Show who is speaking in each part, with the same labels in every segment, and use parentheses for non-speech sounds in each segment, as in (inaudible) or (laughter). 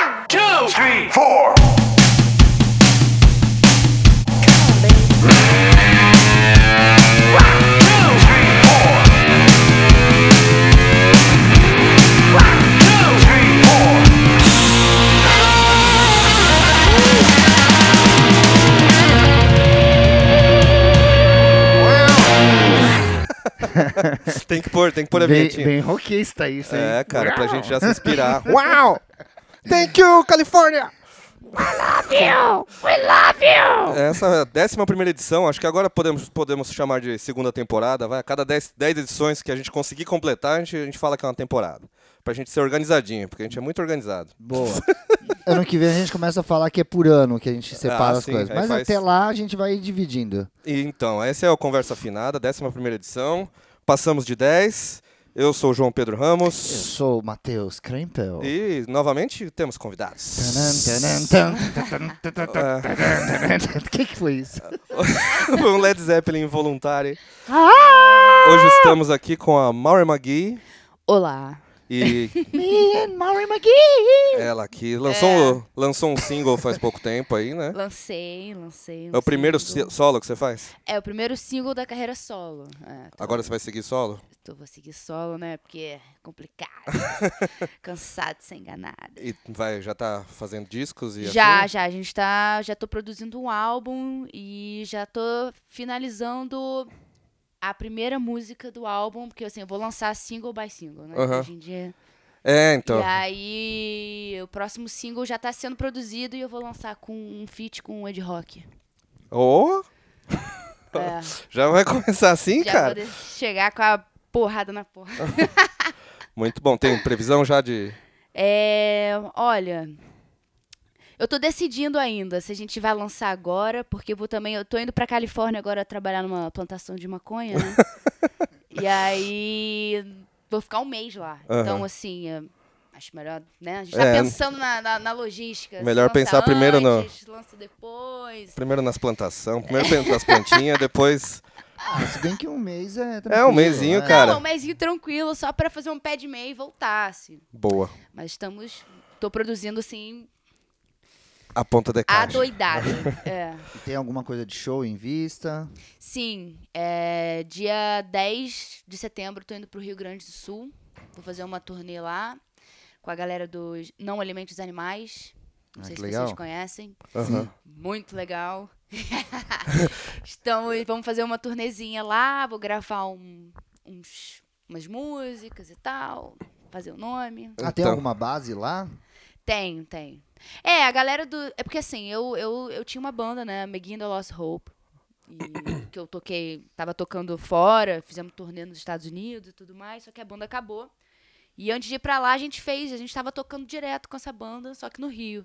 Speaker 1: One, three, four.
Speaker 2: (laughs) Tem que pôr, tem que pôr a
Speaker 3: Bem,
Speaker 2: vinhetinha.
Speaker 3: bem roquista isso aí.
Speaker 2: É, cara, pra gente já se inspirar.
Speaker 3: (laughs) Uau! Thank you, Califórnia!
Speaker 2: Essa é a décima primeira edição, acho que agora podemos, podemos chamar de segunda temporada, vai. A cada 10 edições que a gente conseguir completar, a gente, a gente fala que é uma temporada. Pra gente ser organizadinho, porque a gente é muito organizado. (laughs)
Speaker 3: Boa. ano que vem a gente começa a falar que é por ano que a gente separa
Speaker 2: Ah,
Speaker 3: as
Speaker 2: sim,
Speaker 3: coisas.
Speaker 2: aí
Speaker 3: Mas
Speaker 2: faz-
Speaker 3: até lá a gente vai dividindo.
Speaker 2: E, então, essa é o Conversa Afinada, décima primeira edição. Passamos de 10. Eu sou o João Pedro
Speaker 3: Eu
Speaker 2: Ramos.
Speaker 3: sou o Matheus Krempel.
Speaker 2: E, novamente, temos convidados.
Speaker 3: Tanan, tanan, tan. O que, que foi isso?
Speaker 2: É. Foi (laughs) um Led Zeppelin involuntário.
Speaker 4: Ah!
Speaker 2: Hoje estamos aqui com a Maureen McGee.
Speaker 4: Olá. (laughs)
Speaker 2: E
Speaker 3: Me and Maury McGee!
Speaker 2: ela que lançou,
Speaker 4: É.
Speaker 2: lançou um single faz pouco tempo aí, né?
Speaker 4: Lancei, lancei.
Speaker 2: É o
Speaker 4: lancei
Speaker 2: primeiro
Speaker 4: um
Speaker 2: si-
Speaker 4: single.
Speaker 2: solo que você faz?
Speaker 4: É o primeiro single da carreira solo. É, tô-
Speaker 2: Agora você vai seguir solo?
Speaker 4: tô- vou seguir solo, né? Porque é
Speaker 2: (laughs)
Speaker 4: complicado. Cansado de ser enganada.
Speaker 2: E vai, já tá fazendo discos e
Speaker 4: Já,
Speaker 2: assim?
Speaker 4: já, a gente tá. Já tô produzindo um álbum e já tô finalizando a primeira música do álbum, porque assim, eu vou lançar single by single, né?
Speaker 2: Aham.
Speaker 4: Hoje em dia.
Speaker 2: É, então.
Speaker 4: E aí, o próximo single já tá sendo produzido e eu vou lançar com um feat com o Ed Rock.
Speaker 2: Oh, Tá.
Speaker 4: É.
Speaker 2: já vai (laughs) começar assim,
Speaker 4: Já
Speaker 2: cara?
Speaker 4: vou de- chegar com a porrada na porra.
Speaker 2: Muito bom. Tem previsão já de.
Speaker 4: É, olha, eu tô decidindo ainda se a gente vai lançar agora, porque eu vou também, eu tô indo pra Califórnia agora trabalhar numa plantação de
Speaker 2: (laughs)
Speaker 4: maconha, né? e aí vou ficar um mês lá.
Speaker 2: Aham.
Speaker 4: Então, assim, é, acho melhor, né? A gente tá
Speaker 2: É,
Speaker 4: pensando na, na- na logística. se
Speaker 2: melhor
Speaker 4: lança
Speaker 2: pensar primeiro no-
Speaker 4: antes, Lança depois.
Speaker 2: Primeiro nas plantações, primeiro (laughs) dentro das plantinhas, depois.
Speaker 3: Ah, se bem que um mês é.
Speaker 2: É, um mesinho,
Speaker 3: né?
Speaker 2: cara.
Speaker 4: Não, um mêsinho tranquilo, só pra fazer um pé de meia e voltar, assim.
Speaker 2: Boa.
Speaker 4: Mas estamos. Tô produzindo, assim,
Speaker 2: A ponta da caixa.
Speaker 4: adoidada.
Speaker 3: (laughs)
Speaker 4: é.
Speaker 3: Tem alguma coisa de show em vista?
Speaker 4: Sim, é, dia 10 de setembro tô indo pro Rio Grande do Sul. Vou fazer uma turnê lá com a galera dos Não Alimentos Animais. Não
Speaker 3: Ah,
Speaker 4: sei
Speaker 3: que
Speaker 4: se
Speaker 3: legal.
Speaker 4: vocês conhecem.
Speaker 2: Aham.
Speaker 4: Muito legal. (laughs) então, e vamos fazer uma turnezinha lá, vou gravar um- uns, umas músicas e tal, fazer o nome.
Speaker 3: Ah, tem
Speaker 2: Então.
Speaker 3: alguma base lá?
Speaker 4: Tenho, tenho. É, a galera do. É porque assim, eu, eu, eu tinha uma banda, né? Meguinda Lost Hope.
Speaker 2: (coughs)
Speaker 4: e- que eu toquei. Tava tocando fora, fizemos turnê nos Estados Unidos e tudo mais, só que a banda acabou. E antes de ir pra lá, a gente fez. A gente tava tocando direto com essa banda, só que no Rio.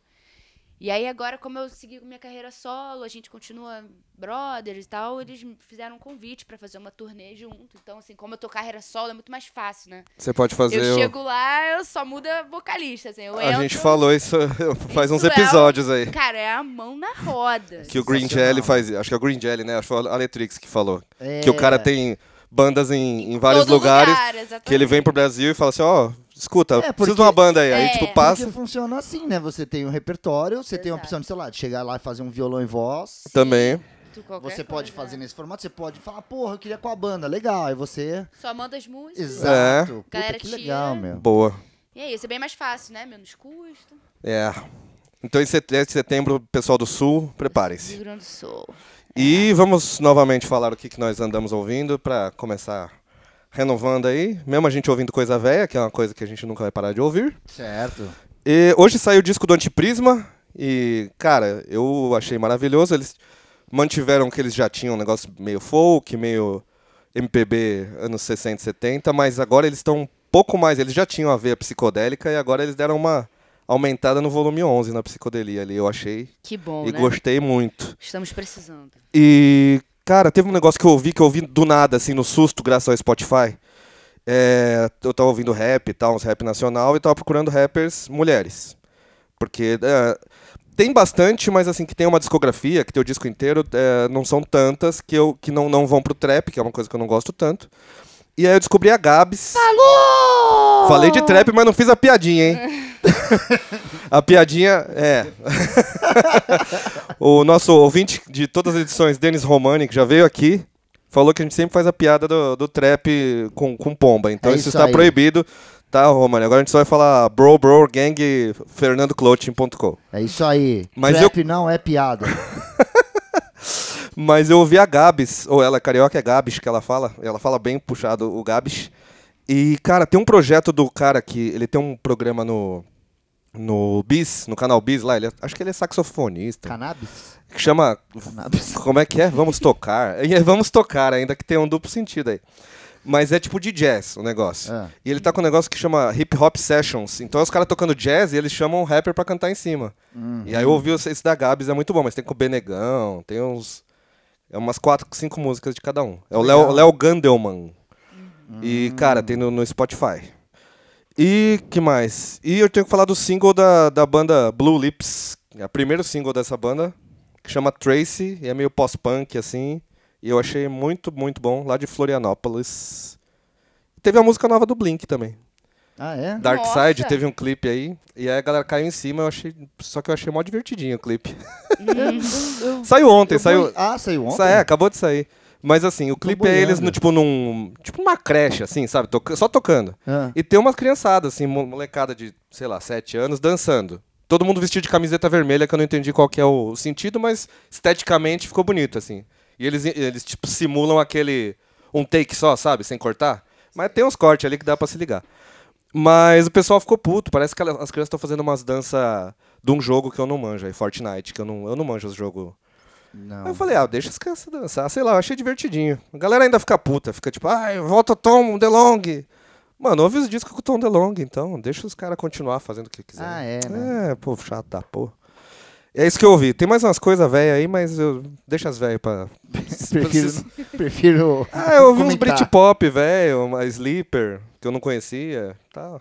Speaker 4: E aí agora, como eu segui com minha carreira solo, a gente continua brothers e tal, eles me fizeram um convite pra fazer uma turnê junto. Então, assim, como eu tô carreira solo, é muito mais fácil, né?
Speaker 2: Você pode fazer.
Speaker 4: Eu
Speaker 2: o-
Speaker 4: chego lá, eu só muda vocalista, assim. Eu
Speaker 2: A gente
Speaker 4: entro-
Speaker 2: falou isso (laughs) faz uns
Speaker 4: Isso é um-
Speaker 2: episódios aí.
Speaker 4: Cara, é a mão na roda.
Speaker 2: Que o Green
Speaker 3: Sensacional.
Speaker 2: Jelly faz. Acho que é o Green Jelly, né? Acho que foi a Letrix que falou.
Speaker 3: É.
Speaker 2: Que o cara tem bandas em, em vários
Speaker 4: Todo
Speaker 2: lugares.
Speaker 4: lugar, exatamente.
Speaker 2: Que ele vem pro Brasil e fala assim, ó, escuta,
Speaker 3: É,
Speaker 2: preciso de
Speaker 3: porque-
Speaker 2: uma banda aí. Aí,
Speaker 4: É.
Speaker 2: tipo,
Speaker 3: Porque
Speaker 2: passa
Speaker 3: funciona assim, né? Você tem um repertório, você tem a
Speaker 4: Exato.
Speaker 3: opção de, sei lá, de chegar lá e fazer um violão e voz.
Speaker 2: também.
Speaker 4: Tu qualquer
Speaker 3: Você pode
Speaker 4: coisa,
Speaker 2: é.
Speaker 3: fazer
Speaker 4: né?
Speaker 3: nesse formato, você pode falar, porra, eu queria com a banda, legal. Aí você.
Speaker 4: Só manda as
Speaker 2: É.
Speaker 4: músicas.
Speaker 3: Exato. Puta,
Speaker 4: Galera
Speaker 3: que
Speaker 4: tira.
Speaker 3: legal, meu.
Speaker 2: Boa.
Speaker 4: E é isso, é bem mais fácil, né? Menos custo.
Speaker 2: É. Então, em sete- em setembro, pessoal do Sul,
Speaker 4: Rio
Speaker 2: prepare-se.
Speaker 4: Grande do Sul.
Speaker 2: E vamos novamente falar o que, que nós andamos ouvindo pra começar renovando aí. Mesmo a gente ouvindo coisa velha, que é uma coisa que a gente nunca vai parar de ouvir.
Speaker 3: Certo.
Speaker 2: E hoje saiu o disco do Antiprisma e, cara, eu achei maravilhoso. Eles mantiveram o que eles já tinham, um negócio meio folk, meio MPB anos 60, 70, mas agora eles estão um pouco mais, eles já tinham a veia psicodélica e agora eles deram uma aumentada no volume 11 na psicodelia ali, eu achei
Speaker 4: Que bom,
Speaker 2: e
Speaker 4: né?
Speaker 2: gostei muito.
Speaker 4: Estamos precisando.
Speaker 2: E, cara, teve um negócio que eu ouvi, que eu ouvi do nada, assim, no susto, graças ao Spotify. É, eu tava ouvindo rap e tal, uns rap nacional, e tava procurando rappers mulheres. Porque é, tem bastante, mas assim, que tem uma discografia, que tem o disco inteiro, é, não são tantas, que, eu, que não, não vão pro trap, que é uma coisa que eu não gosto tanto. E aí eu descobri a Gabs.
Speaker 4: Alô!
Speaker 2: Falei de trap, mas não fiz a piadinha, hein?
Speaker 1: (laughs)
Speaker 2: a piadinha é. o nosso ouvinte de todas as edições, Denis Romani, que já veio aqui, falou que a gente sempre faz a piada do, do trap com, com pomba. Então
Speaker 1: É
Speaker 2: isso,
Speaker 1: isso
Speaker 2: está
Speaker 1: aí.
Speaker 2: proibido. Tá, Romani? Agora a gente só vai falar bro, bro, gang, fernandocloaching.com.
Speaker 1: É isso aí.
Speaker 2: Mas
Speaker 1: Trap não
Speaker 2: (laughs)
Speaker 1: é piada.
Speaker 2: Mas eu ouvi a Gabs, ou ela é carioca, é Gabs que ela fala. Ela fala bem puxado o Gabs. E, cara, tem um projeto do cara que. Ele tem um programa no. No Bis, no canal Bis lá, ele é- acho que ele é saxofonista.
Speaker 1: Cannabis?
Speaker 2: Que chama.
Speaker 1: Cannabis.
Speaker 2: (laughs) Como é que é? Vamos tocar. E é Vamos tocar, ainda que tem um duplo sentido aí. Mas é tipo de jazz o negócio.
Speaker 1: É.
Speaker 2: E ele tá com um negócio que chama Hip Hop Sessions. Então é os caras tocando jazz e eles chamam um rapper pra cantar em cima. E aí eu ouvi esse esse da Gabs, é muito bom, mas tem com o Benegão, tem uns. É umas quatro, cinco músicas de cada um. É o Léo Léo Gandelman. E, cara, tem no, no Spotify. E que mais? E eu tenho que falar do single da, da banda Blue Lips. É o primeiro single dessa banda, que chama Tracy, e é meio pós-punk, assim. E eu achei muito, muito bom, lá de Florianópolis. Teve a música nova do Blink também.
Speaker 1: Ah, é?
Speaker 2: Dark
Speaker 4: Nossa!
Speaker 2: Side teve um clipe aí, e aí a galera caiu em cima, eu achei. Só que eu achei mó divertidinho o clipe. (laughs) saiu ontem,
Speaker 1: Eu
Speaker 2: saiu.
Speaker 1: vou- Ah, saiu ontem?
Speaker 2: Sa- É, acabou de sair. Mas assim, o clipe é
Speaker 1: boiando.
Speaker 2: eles, no, tipo, num. Tipo uma creche, assim, sabe? Toca- só tocando.
Speaker 1: Ah.
Speaker 2: E tem umas criançadas, assim, mo- molecada de, sei lá, sete anos, dançando. Todo mundo vestido de camiseta vermelha, que eu não entendi qual que é o sentido, mas esteticamente ficou bonito, assim. E eles, eles tipo, simulam aquele. um take só, sabe? Sem cortar. Mas tem uns cortes ali que dá pra se ligar. Mas o pessoal ficou puto. Parece que ela- as crianças estão fazendo umas danças de um jogo que eu não manjo aí, Fortnite, que eu não, eu não manjo os jogos.
Speaker 1: Não.
Speaker 2: Aí (laughs) eu falei, ah, deixa as crianças dançar. Sei lá, eu achei divertidinho. A galera ainda fica puta, fica tipo, ai, volta Tom DeLong. Mano, ouve os discos com o Tom DeLong, então deixa os caras continuar fazendo o que quiser.
Speaker 1: Ah, é,
Speaker 2: É, pô, chato da porra. É isso que eu ouvi. Tem mais umas coisas velhas aí, mas eu deixa as velhas pra...
Speaker 1: Prefiro. prefiro
Speaker 2: (laughs) Ah, eu ouvi uns
Speaker 1: comentar.
Speaker 2: Britpop, velho, uma Sleeper, que eu não conhecia. Tá,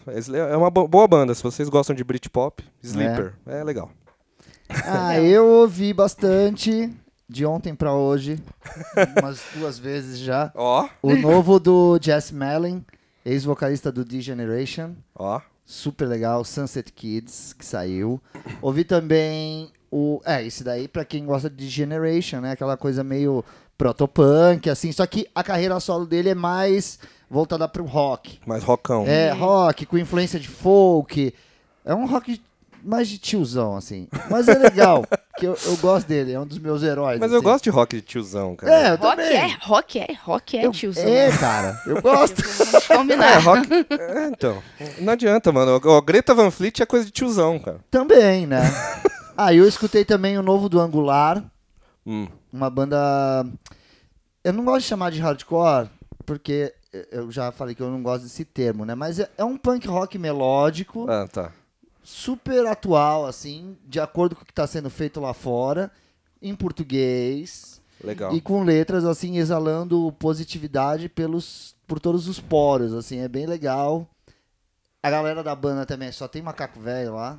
Speaker 2: é uma bo- boa banda, se vocês gostam de Britpop, Sleeper, é legal.
Speaker 1: Ah, eu ouvi bastante de ontem
Speaker 2: (laughs)
Speaker 1: pra hoje, umas duas vezes já.
Speaker 2: Ó,
Speaker 1: O novo do Jess Mellon, ex-vocalista do D-Generation.
Speaker 2: ó.
Speaker 1: super legal, Sunset Kids, que saiu. Ouvi também o. É, esse daí, pra quem gosta de Generation, né? Aquela coisa meio protopunk, assim. Só que a carreira solo dele é mais voltada pro rock.
Speaker 2: Mais rockão.
Speaker 1: É, rock, com influência de folk. É um rock mais de tiozão, assim. Mas é
Speaker 2: (laughs)
Speaker 1: legal, que eu, eu gosto dele, é um dos meus heróis.
Speaker 2: Mas eu
Speaker 1: assim.
Speaker 2: gosto de rock de tiozão, cara.
Speaker 1: É, eu
Speaker 4: Rock
Speaker 1: também.
Speaker 4: é, rock é, rock é, tiozão.
Speaker 1: É, cara, eu gosto.
Speaker 4: Vamos combinar.
Speaker 2: É,
Speaker 1: (laughs)
Speaker 2: rock. É, então. Não adianta, mano. Ó, Greta Van Fleet é coisa de tiozão, cara.
Speaker 1: Também, né? (laughs) Ah, eu escutei também o novo do Angular,
Speaker 2: Hum.
Speaker 1: uma banda. Eu não gosto de chamar de hardcore, porque eu já falei que eu não gosto desse termo, né? Mas é é um punk rock melódico,
Speaker 2: Ah, tá.
Speaker 1: super atual, assim, de acordo com o que está sendo feito lá fora, em português.
Speaker 2: Legal.
Speaker 1: E com letras, assim, exalando positividade pelos, por todos os poros, assim, é bem legal. A galera da banda também só tem macaco
Speaker 2: (laughs)
Speaker 1: velho lá.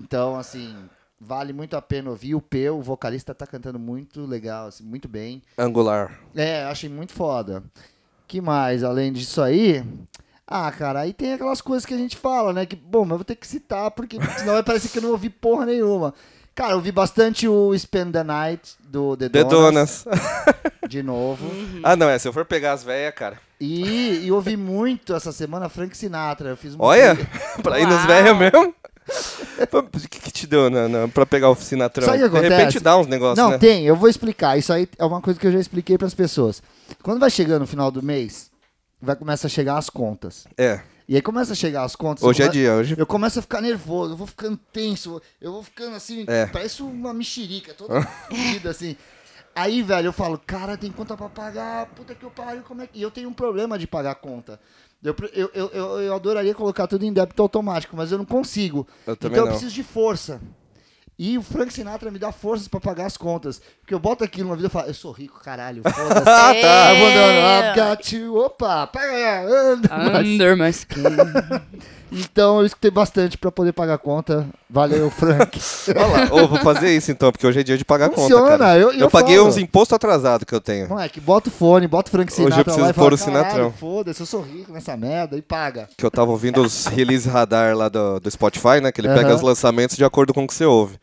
Speaker 1: então, assim, vale muito a pena ouvir. O Peu, o vocalista, tá cantando muito legal, assim, muito bem.
Speaker 2: Angular.
Speaker 1: É, achei muito foda. que mais, além disso aí? Ah, cara, aí tem aquelas coisas que a gente fala, né? Que, bom, mas eu vou ter que citar, porque senão vai parecer que eu não ouvi porra nenhuma. Cara, eu ouvi bastante o Spend the Night do The,
Speaker 2: The
Speaker 1: Donuts,
Speaker 2: Donas.
Speaker 1: de novo.
Speaker 2: Ah, não, é. Se eu for pegar as velhas, cara.
Speaker 1: E, e ouvi muito essa semana Frank Sinatra. Eu fiz uma
Speaker 2: Olha,
Speaker 1: trilha.
Speaker 2: (laughs) pra ir nos
Speaker 4: Uau.
Speaker 2: velhas mesmo. O que, que te deu na, na, pra pegar o Sinatrão?
Speaker 1: Sabe o que
Speaker 2: De
Speaker 1: acontece?
Speaker 2: repente dá uns negócios,
Speaker 1: Não,
Speaker 2: né?
Speaker 1: tem, eu vou explicar. Isso aí é uma coisa que eu já expliquei pras pessoas. Quando vai chegando o final do mês, vai começar a chegar as contas.
Speaker 2: É.
Speaker 1: E aí começa a chegar as contas.
Speaker 2: Hoje
Speaker 1: eu
Speaker 2: é
Speaker 1: come-
Speaker 2: dia, hoje.
Speaker 1: Eu começo a ficar nervoso, eu vou ficando tenso, eu vou ficando assim,
Speaker 2: É. Ah.
Speaker 1: parece uma mexerica, toda fodida assim. Aí, velho, eu falo, cara, tem conta pra pagar, puta que eu pariu, como é que. E eu tenho um problema de pagar a conta. Eu, pre- eu, eu, eu, eu adoraria colocar tudo em débito automático, mas eu não consigo.
Speaker 2: Eu também
Speaker 1: então eu
Speaker 2: não.
Speaker 1: preciso de força. E o Frank Sinatra me dá forças pra pagar as contas. Porque eu boto aquilo na vida e falo, eu sou rico, caralho, foda-se.
Speaker 2: Ah,
Speaker 4: (laughs)
Speaker 1: Aí
Speaker 4: É.
Speaker 2: tá. é
Speaker 1: eu
Speaker 4: Ah.
Speaker 1: vou andando, I've got you, opa, paga, anda.
Speaker 4: Under my skin.
Speaker 1: (laughs) Então eu escutei bastante pra poder pagar a conta. Valeu, Frank.
Speaker 2: (laughs) Olha lá, ô, vou fazer isso então, porque hoje é dia de pagar
Speaker 1: Funciona,
Speaker 2: conta, cara.
Speaker 1: eu- eu
Speaker 2: paguei
Speaker 1: falo.
Speaker 2: uns impostos atrasados que eu tenho.
Speaker 1: Moleque, bota o fone, bota o Frank
Speaker 2: Hoje eu
Speaker 1: Sinatra
Speaker 2: preciso
Speaker 1: lá e
Speaker 2: pôr o
Speaker 1: fala, "Caralho,
Speaker 2: Sinatrão."
Speaker 1: Foda-se, eu sou rico nessa merda e paga.
Speaker 2: Que eu tava ouvindo os release radar lá do, do Spotify, né? Que ele pega
Speaker 1: Aham.
Speaker 2: os lançamentos de acordo com o que você ouve.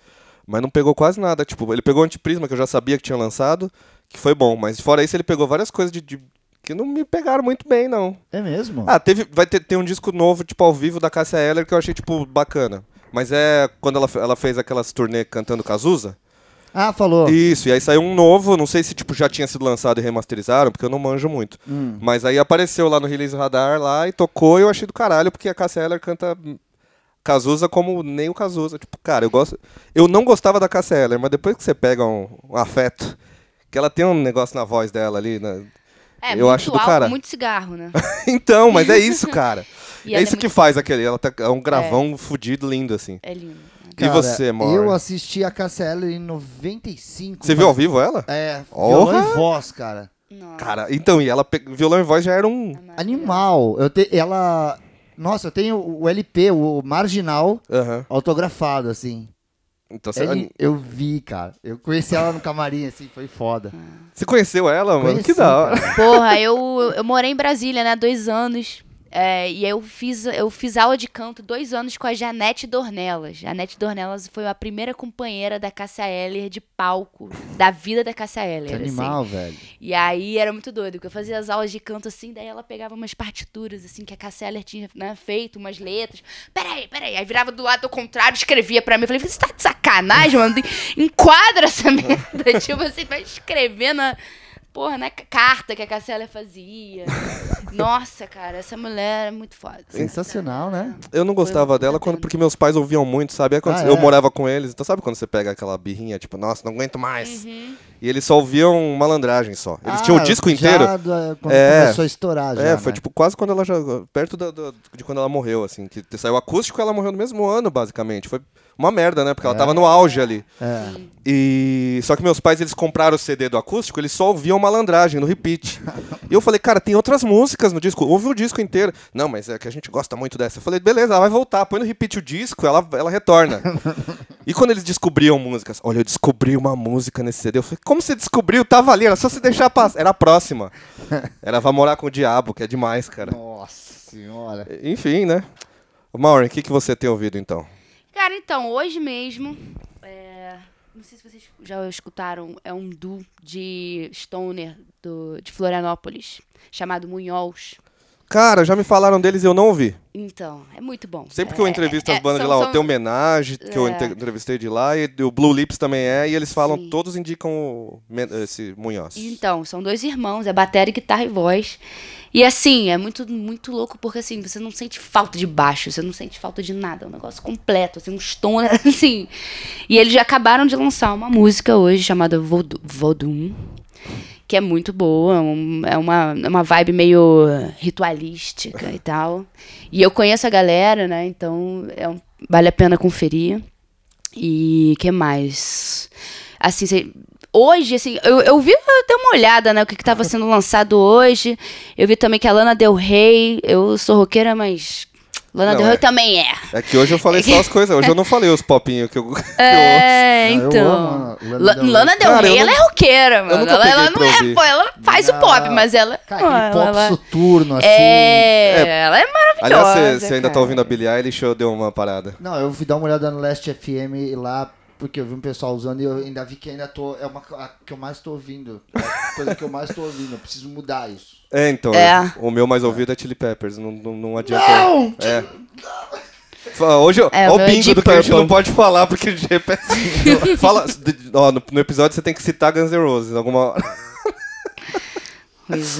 Speaker 2: Mas não pegou quase nada. Tipo, ele pegou o Antiprisma, que eu já sabia que tinha lançado, que foi bom. Mas fora isso, ele pegou várias coisas de- de- que não me pegaram muito bem, não.
Speaker 1: É mesmo?
Speaker 2: Ah, teve, vai ter, tem um disco novo, tipo, ao vivo da Cássia Eller que eu achei, tipo, bacana. Mas é quando ela, fe- ela fez aquelas turnê cantando Cazuza.
Speaker 1: Ah, falou.
Speaker 2: Isso, e aí saiu um novo, não sei se tipo já tinha sido lançado e remasterizaram, porque eu não manjo muito.
Speaker 1: Hum.
Speaker 2: Mas aí apareceu lá no Release Radar lá e tocou e eu achei do caralho, porque a Cassia Eller canta Cazuza como nem o Cazuza. Tipo, cara, eu gosto. Eu não gostava da Cassia Eller, mas depois que você pega um, um afeto, que ela tem um negócio na voz dela ali, né? (laughs)
Speaker 4: É,
Speaker 2: eu
Speaker 4: muito
Speaker 2: acho do
Speaker 4: álcool,
Speaker 2: cara.
Speaker 4: muito
Speaker 2: (laughs)
Speaker 4: cigarro, né?
Speaker 2: então, mas é isso, cara.
Speaker 4: (laughs) E
Speaker 2: é
Speaker 4: ela é
Speaker 2: isso que
Speaker 4: muito-
Speaker 2: faz aquele. Ela tá é um gravão fudido lindo, assim.
Speaker 4: É lindo. né?
Speaker 1: Cara,
Speaker 2: e você,
Speaker 1: Eu
Speaker 2: Mauro?
Speaker 1: assisti a KCL em 95.
Speaker 2: Você viu ao vivo ela?
Speaker 1: É,
Speaker 2: Porra!
Speaker 1: violão e voz, cara.
Speaker 4: Nossa.
Speaker 2: Cara, então, e ela. pe- Violão e voz já era um.
Speaker 1: Animal. Eu te, ela. Nossa, eu tenho o LP, o Marginal,
Speaker 2: Aham.
Speaker 1: autografado, assim.
Speaker 2: Então, você,
Speaker 1: Ele, eu vi, cara. Eu conheci ela no camarim, assim, foi foda.
Speaker 2: você conheceu ela, mano?
Speaker 1: Conheci,
Speaker 2: que da hora.
Speaker 4: Porra, eu, eu morei em Brasília, né? Dois anos. É, e aí eu fiz, eu fiz aula de canto dois anos com a Janete Dornelas. Janete Dornelas foi a primeira companheira da Cássia Eller de palco, da vida da Cássia
Speaker 1: Que
Speaker 4: Eller. assim.
Speaker 1: animal, velho.
Speaker 4: E aí era muito doido, porque eu fazia as aulas de canto assim, daí ela pegava umas partituras, assim, que a Cassia Eller tinha né, feito, umas letras. Peraí, peraí. Aí virava do lado ao contrário, escrevia pra mim. Eu falei, você tá de sacanagem, mano? Enquadra essa (laughs) merda. tipo assim, vai escrever na. Porra, na ca- carta que a Cassia Eller fazia. Nossa, cara, essa mulher é muito foda.
Speaker 1: Sensacional, né?
Speaker 2: Eu não gostava dela quando, porque meus pais ouviam muito, sabe? Aí quando
Speaker 1: Ah,
Speaker 2: eu
Speaker 1: é?
Speaker 2: morava com eles, então sabe quando você pega aquela birrinha, tipo, nossa, não aguento mais. E eles só ouviam malandragem só. Eles tinham o
Speaker 1: Ah,
Speaker 2: disco
Speaker 1: já
Speaker 2: inteiro.
Speaker 1: do- quando
Speaker 2: É.
Speaker 1: começou a estourar, já.
Speaker 2: é, foi
Speaker 1: né?
Speaker 2: tipo quase quando ela já. Perto da- da- de quando ela morreu, assim. Que saiu acústico e ela morreu no mesmo ano, basicamente. Foi uma merda, né? Porque ela tava no auge ali.
Speaker 1: É.
Speaker 2: E só que meus pais eles compraram o CD do acústico, eles só ouviam malandragem no repeat. e eu falei, cara, tem outras músicas no disco, ouve o disco inteiro. Não, mas é que a gente gosta muito dessa. Eu falei, beleza, ela vai voltar, põe no repeat o disco, ela, ela
Speaker 1: (laughs)
Speaker 2: retorna. e quando eles descobriam músicas, olha, eu descobri uma música nesse CD. Eu falei, como você descobriu? Tava ali, era só se deixar passar. Era a próxima. Era Vá Morar com o Diabo, que é demais, cara.
Speaker 1: Nossa senhora.
Speaker 2: Enfim, né? Maureen, o que, que você tem ouvido então?
Speaker 4: Cara, então, hoje mesmo. é, não sei se vocês já escutaram, é um duo de Stoner do, de Florianópolis, chamado Munhoz.
Speaker 2: Cara, já me falaram deles e eu não ouvi.
Speaker 4: Então, é muito bom.
Speaker 2: Sempre que eu
Speaker 4: É,
Speaker 2: entrevisto
Speaker 4: é,
Speaker 2: as bandas
Speaker 4: são-
Speaker 2: de lá, ó,
Speaker 4: são-
Speaker 2: tem homenagem que eu
Speaker 4: É.
Speaker 2: inte- entrevistei de lá, e o Blue Lips também é, e eles falam,
Speaker 4: Sim.
Speaker 2: todos indicam o men- esse Munhoz.
Speaker 4: Então, são dois irmãos, é bateria, guitarra e voz. E assim, é muito, muito louco, porque assim, você não sente falta de baixo, você não sente falta de nada, é um negócio completo, assim, um stoner, (laughs) assim. E eles já acabaram de lançar uma música hoje chamada Vodu- Vodum, que é muito boa, é um- é uma, é uma vibe meio ritualística e tal. E eu conheço a galera, né, então é um- vale a pena conferir. E que mais? Assim, cê- hoje, assim, eu, eu vi, eu dei uma olhada, né, o que, que tava sendo lançado hoje. Eu vi também que a Lana Del Rey, eu sou roqueira, mas Lana
Speaker 2: Não,
Speaker 4: Del Rey
Speaker 2: é.
Speaker 4: também é.
Speaker 2: É que
Speaker 4: (laughs)
Speaker 2: hoje eu falei só as coisas, hoje eu não falei os popinhos que eu, (laughs) que eu
Speaker 4: É,
Speaker 1: ouço.
Speaker 4: então.
Speaker 1: Ah, eu amo a Lana
Speaker 4: La-
Speaker 1: Del Rey.
Speaker 4: Lana Del
Speaker 2: Cara, eu
Speaker 4: Rey, ela
Speaker 2: nunca-
Speaker 4: é roqueira, mano.
Speaker 2: nunca
Speaker 4: ela,
Speaker 2: peguei
Speaker 4: ela não
Speaker 2: pra
Speaker 4: é
Speaker 2: ouvir.
Speaker 4: pô, ela faz o
Speaker 1: Não.
Speaker 4: pop, mas ela.
Speaker 1: Cara, aquele
Speaker 4: ela-
Speaker 1: pop
Speaker 4: ela-
Speaker 1: soturno, assim.
Speaker 4: é, ela é
Speaker 2: ouço. Aliás,
Speaker 4: maravilhosa.
Speaker 2: você- você ainda tá
Speaker 4: cara.
Speaker 2: ouvindo a Billie Eilish ou deu uma parada?
Speaker 1: Não, eu fui dar uma olhada no Last FM lá, porque eu vi um pessoal usando e eu ainda vi que ainda tô. É uma co- a que eu mais tô ouvindo. É a coisa que eu mais tô ouvindo. Eu preciso mudar isso.
Speaker 2: É, então,
Speaker 4: É.
Speaker 2: o meu mais ouvido é Chili Peppers, não, não, não adianta. É. Fa- Hoje, eu-
Speaker 4: É, o
Speaker 2: ó, o
Speaker 4: meu é
Speaker 2: bingo
Speaker 4: Deep
Speaker 2: do que a gente
Speaker 4: Purple.
Speaker 2: não pode falar, porque é de repente... (laughs) Fala, ó, no, no episódio você tem que citar Guns N' Roses, alguma hora.
Speaker 4: Pois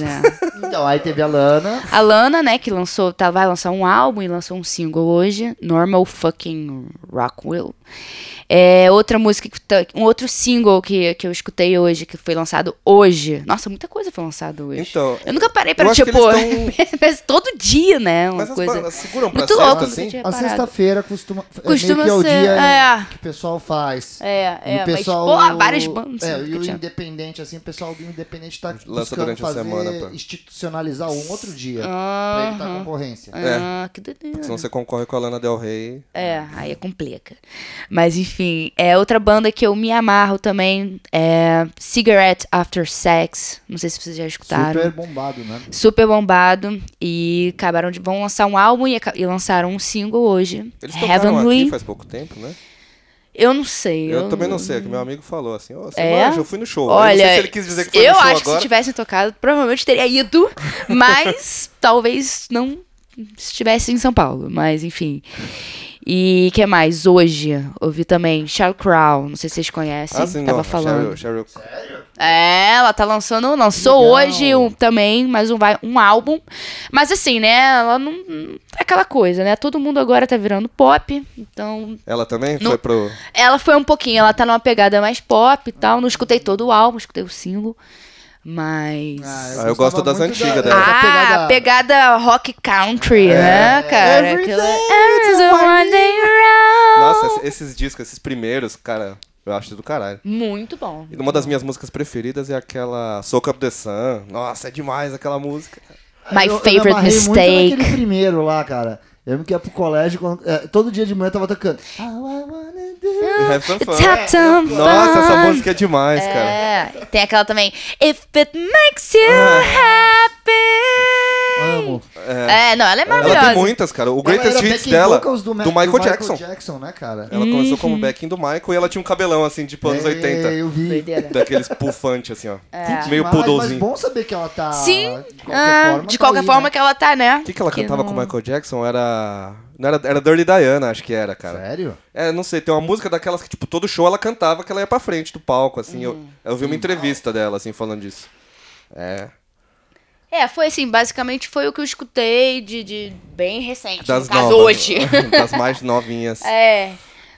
Speaker 2: (laughs)
Speaker 4: é.
Speaker 1: Então, aí teve a Lana.
Speaker 4: A Lana, né, que lançou, tá, vai lançar um álbum e lançou um single hoje, Normal Fucking Rockwell. É, outra música, que tá- um outro single que, que eu escutei hoje, que foi lançado hoje. Nossa, muita coisa foi lançada hoje.
Speaker 2: Então,
Speaker 4: eu nunca parei pra,
Speaker 2: eu acho que
Speaker 4: tipo,
Speaker 2: eles
Speaker 4: (laughs) mas todo dia, né, uma
Speaker 2: Mas as
Speaker 4: coisa.
Speaker 1: é,
Speaker 2: bandas seguram pra
Speaker 4: Muito
Speaker 2: sexta,
Speaker 4: louco,
Speaker 2: assim?
Speaker 4: nunca tinha
Speaker 1: A
Speaker 4: reparado.
Speaker 1: sexta-feira costuma.
Speaker 4: Costuma
Speaker 1: é meio que é o
Speaker 4: ser,
Speaker 1: dia
Speaker 4: é.
Speaker 1: que o pessoal faz.
Speaker 4: É,
Speaker 1: E
Speaker 4: é,
Speaker 1: o pessoal,
Speaker 4: mas, pô, várias bandas.
Speaker 1: É,
Speaker 4: né,
Speaker 1: e
Speaker 4: que
Speaker 1: o
Speaker 4: tinha.
Speaker 1: independente, assim, o pessoal do independente tá
Speaker 2: Lança
Speaker 1: buscando
Speaker 2: durante a
Speaker 1: fazer
Speaker 2: semana, pô.
Speaker 1: institucionalizar um outro dia pra evitar
Speaker 4: Aham.
Speaker 1: concorrência. É.
Speaker 4: Ah, que
Speaker 2: Porque
Speaker 4: doideira.
Speaker 2: É. Senão você concorre com a Lana Del Rey.
Speaker 4: É, aí é complica. Mas enfim, é outra banda que eu me amarro também é Cigarette After Sex. Não sei se vocês já escutaram.
Speaker 1: Super
Speaker 4: Super,
Speaker 1: bombado, né?
Speaker 4: bombado. E acabaram de. Vão lançar um álbum e, aca- e lançaram um single hoje.
Speaker 2: Eles tocaram
Speaker 4: Heavenly.
Speaker 2: aqui faz pouco tempo, né?
Speaker 4: Eu não sei.
Speaker 2: Eu, também não sei, é que meu amigo falou assim, ó, você
Speaker 4: É?
Speaker 2: manja, eu fui no show. Eu
Speaker 4: Olha,
Speaker 2: não sei se ele quis dizer que foi
Speaker 4: eu
Speaker 2: no show
Speaker 4: acho que
Speaker 2: agora.
Speaker 4: se tivessem tocado, provavelmente teria ido, (laughs) mas talvez não estivesse em São Paulo, mas enfim. E que mais? Hoje ouvi também Sheryl Crow, não sei se vocês conhecem,
Speaker 2: Ah, sim,
Speaker 4: tava
Speaker 2: não,
Speaker 4: falando.
Speaker 2: Sheryl- Sheryl-
Speaker 4: É, ela tá lançando, lançou
Speaker 1: Legal.
Speaker 4: hoje um- também mais um, vai- um álbum. Mas assim, né, ela não. É aquela coisa, né? Todo mundo agora tá virando pop, então
Speaker 2: Ela também
Speaker 4: No-
Speaker 2: foi pro...
Speaker 4: ela foi um pouquinho, ela tá numa pegada mais pop e tal. Não escutei todo o álbum, escutei o single. Mas.
Speaker 2: Ah, eu gosto
Speaker 1: gostava
Speaker 2: das
Speaker 1: muito
Speaker 2: antigas
Speaker 1: da- é,
Speaker 2: dela.
Speaker 1: da
Speaker 4: Ah, pegada... rock
Speaker 2: É.
Speaker 4: country, né, cara?
Speaker 2: Every
Speaker 4: Aquela-
Speaker 2: day
Speaker 4: Every's a one day round.
Speaker 2: Nossa, esses esses discos, esses primeiros, cara, eu acho do caralho.
Speaker 4: Muito bom.
Speaker 2: E uma das minhas músicas preferidas é aquela Soak Up The Sun. Nossa, é demais aquela música.
Speaker 4: My
Speaker 1: Eu- eu me
Speaker 4: favorite
Speaker 1: amarrei muito
Speaker 4: mistake.
Speaker 1: naquele primeiro lá, cara. Eu lembro que ia pro colégio, quando- é, todo dia de manhã eu tava tocando. How I wanna do.
Speaker 2: Have some
Speaker 4: It's
Speaker 2: fun.
Speaker 4: hot some
Speaker 2: Nossa, essa
Speaker 4: fun.
Speaker 2: música é demais, cara.
Speaker 4: É, tem aquela também. If it makes you happy.
Speaker 1: Amo.
Speaker 4: É. não, ela é maravilhosa.
Speaker 2: Ah. Ela tem muitas, cara. O Greatest
Speaker 1: Ela era
Speaker 2: Hits
Speaker 1: backing
Speaker 2: dela,
Speaker 1: vocals
Speaker 2: do,
Speaker 1: Ma-
Speaker 2: Michael Jackson.
Speaker 1: né, cara?
Speaker 2: Ela começou como backing do Michael e ela tinha um cabelão, assim, tipo anos
Speaker 1: É,
Speaker 2: 80.
Speaker 1: Eu vi.
Speaker 4: Doideira.
Speaker 2: Daqueles pufantes, assim, ó.
Speaker 4: É.
Speaker 2: Meio
Speaker 1: Mas- Mas
Speaker 2: poodlezinho.
Speaker 1: bom saber que ela tá.
Speaker 4: Sim,
Speaker 1: de
Speaker 4: ah, de
Speaker 1: tá
Speaker 4: qualquer
Speaker 1: aí,
Speaker 4: forma
Speaker 1: né?
Speaker 4: que ela tá, né?
Speaker 2: O que, que ela cantava
Speaker 4: não-
Speaker 2: com o Michael Jackson? Era. Não era, era Dirty Diana, acho que era, cara.
Speaker 1: Sério?
Speaker 2: É, não sei, tem uma música daquelas que, tipo, todo show ela cantava que ela ia pra frente do palco, assim.
Speaker 4: Hum.
Speaker 2: Eu, eu vi uma entrevista dela, assim, falando disso. É.
Speaker 4: É, foi assim, basicamente foi o que eu escutei de, de bem recente,
Speaker 2: Das
Speaker 4: no caso
Speaker 2: novas.
Speaker 4: hoje.
Speaker 2: (laughs) das mais novinhas.
Speaker 4: é,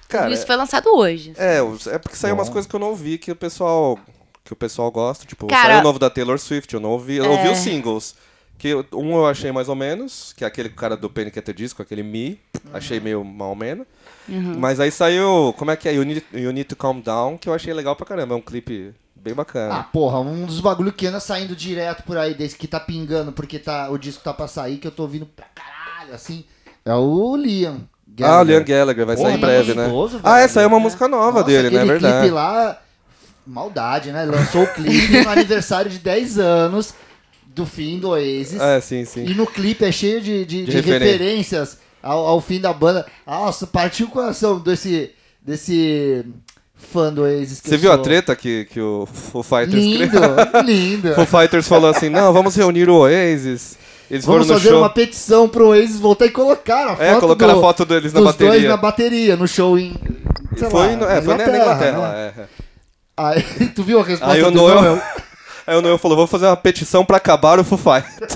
Speaker 2: cara.
Speaker 4: tudo isso foi lançado hoje.
Speaker 2: É, os- é porque saiu umas coisas que eu não ouvi que o pessoal. Que o pessoal gosta. Tipo,
Speaker 4: Cara- É.
Speaker 2: saiu o novo da Taylor Swift, eu não ouvi. Eu ouvi os singles. Que eu- um eu achei mais ou menos, que é aquele cara do Panic! at the Disco, aquele Me. Achei
Speaker 4: Hum.
Speaker 2: meio mal ou menos.
Speaker 4: Uhum.
Speaker 2: Mas aí saiu. Como é que é? You need, You Need to Calm Down, que eu achei legal pra caramba. É um clipe bem
Speaker 1: Ah,
Speaker 2: bacana.
Speaker 1: porra, um dos bagulho que anda saindo direto por aí, desde que tá pingando, porque tá, o disco tá pra sair, que eu tô ouvindo pra caralho, assim, é o Liam.
Speaker 2: Ah, o Liam Gallagher vai
Speaker 1: Porra,
Speaker 2: sair em
Speaker 1: tá
Speaker 2: breve, né?
Speaker 1: gostoso,
Speaker 2: ah, é,
Speaker 1: velho.
Speaker 2: saiu uma música nova
Speaker 1: Nossa,
Speaker 2: dele, né? É
Speaker 1: aquele
Speaker 2: verdade.
Speaker 1: clipe lá, maldade, né? Lançou o clipe no aniversário de 10 anos do fim do Oasis.
Speaker 2: É, sim, sim.
Speaker 1: E no clipe é cheio de,
Speaker 2: De
Speaker 1: de- de
Speaker 2: referência.
Speaker 1: referências ao, ao fim da banda. Nossa, partiu o coração desse, desse fã do Oasis. que
Speaker 2: Você
Speaker 1: eu
Speaker 2: viu a
Speaker 1: sou.
Speaker 2: treta que, que o Foo Fighters
Speaker 1: Lindo,
Speaker 2: (laughs) criou?
Speaker 1: lindo.
Speaker 2: Foo Fighters falou assim: não, vamos reunir o Oasis. Eles
Speaker 1: Vamos
Speaker 2: foram no
Speaker 1: fazer
Speaker 2: show.
Speaker 1: uma petição pro Oasis voltar e colocar a foto
Speaker 2: É, colocaram
Speaker 1: do-
Speaker 2: a foto deles na
Speaker 1: dos dois
Speaker 2: bateria.
Speaker 1: na bateria, no show em...
Speaker 2: E
Speaker 1: sei
Speaker 2: foi,
Speaker 1: lá,
Speaker 2: no- é, foi na na Inglaterra.
Speaker 1: né?
Speaker 2: lá, é.
Speaker 1: Aí, (laughs) tu viu a resposta
Speaker 2: Aí o
Speaker 1: do
Speaker 2: Noel. (laughs) Aí o Noel falou: vou fazer uma petição pra acabar o Foo Fighters.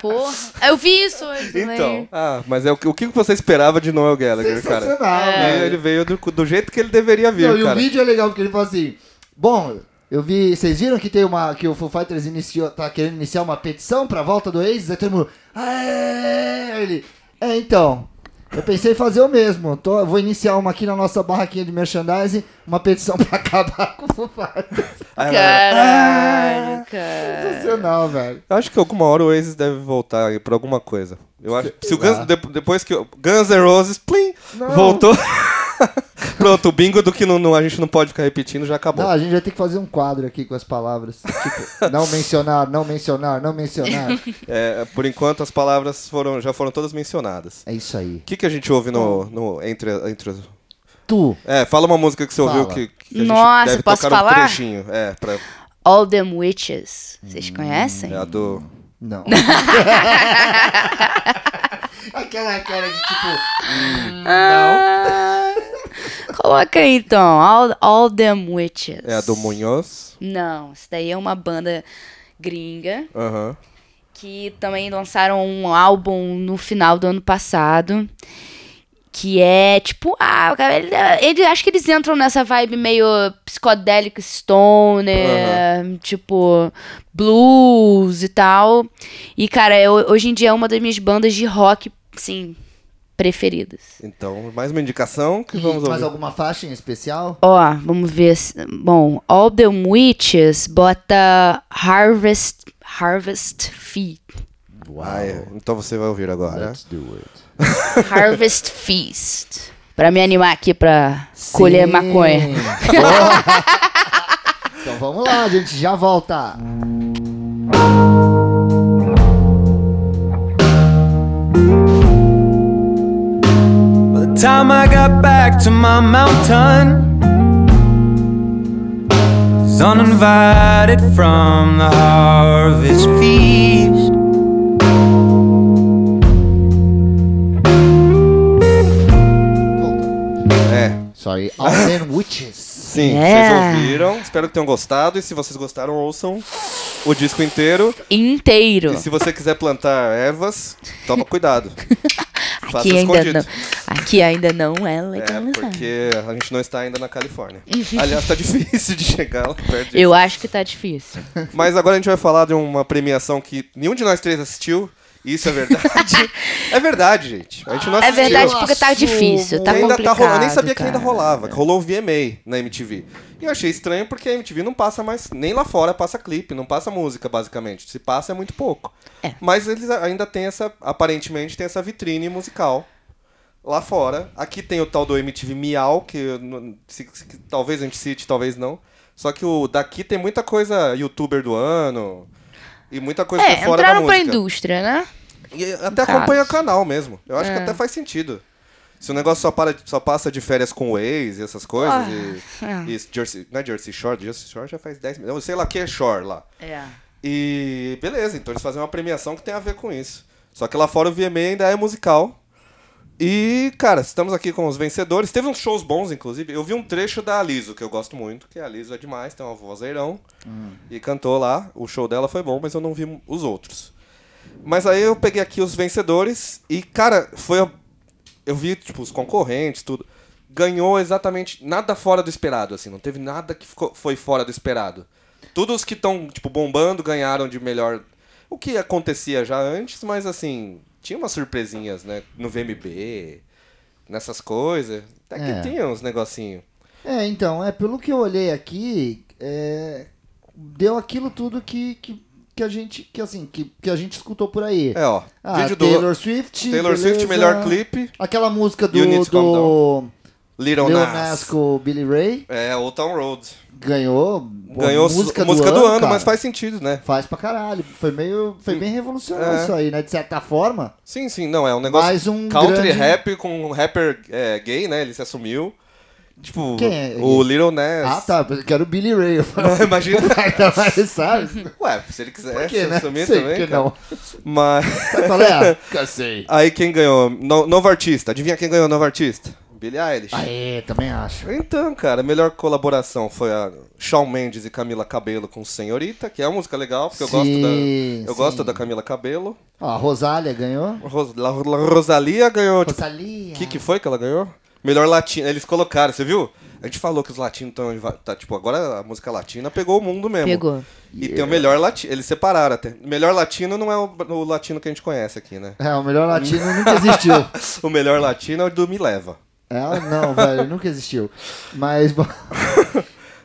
Speaker 4: Porra, eu vi isso hoje né? também.
Speaker 2: Então. Ah, mas é o, que- o que você esperava de Noel Gallagher, cara?
Speaker 1: Sensacional, né?
Speaker 2: Ele,
Speaker 1: velho.
Speaker 2: ele veio do, do jeito que ele deveria vir,
Speaker 1: Não, e o
Speaker 2: cara.
Speaker 1: vídeo é legal porque ele fala assim: Bom, eu vi. Vocês viram que tem uma. que o Foo Fighters iniciou, tá querendo iniciar uma petição pra volta do Oasis? Aí todo mundo. "Aê!" Aí ele. É, então. Eu pensei em fazer o mesmo. Tô- vou iniciar uma aqui na nossa barraquinha de merchandising, uma petição (laughs) pra acabar com o Foo Fighters.
Speaker 2: Aí,
Speaker 4: Caralho, cara.
Speaker 1: Sensacional, velho.
Speaker 2: Eu acho que alguma hora o Oasis deve voltar aí pra alguma coisa. Eu acho. Se o
Speaker 1: lá.
Speaker 2: Guns, de- depois que o Guns N' Roses, plim,
Speaker 1: Não.
Speaker 2: voltou. (laughs) Pronto, o bingo do que não, não- a gente não pode ficar repetindo já acabou.
Speaker 1: Não, a gente vai ter que fazer um quadro aqui com as palavras. Tipo, não mencionar, não mencionar, não mencionar.
Speaker 2: É, por enquanto as palavras foram, já foram todas mencionadas.
Speaker 1: É isso aí.
Speaker 2: O que, que a gente ouve no, no- entre, entre os.
Speaker 1: Tu,
Speaker 2: É, fala uma música que você
Speaker 1: Fala.
Speaker 2: ouviu que, que a gente
Speaker 4: Nossa,
Speaker 2: deve
Speaker 4: posso
Speaker 2: tocar um
Speaker 4: falar?
Speaker 2: trechinho. É, pra,
Speaker 4: All Them Witches, vocês conhecem?
Speaker 2: é a do.
Speaker 1: não. (laughs) Aquela cara de tipo.
Speaker 4: Ah, Coloca aí então, All, All Them Witches.
Speaker 2: É a do Munhoz.
Speaker 4: Não, isso daí é uma banda gringa.
Speaker 2: Aham.
Speaker 4: que também lançaram um álbum no final do ano passado. Que é tipo, ah, cara, ele, ele- acho que eles entram nessa vibe meio psicodélica, stoner, tipo, blues e tal. E, cara, eu- hoje em dia é uma das minhas bandas de rock, assim, preferidas.
Speaker 2: Então, mais uma indicação que vamos
Speaker 1: mais
Speaker 2: ouvir.
Speaker 1: alguma faixa em especial?
Speaker 4: Ó, vamos ver. se- Bom, All the Witches bota Harvest, Harvest Fee.
Speaker 1: Uau.
Speaker 2: Ah, é. Então você vai ouvir agora.
Speaker 1: Let's do it.
Speaker 4: Harvest Feast. Pra me animar aqui pra colher
Speaker 1: Sim.
Speaker 4: maconha.
Speaker 1: Boa. (laughs) então vamos lá, a gente já volta.
Speaker 5: By the time I got back to my mountain, I was uninvited from the harvest feast.
Speaker 1: Volta.
Speaker 2: É.
Speaker 1: Sorry, All Men Witches.
Speaker 2: Sim,
Speaker 4: Yeah.
Speaker 2: vocês ouviram. Espero que tenham gostado. E se vocês gostaram, ouçam o disco inteiro.
Speaker 4: Inteiro.
Speaker 2: E se você quiser plantar ervas, toma cuidado. Faça
Speaker 4: Aqui ainda,
Speaker 2: é escondido.
Speaker 4: não, aqui ainda não é
Speaker 2: É,
Speaker 4: legalizado.
Speaker 2: porque a gente não está ainda na Califórnia. Aliás, tá (laughs) difícil de chegar lá perto disso.
Speaker 4: Eu acho que tá difícil.
Speaker 2: Mas agora a gente vai falar de uma premiação que nenhum de nós três assistiu. E Isso é
Speaker 4: (laughs)
Speaker 2: verdade. é verdade, gente. A gente não
Speaker 4: É
Speaker 2: assistiu.
Speaker 4: verdade,
Speaker 1: eu
Speaker 4: porque tá
Speaker 1: assumo.
Speaker 4: difícil, tá
Speaker 2: E ainda tá
Speaker 4: complicado.
Speaker 2: rolando, eu nem sabia que ainda
Speaker 4: cara.
Speaker 2: rolava. que Rolou o VMA na MTV. E eu achei estranho porque a MTV não passa mais, nem lá fora passa clipe, não passa música, basicamente. Se passa é muito pouco.
Speaker 4: É.
Speaker 2: Mas eles a- ainda têm essa, aparentemente, tem essa vitrine musical lá fora. Aqui tem o tal do MTV Miau, que eu não- se- se- que talvez a gente cite, talvez não. Só que o daqui tem muita coisa youtuber do ano e muita coisa que
Speaker 4: É,
Speaker 2: é fora da
Speaker 4: entraram pra
Speaker 2: música.
Speaker 4: indústria, né?
Speaker 2: E eh, até
Speaker 4: caso. É.
Speaker 2: acompanha o canal mesmo. Eu acho que até faz sentido. Se o negócio só, para, só passa de férias com Waze e essas coisas.
Speaker 4: Ah,
Speaker 2: e, e Jersey, não é Jersey Shore? Jersey Shore já faz 10 mil. Sei lá que é Shore lá.
Speaker 4: É.
Speaker 2: E beleza, então eles fazem uma premiação que tem a ver com isso. Só que lá fora o VMA ainda é musical. E, cara, estamos aqui com os vencedores. Teve uns shows bons, inclusive. Eu vi um trecho da Aliso, que eu gosto muito, que a Aliso é demais, tem uma vozeirão. E cantou lá. O show dela foi bom, mas eu não vi os outros. Mas aí eu peguei aqui os vencedores e, cara, foi. a- Eu vi, tipo, os concorrentes, tudo. Ganhou exatamente nada fora do esperado, assim. Não teve nada que ficou- foi fora do esperado. Todos os que estão, tipo, bombando ganharam de melhor. O que acontecia já antes, mas, assim, tinha umas surpresinhas, né? No VMB, nessas coisas. Até que
Speaker 1: É.
Speaker 2: tinha uns negocinhos.
Speaker 1: É, então, é pelo que eu olhei aqui, é, deu aquilo tudo que, que, que a gente que assim que, que a gente escutou por aí.
Speaker 2: É, ó.
Speaker 1: Ah,
Speaker 2: vídeo
Speaker 1: Taylor
Speaker 2: do
Speaker 1: Swift.
Speaker 2: Taylor Swift,
Speaker 1: beleza.
Speaker 2: melhor clipe.
Speaker 1: Aquela música do,
Speaker 2: You Need to Calm
Speaker 1: do
Speaker 2: Little
Speaker 1: Lil
Speaker 2: Nas.
Speaker 1: Nas com o Billy Ray
Speaker 2: É, Old Town Road.
Speaker 1: ganhou. pô,
Speaker 2: Ganhou s-
Speaker 1: música,
Speaker 2: música do ano,
Speaker 1: cara.
Speaker 2: mas faz sentido, né?
Speaker 1: Faz pra caralho. Foi meio. Foi bem revolucionário
Speaker 2: É.
Speaker 1: isso aí, né? De certa forma.
Speaker 2: Sim, sim, não, é um negócio.
Speaker 1: Mais um
Speaker 2: country
Speaker 1: grande-
Speaker 2: rap com um rapper é, gay, né? Ele se assumiu. Tipo,
Speaker 1: Quem é
Speaker 2: o Little Nas.
Speaker 1: Ah, tá. Eu quero o Billy Ray. Eu (laughs)
Speaker 2: (laughs)
Speaker 1: falei,
Speaker 2: Imagina.
Speaker 1: então, mas, sabe?
Speaker 2: Ué, se ele quiser
Speaker 1: Por quê,
Speaker 2: se
Speaker 1: né?
Speaker 2: assumir
Speaker 1: Sei
Speaker 2: também.
Speaker 1: (laughs) que
Speaker 2: cara.
Speaker 1: não.
Speaker 2: Mas. (laughs)
Speaker 1: Sabe qual é? Cansei.
Speaker 2: Aí quem ganhou? No- novo artista. Adivinha quem ganhou novo artista? Billie Eilish.
Speaker 1: Aê, também acho.
Speaker 2: Então, cara, a melhor colaboração foi a Shawn Mendes e Camila Cabello com Senhorita, que é uma música legal, porque eu gosto
Speaker 1: Sim,
Speaker 2: da. Eu
Speaker 1: sim.
Speaker 2: gosto da Camila Cabello.
Speaker 1: Ó, a Rosália ganhou.
Speaker 2: Ros- La- La- Rosalia ganhou, tipo,
Speaker 1: Rosalia.
Speaker 2: O que, que foi que ela ganhou? Melhor latino. Eles colocaram, você viu? A gente falou que os latinos estão. Tá, tipo, agora a música latina pegou o mundo mesmo.
Speaker 4: Pegou.
Speaker 2: E tem o melhor latino. Eles separaram até. Melhor latino não é o, o latino que a gente conhece aqui,
Speaker 1: (laughs)
Speaker 2: né?
Speaker 1: É, o melhor latino nunca existiu.
Speaker 2: (laughs) o melhor latino é o do Me Leva.
Speaker 1: É, não, velho, nunca existiu.
Speaker 2: (laughs)
Speaker 1: Mas, bom,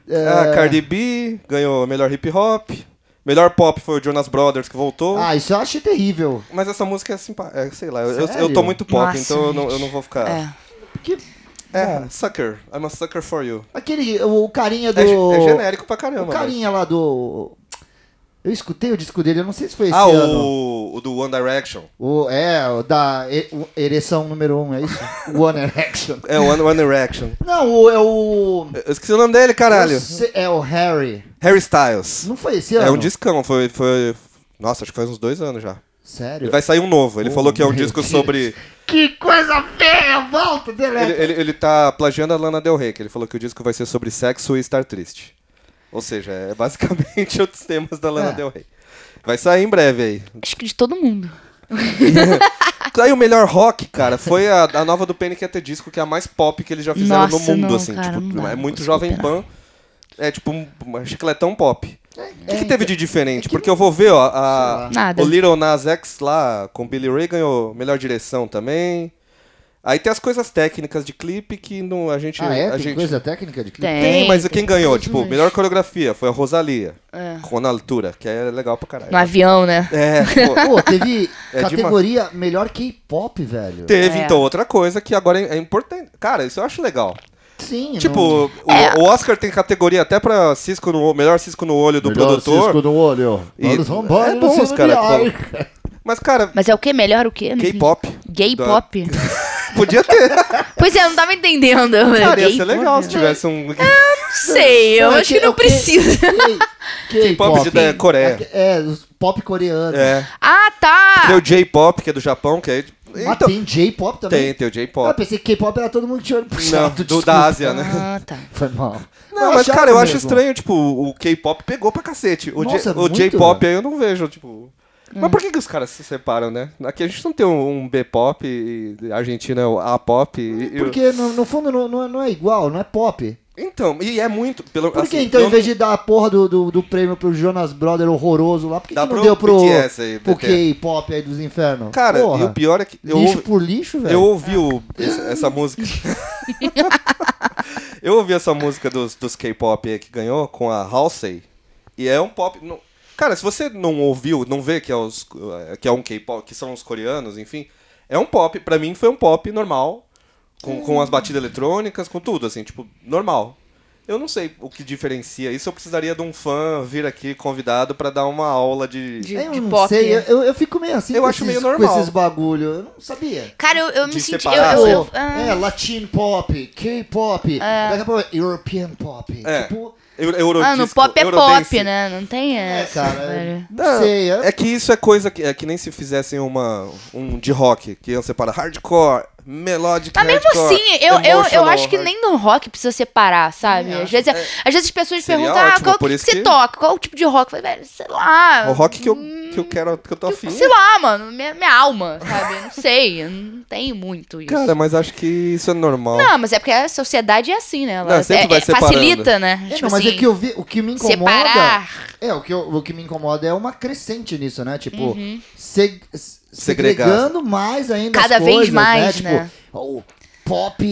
Speaker 1: É.
Speaker 2: A Ah, Cardi B ganhou o melhor hip hop. Melhor pop foi o Jonas Brothers que voltou.
Speaker 1: ah, isso eu achei terrível.
Speaker 2: Mas essa música é simpática. sei lá, eu, eu-
Speaker 1: Sério?
Speaker 2: eu tô muito pop,
Speaker 4: Nossa,
Speaker 2: então eu não,
Speaker 4: gente.
Speaker 2: eu não vou ficar. É,
Speaker 4: É.
Speaker 1: Porque
Speaker 2: sucker. I'm a sucker for you.
Speaker 1: aquele, o carinha do...
Speaker 2: É, ge- é genérico pra caramba.
Speaker 1: O
Speaker 2: mas-
Speaker 1: carinha lá do... Eu escutei o disco dele, eu não sei se foi esse
Speaker 2: Ah,
Speaker 1: ano.
Speaker 2: o, o do One Direction.
Speaker 1: O, é, o da e- o- ereção número um, é
Speaker 2: (laughs)
Speaker 1: isso? One Erection.
Speaker 2: É o One, One Direction.
Speaker 1: Não, o, é o...
Speaker 2: Eu esqueci o nome dele, caralho.
Speaker 1: eu sei- É o Harry.
Speaker 2: Harry Styles.
Speaker 1: Não foi esse ano?
Speaker 2: É um discão, foi, foi. Nossa, acho que faz uns dois anos já.
Speaker 1: Sério?
Speaker 2: E vai sair um novo. Ele
Speaker 1: Oh,
Speaker 2: falou que é um
Speaker 1: meu
Speaker 2: disco
Speaker 1: Deus.
Speaker 2: sobre.
Speaker 1: Que coisa feia! Volta, deleta!
Speaker 2: Ele, ele, ele tá plagiando a Lana Del Rey, que ele falou que o disco vai ser sobre sexo e estar triste. Ou seja, é basicamente (laughs) outros temas da Lana
Speaker 1: É.
Speaker 2: Del Rey. Vai sair em breve aí.
Speaker 4: Acho que de todo mundo.
Speaker 2: Aí o melhor rock, cara, foi a, a nova do Panic! At The Disco, que é a mais pop que eles já fizeram no
Speaker 4: Nossa,
Speaker 2: mundo,
Speaker 4: não,
Speaker 2: assim.
Speaker 4: cara,
Speaker 2: tipo,
Speaker 4: não dá,
Speaker 2: é
Speaker 4: não
Speaker 2: muito
Speaker 4: consigo
Speaker 2: jovem
Speaker 4: operar.
Speaker 2: pan. É tipo um, um chicletão pop. O que, que
Speaker 1: é,
Speaker 2: teve de diferente? Porque eu vou ver, ó, a,
Speaker 4: Nada.
Speaker 2: o Little Nas X lá com Billy Ray ganhou melhor direção também. Aí tem as coisas técnicas de clipe que não, a gente.
Speaker 1: Ah, é?
Speaker 2: a
Speaker 1: Tem
Speaker 2: gente...
Speaker 1: coisa técnica de clipe?
Speaker 4: Tem.
Speaker 2: Tem, mas quem ganhou?
Speaker 4: coisas.
Speaker 2: Tipo, melhor coreografia foi a Rosalia. Com na altura, que é legal pra caralho.
Speaker 4: No avião, né?
Speaker 2: É, pô.
Speaker 1: Pô, teve
Speaker 2: (laughs) É
Speaker 1: categoria melhor K-pop, velho.
Speaker 2: Teve,
Speaker 4: É.
Speaker 2: então, outra coisa que agora é é importante. Cara, isso eu acho legal.
Speaker 4: Uhum.
Speaker 1: Sim.
Speaker 2: Tipo, o,
Speaker 4: É.
Speaker 2: o Oscar tem categoria até pra cisco no, melhor cisco no olho do produtor.
Speaker 1: Cisco no olho.
Speaker 2: E-
Speaker 1: Olhos rombados
Speaker 2: é bom
Speaker 1: no
Speaker 2: os cara
Speaker 1: CNBI.
Speaker 2: Mas, cara,
Speaker 4: Mas é o quê? Melhor o quê? Não entendi.
Speaker 2: K-pop.
Speaker 4: Gay
Speaker 2: Da- (laughs)
Speaker 4: pop?
Speaker 2: Podia
Speaker 4: (laughs)
Speaker 2: ter.
Speaker 4: pois é, eu não tava entendendo.
Speaker 2: Cara, ia
Speaker 4: Gay
Speaker 2: ser
Speaker 4: pop? né? Ah.
Speaker 2: legal se tivesse um.
Speaker 4: Não sei, eu
Speaker 1: Não, é
Speaker 4: acho que
Speaker 1: é
Speaker 4: não
Speaker 1: o K-
Speaker 4: precisa. (laughs)
Speaker 1: K-
Speaker 2: K-pop de-
Speaker 1: K-pop.
Speaker 2: da Coreia.
Speaker 1: É, os pop coreano.
Speaker 2: É.
Speaker 4: Ah,
Speaker 2: Tem
Speaker 4: tá!
Speaker 2: o J-pop, que é do Japão, que é.
Speaker 1: Mas
Speaker 2: Então,
Speaker 1: tem J-pop também?
Speaker 4: né?
Speaker 2: tem, tem o
Speaker 1: Ah, Eu
Speaker 2: J-pop.
Speaker 1: pensei que K-pop era todo mundo tirando pro
Speaker 2: Não,
Speaker 1: chato,
Speaker 2: do,
Speaker 1: desculpa.
Speaker 2: da Ásia,
Speaker 4: (laughs)
Speaker 2: né?
Speaker 4: Ah, tá.
Speaker 1: Foi mal.
Speaker 2: Não, mas,
Speaker 1: é chato
Speaker 2: cara, eu acho
Speaker 1: mesmo.
Speaker 2: estranho, tipo, o K-pop pegou pra cacete. O J-
Speaker 1: Nossa, é
Speaker 2: o
Speaker 1: muito,
Speaker 2: J-pop aí eu não vejo, tipo. Mas por que, que os caras se separam, né? Aqui a gente não tem um, um B-pop, e a Argentina é o A-pop. e- e o-
Speaker 1: Porque, no, no fundo, não, não é, não é igual, não é pop.
Speaker 2: Então, e é muito. Pelo,
Speaker 1: Por que,
Speaker 2: assim,
Speaker 1: então,
Speaker 2: eu
Speaker 1: em vez de dar a porra do, do, do prêmio pro Jonas Brother horroroso lá, por que,
Speaker 2: Dá
Speaker 1: que não
Speaker 2: pro
Speaker 1: deu pro,
Speaker 2: BTS aí,
Speaker 1: pro
Speaker 2: BTS.
Speaker 1: K-pop aí dos infernos?
Speaker 2: Cara,
Speaker 1: porra,
Speaker 2: e o pior é que. Eu,
Speaker 1: lixo
Speaker 2: ouvi-
Speaker 1: por lixo, velho.
Speaker 2: eu ouvi o- essa, essa
Speaker 4: (laughs)
Speaker 2: música. eu ouvi essa música dos, dos K-pop aí que ganhou com a Halsey. E é um pop. não- Cara, se você não ouviu, não vê que é, os, que é um K-pop, que são os coreanos, enfim. É um pop, pra mim foi um pop normal. Com, com as batidas eletrônicas, com tudo, assim, tipo, normal. Eu não sei o que diferencia isso. Eu precisaria de um fã vir aqui convidado pra dar uma aula de.
Speaker 4: De-
Speaker 1: Eu
Speaker 4: de
Speaker 1: não
Speaker 4: pop. né?
Speaker 1: sei, eu, eu fico meio assim
Speaker 2: Eu
Speaker 1: com,
Speaker 2: acho
Speaker 1: esses,
Speaker 2: meio normal.
Speaker 1: com esses bagulho. Eu não sabia.
Speaker 4: Cara, eu, eu me
Speaker 2: De
Speaker 4: senti. Eu,
Speaker 2: separar,
Speaker 4: eu,
Speaker 2: assim.
Speaker 4: eu- ah. É.
Speaker 1: É, Latin pop, K-pop, daqui a pouco European pop.
Speaker 2: É.
Speaker 1: Tipo,
Speaker 2: Eu- Eurodisco,
Speaker 4: Ah, no pop é
Speaker 2: Eurodance.
Speaker 4: pop, né? Não tem essa.
Speaker 1: cara,
Speaker 4: velho.
Speaker 1: não sei. eu-
Speaker 2: É que isso é coisa que, é que nem se fizessem uma, um de rock, que iam separar hardcore, melodic
Speaker 4: Mas mesmo
Speaker 2: hardcore, É
Speaker 4: assim, eu, eu, eu
Speaker 2: emotional
Speaker 4: acho que
Speaker 2: um hard-
Speaker 4: nem no rock precisa separar, sabe? às, vezes, é, às vezes as pessoas
Speaker 2: Seria
Speaker 4: perguntam, ah,
Speaker 2: ótimo,
Speaker 4: qual
Speaker 2: por
Speaker 4: que
Speaker 2: isso
Speaker 4: você
Speaker 2: que-
Speaker 4: toca? Qual o tipo de rock? Eu falei, velho, sei lá.
Speaker 2: O rock que eu, que eu quero, que eu tô afim.
Speaker 4: Hum, Sei lá, mano, minha, minha alma, sabe? Eu Não sei, eu não tem muito isso.
Speaker 2: Cara, mas acho que isso é normal.
Speaker 4: Não, mas é porque a sociedade é assim, né? Ela
Speaker 2: Não, sempre
Speaker 4: é-
Speaker 2: vai
Speaker 4: é- facilita, né?
Speaker 1: É,
Speaker 4: Tipo
Speaker 1: não, mas
Speaker 4: assim,
Speaker 1: é que eu vi, o que me incomoda.
Speaker 4: separar.
Speaker 1: É, o que, eu- o que me incomoda é uma crescente nisso, né? Tipo, seg- s-
Speaker 2: Segregar.
Speaker 1: segregando mais ainda
Speaker 4: Uhum. Cada
Speaker 1: as
Speaker 4: vez
Speaker 1: coisas,
Speaker 4: mais,
Speaker 1: né?
Speaker 4: né?
Speaker 1: Tipo, o pop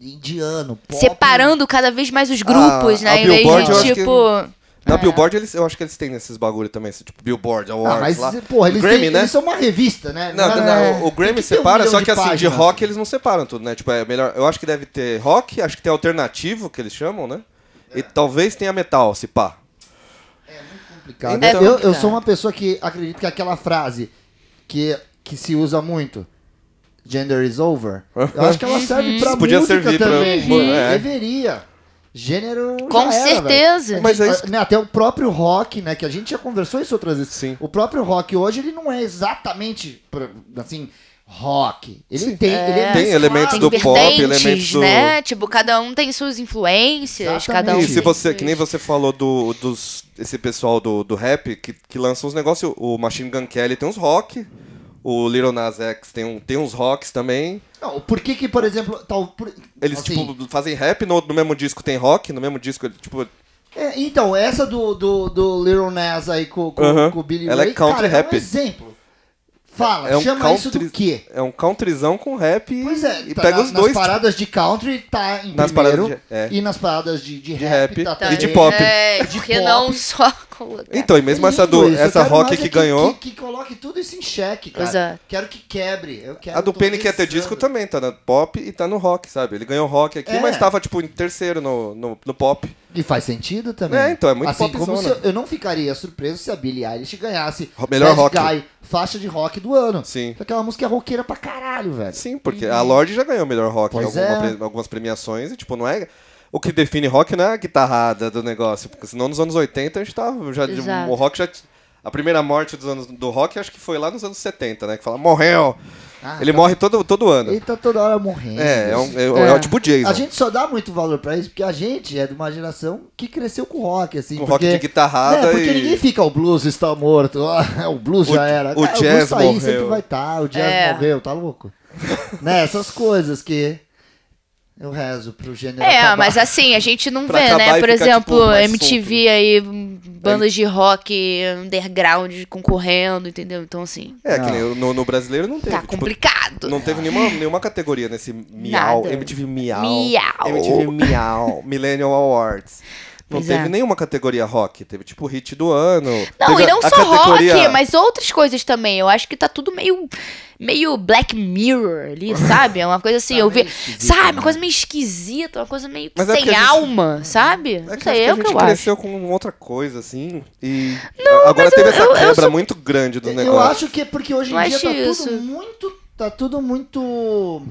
Speaker 1: indiano, pop...
Speaker 4: separando cada vez mais os grupos,
Speaker 2: Ah, a
Speaker 4: né? Em vez
Speaker 2: Billboard,
Speaker 1: eu acho
Speaker 4: de,
Speaker 2: que-
Speaker 4: tipo...
Speaker 2: Na Billboard, eles, eu acho que eles têm esses bagulho também, esse tipo Billboard Awards
Speaker 1: Ah, mas,
Speaker 2: lá.
Speaker 1: porra, eles,
Speaker 2: Grammy,
Speaker 1: têm-
Speaker 2: né?
Speaker 1: eles são uma revista, né?
Speaker 2: Não,
Speaker 1: é-
Speaker 2: não, o, o
Speaker 1: tem
Speaker 2: Grammy
Speaker 1: que ter um
Speaker 2: separa,
Speaker 1: milhão
Speaker 2: só que
Speaker 1: de
Speaker 2: assim, de
Speaker 1: páginas.
Speaker 2: rock eles não separam tudo, né? Tipo, é melhor. Eu acho que deve ter rock, acho que tem alternativo, que eles chamam, né?
Speaker 1: É.
Speaker 2: E talvez tenha metal, se pá.
Speaker 1: Complicado.
Speaker 2: Então-
Speaker 1: É, eu, eu sou uma pessoa que acredito que aquela frase que, que se usa muito, gender is over, eu acho que ela serve pra
Speaker 2: Podia
Speaker 1: música
Speaker 2: servir pra-
Speaker 1: também.
Speaker 2: Uhum. É.
Speaker 1: Deveria. Gênero já
Speaker 4: Com
Speaker 1: era,
Speaker 4: certeza.
Speaker 1: velho.
Speaker 2: Mas é
Speaker 1: Ah,
Speaker 2: isso-
Speaker 1: né, até o próprio rock, né, que a gente já conversou isso outras vezes.
Speaker 2: Sim.
Speaker 1: O próprio rock hoje, ele não é exatamente, pra- assim, rock. Ele tem... Ele é
Speaker 2: Tem
Speaker 1: mesclado.
Speaker 2: elementos
Speaker 4: tem
Speaker 2: do pop,
Speaker 4: vertentes,
Speaker 2: elementos do-
Speaker 4: né? Tipo, cada um tem suas influências, cada
Speaker 2: É
Speaker 1: Exatamente.
Speaker 4: um.
Speaker 2: E se
Speaker 4: tem
Speaker 2: você,
Speaker 4: suas-
Speaker 2: que nem você falou do, dos esse pessoal do, do rap que, que lança uns negócios, o Machine Gun Kelly tem uns rock, o Little Nas X tem, um, tem uns rocks também.
Speaker 1: Não, por que que, por exemplo... Tal, por-
Speaker 2: Eles
Speaker 1: assim,
Speaker 2: tipo fazem rap no, no mesmo disco tem rock, no mesmo disco ele, tipo
Speaker 1: É, então, essa do, do, do Little Nas aí com, com,
Speaker 2: Aham.
Speaker 1: com o Billy
Speaker 2: Ela é
Speaker 1: Ray,
Speaker 2: country
Speaker 1: cara, é
Speaker 2: rap.
Speaker 1: um exemplo. Fala,
Speaker 2: é um
Speaker 1: chama
Speaker 2: country,
Speaker 1: isso do quê?
Speaker 2: É um countryzão com rap e,
Speaker 1: Pois é,
Speaker 2: e
Speaker 1: tá
Speaker 2: pega
Speaker 1: na-
Speaker 2: os dois.
Speaker 1: nas paradas de country tá em
Speaker 2: Nas
Speaker 1: primeiro,
Speaker 2: paradas de- é.
Speaker 1: e nas paradas de, de,
Speaker 2: De
Speaker 1: rap,
Speaker 2: rap
Speaker 1: tá
Speaker 2: e de
Speaker 1: também.
Speaker 2: pop.
Speaker 4: É,
Speaker 1: De
Speaker 4: (laughs) por que
Speaker 1: pop.
Speaker 4: não só colocar?
Speaker 2: Então, e mesmo
Speaker 1: É
Speaker 2: essa
Speaker 1: lindo
Speaker 2: do
Speaker 1: isso, eu
Speaker 2: essa
Speaker 1: quero
Speaker 2: rock
Speaker 1: mais é
Speaker 2: que ganhou,
Speaker 1: Que, que coloque tudo isso em xeque, cara.
Speaker 4: Exato.
Speaker 1: Quero que quebre. Eu quero
Speaker 2: a do
Speaker 1: tô
Speaker 2: Penny que é teu disco
Speaker 1: precisando.
Speaker 2: também, tá na pop e tá no rock, sabe? Ele ganhou rock aqui,
Speaker 1: É.
Speaker 2: mas tava tipo em terceiro no, no, no pop.
Speaker 1: E faz sentido também.
Speaker 2: É, então, é muito
Speaker 1: assim, como se
Speaker 2: popzona.
Speaker 1: eu, eu não ficaria surpreso se a Billie Eilish ganhasse
Speaker 2: Ro- melhor
Speaker 1: Bad
Speaker 2: rock.
Speaker 1: Guy, faixa de rock do ano.
Speaker 2: Sim.
Speaker 1: Aquela música é roqueira pra caralho, velho.
Speaker 2: Sim, porque a Lorde já ganhou o melhor rock em
Speaker 1: Uhum. Pois
Speaker 2: alguma
Speaker 1: é.
Speaker 2: pre- algumas premiações e, tipo, não é. O que define rock não é a guitarrada do negócio, porque senão nos anos 80 a gente tava. Já,
Speaker 4: Exato.
Speaker 2: o rock já. t- A primeira morte dos anos, do rock acho que foi lá nos anos 70, né? Que fala, morreu!
Speaker 1: Ah,
Speaker 2: Ele morre todo, todo ano.
Speaker 1: Ele tá toda hora morrendo.
Speaker 2: É, é, um, é, é
Speaker 4: É.
Speaker 2: o tipo Jason.
Speaker 1: A gente só dá muito valor pra isso porque a gente é de uma geração que cresceu com rock, assim.
Speaker 2: Com
Speaker 1: porque,
Speaker 2: rock de guitarrada
Speaker 1: É, porque
Speaker 2: e-
Speaker 1: ninguém fica, o blues está morto, (laughs) ah, o blues
Speaker 2: O-
Speaker 1: já era.
Speaker 2: o
Speaker 1: Cara,
Speaker 2: jazz
Speaker 1: blues tá aí,
Speaker 2: morreu.
Speaker 1: sempre vai estar, o jazz
Speaker 2: (laughs)
Speaker 4: É.
Speaker 1: morreu, tá louco? né, essas coisas que... Eu rezo pro gênero.
Speaker 4: É,
Speaker 1: acabar.
Speaker 4: mas assim, a gente não
Speaker 2: Pra
Speaker 4: vê,
Speaker 2: acabar
Speaker 4: né?
Speaker 2: e
Speaker 4: Por
Speaker 2: ficar,
Speaker 4: exemplo,
Speaker 2: tipo, mais É.
Speaker 4: MTV aí, bandas de rock underground concorrendo, entendeu? Então, assim,
Speaker 2: É, que
Speaker 1: Não.
Speaker 2: nem no, no brasileiro não teve.
Speaker 4: tá
Speaker 2: tipo,
Speaker 4: complicado.
Speaker 2: não teve nenhuma, nenhuma categoria nesse Miau,
Speaker 4: Nada.
Speaker 2: MTV Miau,
Speaker 4: Miau.
Speaker 2: MTV Miau, Millennial Awards. Não
Speaker 4: Pois
Speaker 2: teve
Speaker 4: é.
Speaker 2: nenhuma categoria rock, teve tipo hit do ano.
Speaker 4: Não,
Speaker 2: teve
Speaker 4: e não
Speaker 2: a
Speaker 4: só
Speaker 2: categoria...
Speaker 4: rock, mas outras coisas também. Eu acho que tá tudo meio meio Black Mirror
Speaker 2: (laughs)
Speaker 4: ali, sabe? É uma coisa assim, eu vi,
Speaker 1: né?
Speaker 4: sabe, uma coisa meio esquisita, uma coisa meio
Speaker 2: Mas é
Speaker 4: sem
Speaker 2: porque a gente-
Speaker 4: alma, sabe?
Speaker 2: É
Speaker 4: não
Speaker 2: que, acho
Speaker 4: sei,
Speaker 2: que
Speaker 4: é
Speaker 2: a
Speaker 4: o que
Speaker 2: gente
Speaker 4: eu acho.
Speaker 2: cresceu com outra coisa, assim. E agora teve essa
Speaker 4: eu- eu
Speaker 2: quebra
Speaker 4: sou-
Speaker 2: muito grande do negócio.
Speaker 1: Eu acho que é porque hoje em
Speaker 4: Eu
Speaker 1: dia
Speaker 4: acho
Speaker 1: tá
Speaker 4: isso.
Speaker 1: tudo muito. Tá tudo muito.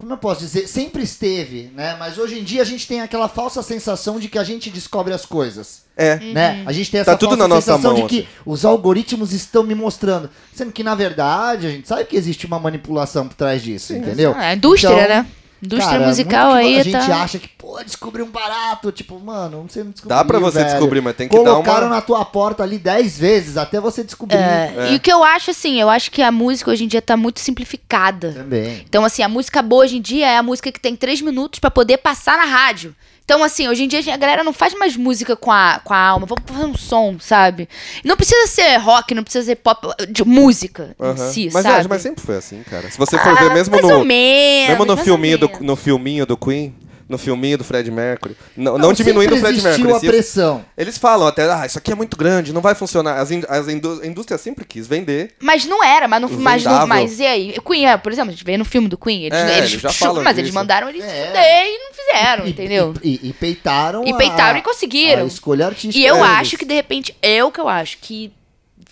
Speaker 1: Como eu posso dizer? Sempre esteve, né? Mas hoje em dia a gente tem aquela falsa sensação de que a gente descobre as coisas.
Speaker 2: É.
Speaker 4: Hum,
Speaker 1: Né?
Speaker 4: Uhum.
Speaker 1: A gente tem
Speaker 2: Tá
Speaker 1: essa
Speaker 2: tudo
Speaker 1: falsa
Speaker 2: na nossa
Speaker 1: sensação
Speaker 2: mão,
Speaker 1: de que
Speaker 2: assim.
Speaker 1: os algoritmos estão me mostrando. Sendo que, na verdade, a gente sabe que existe uma manipulação por trás disso, entendeu?
Speaker 4: Ah, a indústria,
Speaker 1: Então,
Speaker 4: né? Indústria
Speaker 1: cara,
Speaker 4: musical
Speaker 1: muito que
Speaker 4: aí
Speaker 1: A gente
Speaker 4: tá.
Speaker 1: acha que, pô, descobri um barato. Tipo, mano, você não descobriu,
Speaker 2: Dá pra você
Speaker 1: velho.
Speaker 2: descobrir, mas tem que
Speaker 1: Colocaram
Speaker 2: dar uma.
Speaker 1: na tua porta ali 10 vezes até você descobrir.
Speaker 4: É, E o que eu acho assim, eu acho que a música hoje em dia tá muito simplificada.
Speaker 1: Também.
Speaker 4: Então, assim, a música boa hoje em dia é a música que tem três minutos pra poder passar na rádio. Então, assim, hoje em dia a galera não faz mais música com a, com a alma. Vamos fazer um som, sabe? Não precisa ser rock, não precisa ser pop, de música em
Speaker 2: Aham.
Speaker 4: si,
Speaker 2: mas,
Speaker 4: sabe?
Speaker 2: é, mas sempre foi assim, cara. Se você for ver,
Speaker 4: Ah,
Speaker 2: mesmo
Speaker 4: mais
Speaker 2: no.
Speaker 4: ou menos,
Speaker 2: mesmo no
Speaker 4: mais ou
Speaker 2: filminho, do,
Speaker 4: menos.
Speaker 2: no filminho do Queen, no filminho do Fred Mercury. Não, não,
Speaker 1: Não,
Speaker 2: diminuindo o
Speaker 1: Então, sempre
Speaker 2: Fred
Speaker 1: existiu
Speaker 2: Mercury.
Speaker 1: a
Speaker 2: esse-
Speaker 1: pressão.
Speaker 2: Eles falam até, ah, isso aqui é muito grande, não vai funcionar. As in- as indú- a indústria sempre quis vender.
Speaker 4: Mas não era, mas não, mas, não-
Speaker 2: Vendável.
Speaker 4: mas e aí? Queen, é, por exemplo, a gente vê no filme do Queen, eles,
Speaker 2: É,
Speaker 4: eles
Speaker 2: eles já
Speaker 4: chu-
Speaker 2: falam
Speaker 4: mas eles
Speaker 2: disso.
Speaker 4: mandaram eles
Speaker 1: É.
Speaker 4: se fuder e não fizeram,
Speaker 1: E- (laughs)
Speaker 4: entendeu?
Speaker 1: E, e- e peitaram.
Speaker 4: E peitaram
Speaker 1: a-
Speaker 4: e conseguiram.
Speaker 1: A escolha artística.
Speaker 4: E eu
Speaker 1: deles.
Speaker 4: acho que, de repente, eu que eu acho que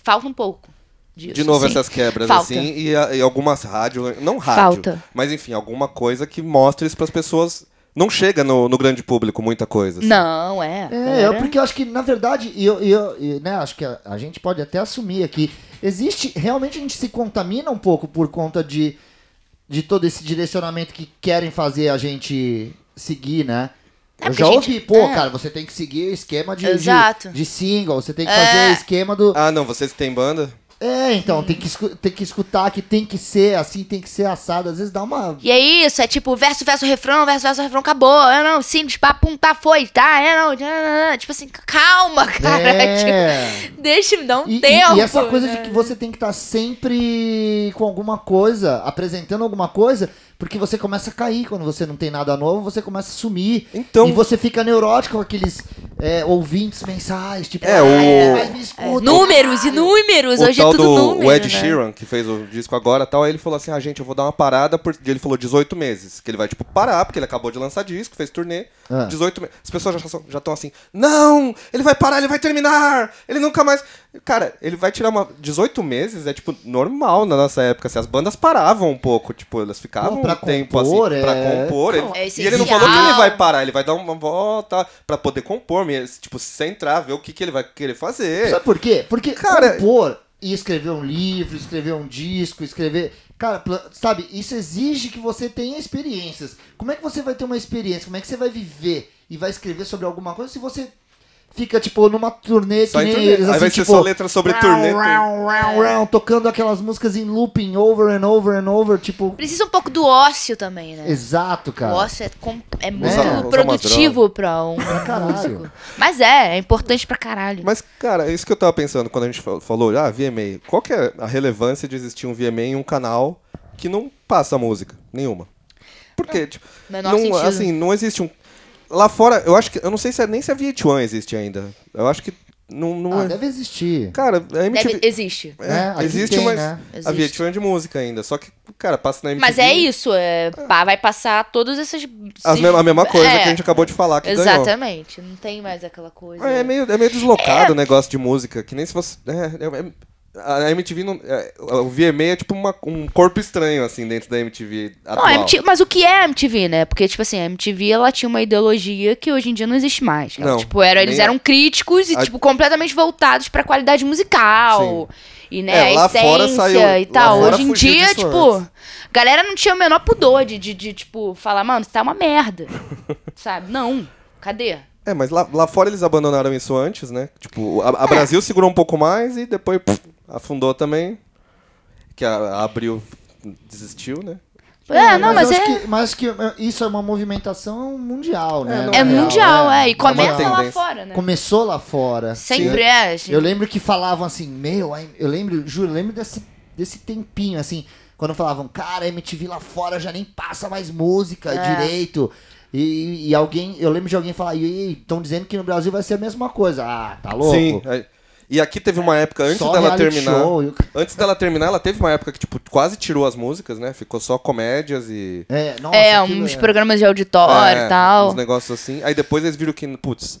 Speaker 4: falta um pouco disso.
Speaker 2: De novo,
Speaker 4: assim.
Speaker 2: essas quebras,
Speaker 4: Falta.
Speaker 2: assim, e, a- e algumas rádios. Não rádio,
Speaker 4: Falta.
Speaker 2: mas enfim, alguma coisa que mostre isso pras pessoas. Não chega no, no grande público muita coisa. assim.
Speaker 4: Não, é.
Speaker 1: É, eu-
Speaker 4: galera.
Speaker 1: porque eu acho que, na verdade, e eu, e eu- e, né, acho que a, a gente pode até assumir aqui. Existe. Realmente a gente se contamina um pouco por conta de, de todo esse direcionamento que querem fazer a gente seguir, né?
Speaker 4: É,
Speaker 1: eu
Speaker 4: porque
Speaker 1: já
Speaker 4: a gente-
Speaker 1: ouvi, pô,
Speaker 4: é.
Speaker 1: cara, você tem que seguir o esquema de,
Speaker 4: Exato. É.
Speaker 1: de, de single, você tem que fazer o esquema do.
Speaker 2: Ah, não, vocês que têm banda?
Speaker 1: É, então, tem, que escu- tem que escutar que tem que ser assim, tem que ser assado. Às vezes dá uma.
Speaker 4: E é isso, é tipo verso, verso, refrão, verso, verso, refrão, acabou. É não, simples, pá, pum, tá, foi, tá, é não. tã, tã, tã. Tipo assim, calma, (laughs) cara.
Speaker 1: É.
Speaker 4: Tipo, deixa me dar um
Speaker 1: E, e-
Speaker 4: tempo.
Speaker 1: e essa coisa de
Speaker 4: né?
Speaker 1: que você tem que estar sempre com alguma coisa, apresentando alguma coisa, porque você começa a cair quando você não tem nada novo, você começa a sumir.
Speaker 2: Então-
Speaker 1: E você fica neurótico com aqueles é, ouvintes mensais, tipo,
Speaker 2: É,
Speaker 1: "Ah,
Speaker 2: o-
Speaker 1: mas me
Speaker 4: É,
Speaker 1: escuta,
Speaker 4: números e
Speaker 1: caralho."
Speaker 4: números, hoje é
Speaker 2: tal
Speaker 4: tudo
Speaker 2: do
Speaker 4: número.
Speaker 2: o Ed
Speaker 4: né?
Speaker 2: Sheeran, que fez o disco agora e tal, aí ele falou assim: ah, gente, eu vou dar uma parada, porque ele falou 18 meses. Que ele vai, tipo, parar, porque ele acabou de lançar disco, fez turnê.
Speaker 1: Ah.
Speaker 2: 18 meses. As pessoas já estão assim: não, ele vai parar, ele vai terminar, ele nunca mais. Cara, ele vai tirar uma. 18 meses é, tipo, normal na nossa época. Assim, as bandas paravam um pouco, tipo, elas ficavam
Speaker 1: Pô, pra
Speaker 2: um tempo
Speaker 1: compor,
Speaker 2: assim, pra
Speaker 1: é-
Speaker 2: compor. Ele-
Speaker 4: É
Speaker 2: e ele não
Speaker 4: essencial.
Speaker 2: falou que ele vai parar, ele vai dar uma volta pra poder compor, mas, tipo, se centrar, ver o que, que ele vai querer fazer.
Speaker 1: Sabe por quê? Porque
Speaker 2: É. Cara-
Speaker 1: compor e escrever um livro, escrever um disco, escrever. Cara, pla- sabe, isso exige que você tenha experiências. Como é que você vai ter uma experiência? Como é que você vai viver e vai escrever sobre alguma coisa se você fica, tipo, numa turnê
Speaker 2: Só
Speaker 1: que
Speaker 2: em
Speaker 1: nem
Speaker 2: turnê.
Speaker 1: eles,
Speaker 2: Aí
Speaker 1: assim,
Speaker 2: vai ser
Speaker 1: tipo,
Speaker 2: só letra sobre turnê.
Speaker 1: round, round,
Speaker 4: É.
Speaker 1: round, tocando aquelas músicas em looping over and over and over, tipo.
Speaker 4: Precisa um pouco do ócio também, né?
Speaker 1: Exato, Né? cara.
Speaker 4: O ócio é, com- é muito
Speaker 1: usar
Speaker 2: umas
Speaker 4: produtivo pra um
Speaker 1: caralho.
Speaker 4: músico. Mas é, é importante pra caralho.
Speaker 2: Mas, cara, é isso que eu tava pensando quando a gente fal- falou, ah, VMA. Qual que é a relevância de existir um VMA em um canal que não passa música nenhuma? Porque,
Speaker 4: Ah,
Speaker 2: tipo,
Speaker 4: menor
Speaker 2: não,
Speaker 4: sentido.
Speaker 2: assim, não existe um... Lá fora, eu acho que... Eu não sei se é, nem se a VH1 existe ainda. Eu acho que não... não
Speaker 1: Ah,
Speaker 2: é-
Speaker 1: deve existir.
Speaker 2: Cara, a MTV...
Speaker 4: Deve- existe.
Speaker 2: é,
Speaker 1: né? Aqui
Speaker 2: existe,
Speaker 1: tem,
Speaker 2: mas
Speaker 1: né?
Speaker 2: a
Speaker 4: Existe.
Speaker 2: VH1 é de música ainda. Só que, cara, passa na MTV...
Speaker 4: Mas é isso, é, pá, vai passar todas essas.
Speaker 2: A,
Speaker 4: esses-
Speaker 2: me- a mesma coisa
Speaker 4: é,
Speaker 2: que a gente acabou de falar que ganhou.
Speaker 4: Exatamente, não tem mais aquela coisa.
Speaker 2: É, é meio, é meio deslocado o negócio de música, que nem se você. É, é- é- a MTV não. é, o VMA é tipo uma- um corpo estranho, assim, dentro da MTV.
Speaker 4: Não,
Speaker 2: Atual.
Speaker 4: a MTV, mas o que é a MTV, né? Porque, tipo assim, a MTV ela tinha uma ideologia que hoje em dia não existe mais. cara.
Speaker 2: Não,
Speaker 4: tipo, era, eles
Speaker 2: nem a-
Speaker 4: eram críticos e,
Speaker 2: a-
Speaker 4: tipo, completamente voltados pra qualidade musical. E,
Speaker 2: É,
Speaker 4: né, a
Speaker 2: lá
Speaker 4: essência
Speaker 2: fora saiu-
Speaker 4: e tal.
Speaker 2: lá fora
Speaker 4: hoje em
Speaker 2: fugiu
Speaker 4: dia,
Speaker 2: disso
Speaker 4: tipo,
Speaker 2: antes.
Speaker 4: a galera não tinha o menor pudor de, de, de, tipo, falar, mano, você tá
Speaker 2: (laughs)
Speaker 4: uma merda. sabe? Não. Cadê?
Speaker 2: É, mas lá, lá fora eles abandonaram isso antes, né? Tipo, a, a Brasil segurou um pouco mais e depois pff, afundou também. Que a, a Abril desistiu, né?
Speaker 4: É, não, mas,
Speaker 1: eu acho
Speaker 4: é.
Speaker 1: Que, mas acho que eh, isso é uma movimentação mundial, né?
Speaker 2: não
Speaker 1: na
Speaker 4: É
Speaker 1: real,
Speaker 4: mundial, é. E começa lá
Speaker 2: tendência.
Speaker 4: fora, né?
Speaker 1: Começou lá fora.
Speaker 4: Sempre
Speaker 1: Eu,
Speaker 4: é. assim.
Speaker 1: eu lembro que falavam assim, meu, ai- eu lembro, juro, eu lembro desse, desse tempinho, assim, quando falavam, cara, MTV lá fora já nem passa mais música
Speaker 4: É.
Speaker 1: direito. E, e alguém, eu lembro de alguém falar, e estão dizendo que no Brasil vai ser a mesma coisa. Ah, tá louco?
Speaker 2: Sim. é. E aqui teve uma época antes
Speaker 1: Só
Speaker 2: dela
Speaker 1: reality
Speaker 2: terminar.
Speaker 1: show e o ca-
Speaker 2: Antes dela terminar, ela teve uma época que, tipo, quase tirou as músicas, né? Ficou só comédias e.
Speaker 1: É, nossa,
Speaker 4: É,
Speaker 1: aquilo
Speaker 4: uns
Speaker 1: é-
Speaker 4: programas de auditório e
Speaker 2: É,
Speaker 4: tal.
Speaker 2: Uns negócios assim. Aí depois eles viram que, putz,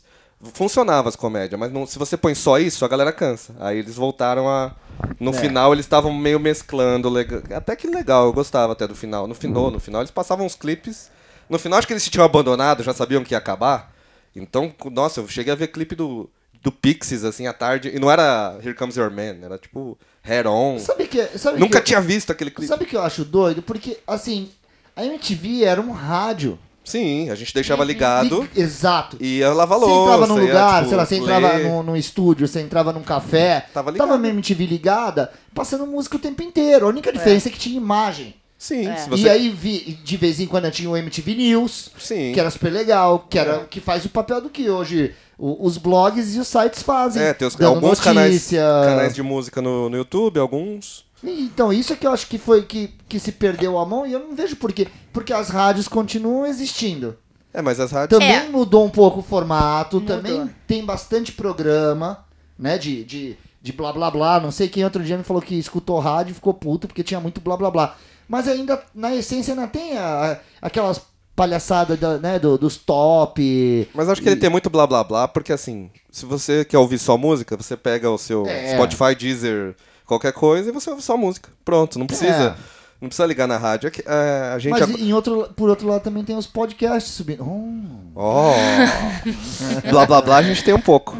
Speaker 2: funcionava as comédias, mas não- se você põe só isso, a galera cansa. Aí eles voltaram a.
Speaker 1: É.
Speaker 2: No final eles estavam meio mesclando. lega- Até que legal, eu gostava até do final. No final, no final eles passavam uns clipes. No final acho que eles se tinham abandonado, já sabiam que ia acabar. Então, cu- nossa, eu cheguei a ver clipe do. Do Pixies, assim, à tarde. E não era Here Comes Your Man, era tipo Head On.
Speaker 1: Sabe que, sabe
Speaker 2: Nunca
Speaker 1: que-
Speaker 2: tinha visto aquele clipe.
Speaker 1: Sabe o que eu acho doido? Porque, assim, a MTV era um rádio.
Speaker 2: Sim, a gente deixava ligado
Speaker 1: Li- Exato.
Speaker 2: e ia lavar
Speaker 1: Você
Speaker 2: louça.
Speaker 1: entrava num
Speaker 2: ia,
Speaker 1: lugar,
Speaker 2: tipo,
Speaker 1: sei lá, você
Speaker 2: ler.
Speaker 1: entrava num, num estúdio, você entrava num café,
Speaker 2: Tava
Speaker 1: tava,
Speaker 2: ligado.
Speaker 1: a MTV ligada, passando música o tempo inteiro. A única diferença é, que tinha imagem.
Speaker 2: Sim, se
Speaker 1: E
Speaker 2: você
Speaker 1: aí, vi, de vez em quando, tinha o MTV News,
Speaker 2: Sim. É.
Speaker 1: que era super legal, que, era, que faz o papel do que hoje o- os blogs e os sites fazem.
Speaker 2: É, tem os-
Speaker 1: dando
Speaker 2: alguns canais,
Speaker 1: notícia.
Speaker 2: canais de música no, no YouTube, alguns.
Speaker 1: Então, isso é que eu acho que foi que, que se perdeu a mão e eu não vejo por quê. Porque as rádios continuam existindo.
Speaker 2: É, mas as rádios.
Speaker 1: Também
Speaker 4: É.
Speaker 1: mudou um pouco o formato,
Speaker 4: Mudou.
Speaker 1: também tem bastante programa, né? De, de, de blá blá blá. Não sei quem outro dia me falou que escutou rádio e ficou puto porque tinha muito blá blá blá. Mas ainda, na essência, ainda tem a- aquelas palhaçadas da- né, do- dos top.
Speaker 2: Mas acho que ele tem muito blá blá blá, porque assim, se você quer ouvir só música, você pega o seu
Speaker 1: É.
Speaker 2: Spotify, Deezer, qualquer coisa, e você ouve só música. Pronto, não precisa. Não precisa ligar na rádio. É que, é, a gente.
Speaker 1: É. Mas
Speaker 2: ag-
Speaker 1: em outro, por outro lado também tem os podcasts subindo. Hum, (laughs)
Speaker 2: Ó. Oh. blá blá blá, a gente tem um pouco.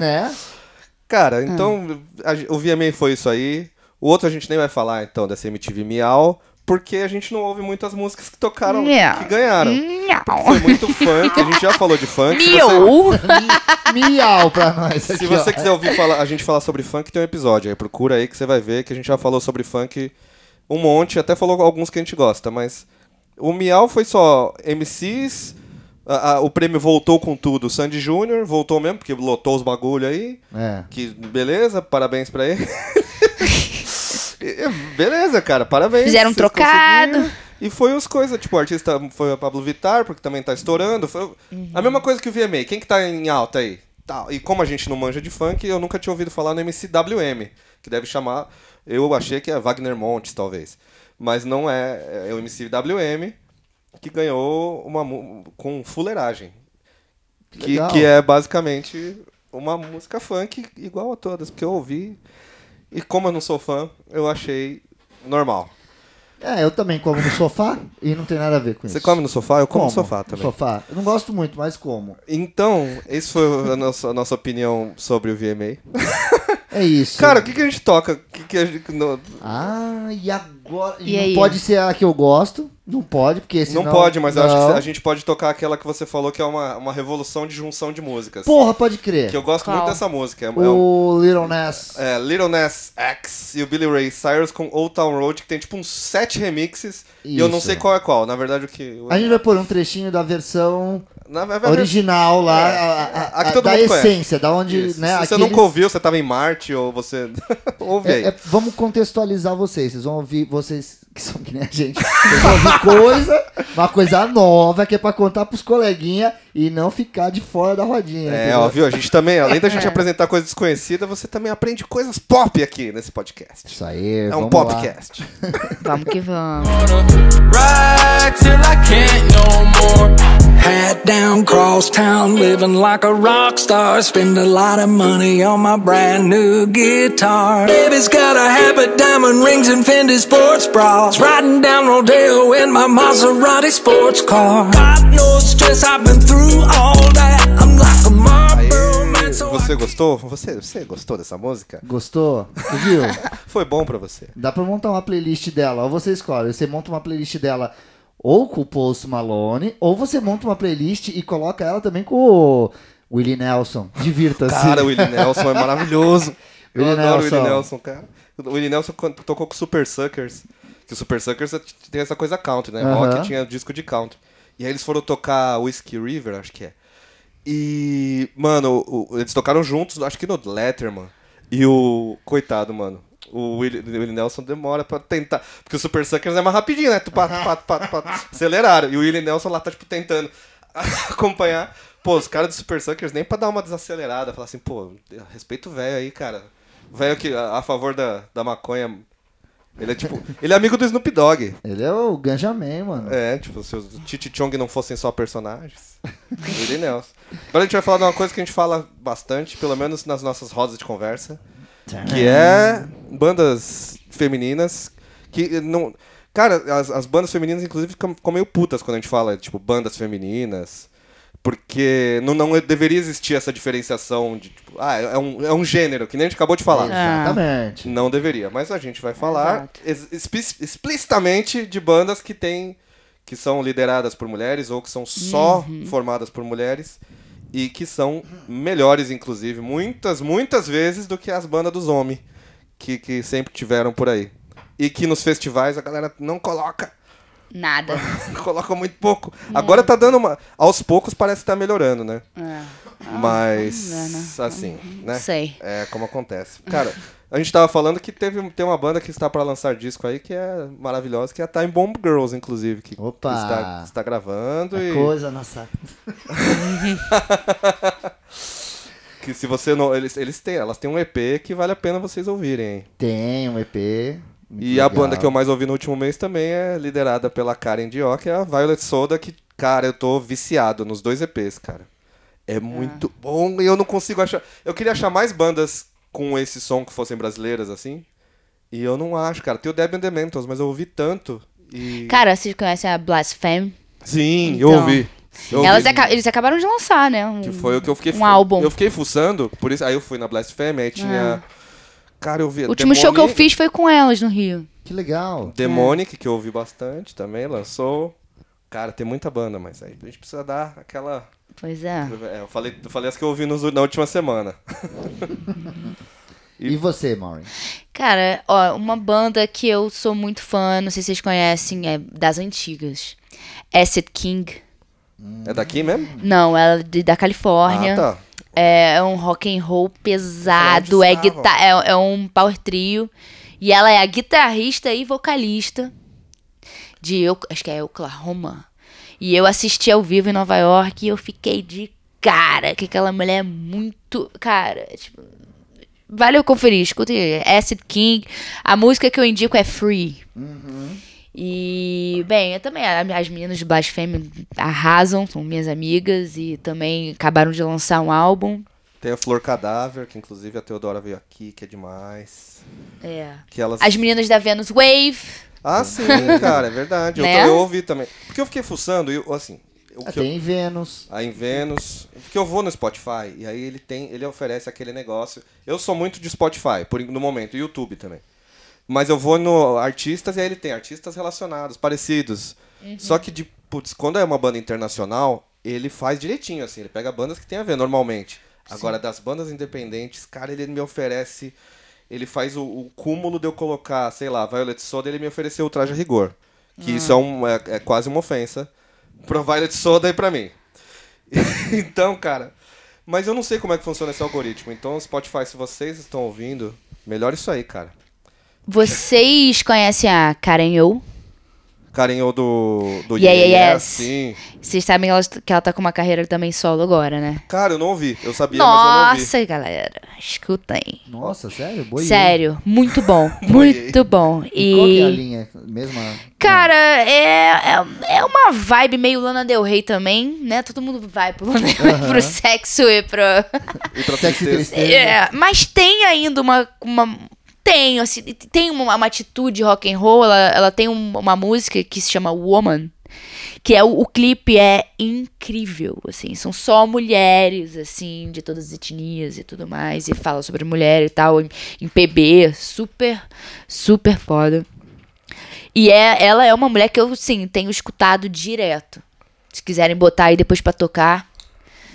Speaker 1: né?
Speaker 4: É.
Speaker 2: Cara, então a gen- o VMA foi isso aí. O outro a gente nem vai falar então dessa MTV Miau, porque a gente não ouve muitas músicas que tocaram,
Speaker 4: Miau.
Speaker 2: que ganharam.
Speaker 4: Miau.
Speaker 2: Foi muito funk, a gente já falou de funk. Se você, (laughs)
Speaker 4: Miau.
Speaker 1: Miau pra nós.
Speaker 2: se
Speaker 1: aqui,
Speaker 2: você
Speaker 1: ó.
Speaker 2: quiser ouvir falar- a gente falar sobre funk, tem um episódio aí. Procura aí que você vai ver que a gente já falou sobre funk um monte, até falou alguns que a gente gosta, mas o Miau foi só MCs. a- a- o prêmio voltou com tudo. O Sandy Júnior voltou mesmo, porque lotou os bagulho aí.
Speaker 1: É.
Speaker 2: Que beleza, parabéns pra ele. (laughs) beleza, cara, parabéns.
Speaker 4: Fizeram um
Speaker 2: vocês
Speaker 4: trocado.
Speaker 2: conseguiram. E foi os coisas, tipo, o artista foi o Pablo Vittar, porque também tá estourando. Foi a mesma coisa que o VMA. Quem que tá em alta aí? Tal. E como a gente não manja de funk, eu nunca tinha ouvido falar no MCWM, que deve chamar. Eu achei que é Wagner Montes, talvez. Mas não é, é o MCWM que ganhou uma mu- com fuleiragem. Que,
Speaker 1: legal.
Speaker 2: que é basicamente uma música funk igual a todas que eu ouvi. E como eu não sou fã, eu achei normal.
Speaker 1: É, eu também como no sofá e não tem nada a ver com isso.
Speaker 2: Você come no sofá? Eu como, no sofá também.
Speaker 1: Sofá. Eu não gosto muito, mas como.
Speaker 2: Então, isso foi a nossa, a nossa opinião sobre o VMA.
Speaker 1: É isso.
Speaker 2: Cara, o que, que a gente toca? O que, que a gente. Não,
Speaker 1: Ah, e agora.
Speaker 4: E
Speaker 1: não
Speaker 4: aí?
Speaker 1: pode ser a que eu gosto. Não pode, porque senão.
Speaker 2: não pode, mas eu acho
Speaker 1: Não.
Speaker 2: que a gente pode tocar aquela que você falou que é uma, uma revolução de junção de músicas.
Speaker 1: Porra, pode crer.
Speaker 2: Que eu gosto
Speaker 4: Qual?
Speaker 2: muito dessa música. É, é um-
Speaker 1: O Little Ness.
Speaker 2: é, Little Nas X e o Billy Ray Cyrus com Old Town Road, que tem tipo uns sete remixes. E eu não
Speaker 1: Isso.
Speaker 2: sei qual é qual. Na verdade, o que.
Speaker 1: A gente vai pôr um trechinho da versão
Speaker 2: Na, na,
Speaker 1: original lá, a, a-
Speaker 2: É, A que
Speaker 1: a-
Speaker 2: todo
Speaker 1: da
Speaker 2: mundo conhece.
Speaker 1: essência, da onde,
Speaker 2: Isso.
Speaker 1: né?
Speaker 2: é assim. Se você
Speaker 1: aqueles-
Speaker 2: nunca ouviu, você tava em Marte ou você. (laughs) Ouve aí.
Speaker 1: É, é, vamos contextualizar vocês. Vocês vão ouvir, vocês (laughs) que são que nem a gente, vocês vão ouvir coisa, uma coisa nova que é pra contar pros coleguinhas e não ficar de fora da rodinha.
Speaker 2: É,
Speaker 1: entendeu? É.
Speaker 2: ó, viu? A gente também, além da gente apresentar coisa desconhecida, você também aprende coisas pop aqui nesse podcast.
Speaker 1: Isso aí,
Speaker 2: É um
Speaker 1: vamos lá.
Speaker 2: podcast.
Speaker 4: Vamos que vamos.
Speaker 5: Ride till I can't no more. Hat down, cross town, living like a rock star. Spend a lot of money on my brand new guitar. Baby's got a habit, diamond rings, and Fendi sports bras. Riding down Rodeo in my Maserati sports car. Got no stress, I've been through all that. I'm like a Marlboro man, so I
Speaker 2: Você gostou? Você, você gostou dessa música?
Speaker 1: Gostou? Tu viu?
Speaker 2: Foi bom pra você.
Speaker 1: Dá pra montar uma playlist dela. Ou você escolhe, você monta uma playlist dela ou com o Post Malone, ou você monta uma playlist e coloca ela também com o Willie Nelson. Divirta-se. (laughs)
Speaker 2: Cara, o Willie Nelson é maravilhoso. Eu
Speaker 1: assim. Willie
Speaker 2: adoro o Willie
Speaker 1: Nelson.
Speaker 2: Nelson, cara. O Willie Nelson quando tocou com Super Suckers. que Que o Super Suckers é tem essa coisa country, né?
Speaker 1: Aham.
Speaker 2: Rock tinha disco de country. E aí eles foram tocar Whiskey River, acho que é. E, mano, o- o- eles tocaram juntos, acho que no Letterman. E o. Coitado, mano. O Willie, o Willie Nelson demora pra tentar. Porque o Super Suckers é mais rapidinho, né? Tu pato, pato, pato, pato.
Speaker 1: (laughs)
Speaker 2: Aceleraram. E o Willie Nelson lá tá, tipo, tentando acompanhar. Pô, os caras do Super Suckers nem pra dar uma desacelerada. Falar assim, pô, respeito o velho aí, cara. O velho que a, a favor da, da maconha. Ele é tipo. ele é amigo do Snoop Dogg.
Speaker 1: Ele é o Ganjamin, mano.
Speaker 2: É, tipo, se os Titi Chong não fossem só personagens. (laughs) Willie Nelson. Agora a gente vai falar de uma coisa que a gente fala bastante, pelo menos nas nossas rodas de conversa, que é bandas femininas que não. Cara, as, as bandas femininas, inclusive, ficam, ficam meio putas quando a gente fala, tipo, bandas femininas. Porque não, não deveria existir essa diferenciação de, tipo, ah, é um, é um gênero, que nem a gente acabou de falar.
Speaker 1: Exatamente.
Speaker 2: Não deveria, mas a gente vai falar ex- espi- explicitamente de bandas que têm que são lideradas por mulheres ou que são só formadas por mulheres e que são melhores inclusive muitas muitas vezes do que as bandas dos homens que, que sempre tiveram por aí e que nos festivais a galera não coloca
Speaker 4: Nada.
Speaker 2: (laughs) coloca muito pouco agora tá dando uma aos poucos parece que tá melhorando né mas assim né
Speaker 4: Sei.
Speaker 2: é, como acontece. Cara, a gente tava falando que teve, tem uma banda que está pra lançar disco aí que é maravilhosa, que é a Time Bomb Girls, inclusive, que
Speaker 1: Opa!
Speaker 2: Está, está gravando
Speaker 1: É
Speaker 2: e
Speaker 1: coisa nossa.
Speaker 2: que se você não, eles, eles têm, elas têm um EP que vale a pena vocês ouvirem. hein?
Speaker 1: Tem um EP. muito
Speaker 2: E a
Speaker 1: legal.
Speaker 2: banda que eu mais ouvi no último mês também é liderada pela Karen Dior, que é a Violet Soda, que, cara, eu tô viciado nos dois EPs, cara.
Speaker 4: Ah.
Speaker 2: É muito bom e eu não consigo achar. Eu queria achar mais bandas com esse som que fossem brasileiras, assim. E eu não acho, cara. Tem o Debian Dementors, mas eu ouvi tanto. E...
Speaker 4: Cara, vocês conhecem a Blasphemy?
Speaker 2: Sim, eu
Speaker 4: Então,
Speaker 2: ouvi. Eu
Speaker 4: Elas
Speaker 2: ouvi.
Speaker 4: aca- eles acabaram de lançar, né? Um-
Speaker 2: Que foi o que eu fiquei
Speaker 4: Um
Speaker 2: fu-
Speaker 4: álbum. Ah.
Speaker 2: Eu fiquei fuçando, por isso. Aí eu fui na Blasphemy, aí tinha. Cara, eu vi.
Speaker 4: O último show que eu
Speaker 2: Demonic-
Speaker 4: fiz foi com elas no Rio.
Speaker 1: Que legal.
Speaker 2: Demonic, que eu ouvi bastante também, lançou. Cara, tem muita banda, mas aí a gente precisa dar aquela.
Speaker 4: Pois é.
Speaker 2: É, eu, falei, eu falei as que eu ouvi nos- na última semana.
Speaker 1: E, você, Maureen?
Speaker 4: Cara, ó, uma banda que eu sou muito fã, não sei se vocês conhecem, é das antigas. Acid King.
Speaker 2: É daqui mesmo?
Speaker 4: Não, ela é de- da Califórnia.
Speaker 2: Ah, tá.
Speaker 4: É, é um rock and roll pesado,
Speaker 2: Pra
Speaker 4: é,
Speaker 2: onde
Speaker 4: guita é, é um power trio. E ela é a guitarrista e vocalista de, Eu- acho que é Oklahoma. E eu assisti ao vivo em Nova York e eu fiquei de cara, que aquela mulher é muito, cara, tipo, vale eu conferir, escutem, aí, Acid King, a música que eu indico é Free. E, bem, eu também, a- as meninas de Blasfêmia arrasam, são minhas amigas e também acabaram de lançar um álbum.
Speaker 2: Tem a Flor Cadáver, que inclusive a Teodora veio aqui, que é demais.
Speaker 4: É.
Speaker 2: Que elas...
Speaker 4: As meninas da Venus Wave.
Speaker 2: Ah, sim, cara, é verdade. Eu,
Speaker 4: Né?
Speaker 2: tô- eu ouvi também. Porque eu fiquei fuçando e, eu, assim... O
Speaker 1: Ah,
Speaker 2: que eu-
Speaker 1: tem Vênus.
Speaker 2: Aí em Vênus. Porque eu vou no Spotify e aí ele tem, ele oferece aquele negócio. Eu sou muito de Spotify, por no momento, e YouTube também. Mas eu vou no artistas e aí ele tem artistas relacionados, parecidos. Só que de putz, quando é uma banda internacional, ele faz direitinho assim, ele pega bandas que tem a ver normalmente. Agora das bandas independentes, cara, ele me oferece ele faz o, o cúmulo de eu colocar, sei lá, Violet Soda, ele me ofereceu o Traje a Rigor. Que isso é, um- é- é quase uma ofensa pro Violet Soda e pra mim. (laughs) então, cara. Mas eu não sei como é que funciona esse algoritmo. Então, Spotify, se vocês estão ouvindo, melhor isso aí, cara.
Speaker 4: Vocês conhecem a Karen Yo?
Speaker 2: Carinho do. assim. do
Speaker 4: Yeah,
Speaker 2: Yeah,
Speaker 4: Yeah,
Speaker 2: Yeah,
Speaker 4: Yes.
Speaker 2: sim.
Speaker 4: Vocês sabem que ela, que ela tá com uma carreira também solo agora, né?
Speaker 2: Cara, eu não ouvi. Eu sabia, mas eu não ouvi.
Speaker 4: Nossa, galera. Escutem.
Speaker 1: Nossa, sério? Boi.
Speaker 4: Sério, muito
Speaker 1: (laughs)
Speaker 4: bom. muito bom.
Speaker 1: E qual que é a
Speaker 4: E.
Speaker 1: linha? Mesma.
Speaker 4: Cara, é, é, é uma vibe meio Lana Del Rey também, né? Todo mundo vai pro, (laughs) Lana Del Rey, pro sexo e pro.
Speaker 2: E pra
Speaker 1: Sexo
Speaker 2: tristeza.
Speaker 1: e tristeza.
Speaker 4: É, mas tem ainda uma. uma tem, assim, tem uma, uma atitude rock and roll. Ela, ela tem um- uma música que se chama Woman. Que é o, o clipe é incrível, assim, são só mulheres, assim, de todas as etnias e tudo mais, e fala sobre mulher e tal, em, em PB, super, super foda. E é, ela é uma mulher que eu, sim, tenho escutado direto. Se quiserem botar aí depois pra tocar,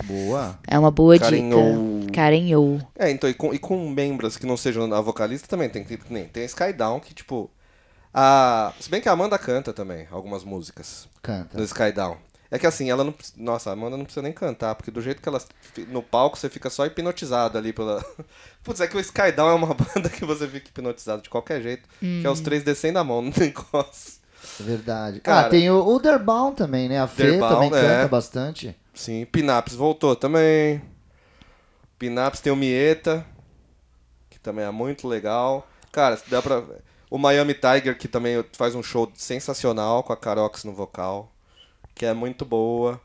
Speaker 1: Boa.
Speaker 4: é uma boa
Speaker 2: Karen
Speaker 4: dica. Karen Yo.
Speaker 2: É, então, e com, e com membros que não sejam a vocalista também tem que nem tem Skydown que, tipo. A... Se bem que a Amanda canta também algumas músicas
Speaker 1: Canta.
Speaker 2: no Skydown. É que assim, ela não. precisa- Nossa, a Amanda não precisa nem cantar, porque do jeito que ela. fi- No palco você fica só hipnotizado ali pela. (laughs) Putz, é que o Skydown é uma (laughs) banda que você fica hipnotizado de qualquer jeito, que é os três descendo a mão no (laughs) negócio.
Speaker 1: Verdade.
Speaker 2: Cara-
Speaker 1: ah, tem o, o Derbaum também, né? A Fê
Speaker 2: Derbaum,
Speaker 1: também canta
Speaker 2: é.
Speaker 1: bastante.
Speaker 2: Sim, Pinaps voltou também. Pinaps tem o Mieta, que também é muito legal. Cara, dá pra. O Miami Tiger, que também faz um show sensacional com a Carox no vocal, que é muito boa.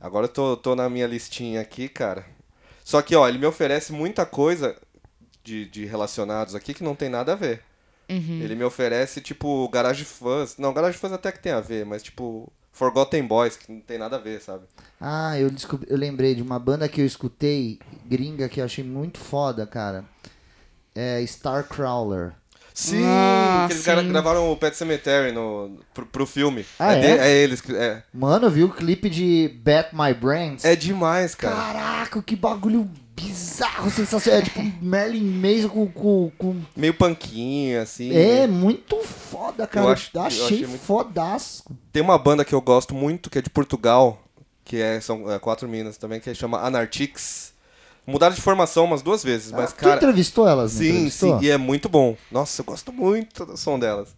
Speaker 2: Agora eu tô, tô na minha listinha aqui, cara. Só que, ó, ele me oferece muita coisa de, de relacionados aqui que não tem nada a ver. Ele me oferece, tipo, Garage Fans. Não, Garage Fans até que tem a ver, mas, tipo, Forgotten Boys, que não tem nada a ver, sabe?
Speaker 1: Ah, eu, descobri, eu lembrei de uma banda que eu escutei, gringa, que eu achei muito foda, cara. É Starcrawler.
Speaker 2: Sim,
Speaker 4: Ah,
Speaker 2: que eles gra-
Speaker 4: sim.
Speaker 2: gravaram o Pet Cemetery no, pro, pro filme.
Speaker 1: Ah,
Speaker 2: é,
Speaker 1: é?
Speaker 2: de- eles. que- É,
Speaker 1: Mano, viu o clipe de Bat My Brains?
Speaker 2: é demais, cara.
Speaker 1: Caraca, que bagulho bizarro, sensacional. É tipo Merlin Mason com, com, com-
Speaker 2: Meio panquinho, assim.
Speaker 1: É muito foda, cara.
Speaker 2: Eu
Speaker 1: Eu
Speaker 2: acho- eu
Speaker 1: achei
Speaker 2: achei muito-
Speaker 1: fodaço.
Speaker 2: Tem uma banda que eu gosto muito, que é de Portugal, que é, são é, quatro minas também, que chama Anarchix. Mudaram de formação umas duas vezes, mas,
Speaker 1: Ah,
Speaker 2: cara.
Speaker 1: tu entrevistou elas? não
Speaker 2: Sim,
Speaker 1: entrevistou?
Speaker 2: sim, e é muito bom. Nossa, eu gosto muito do som delas.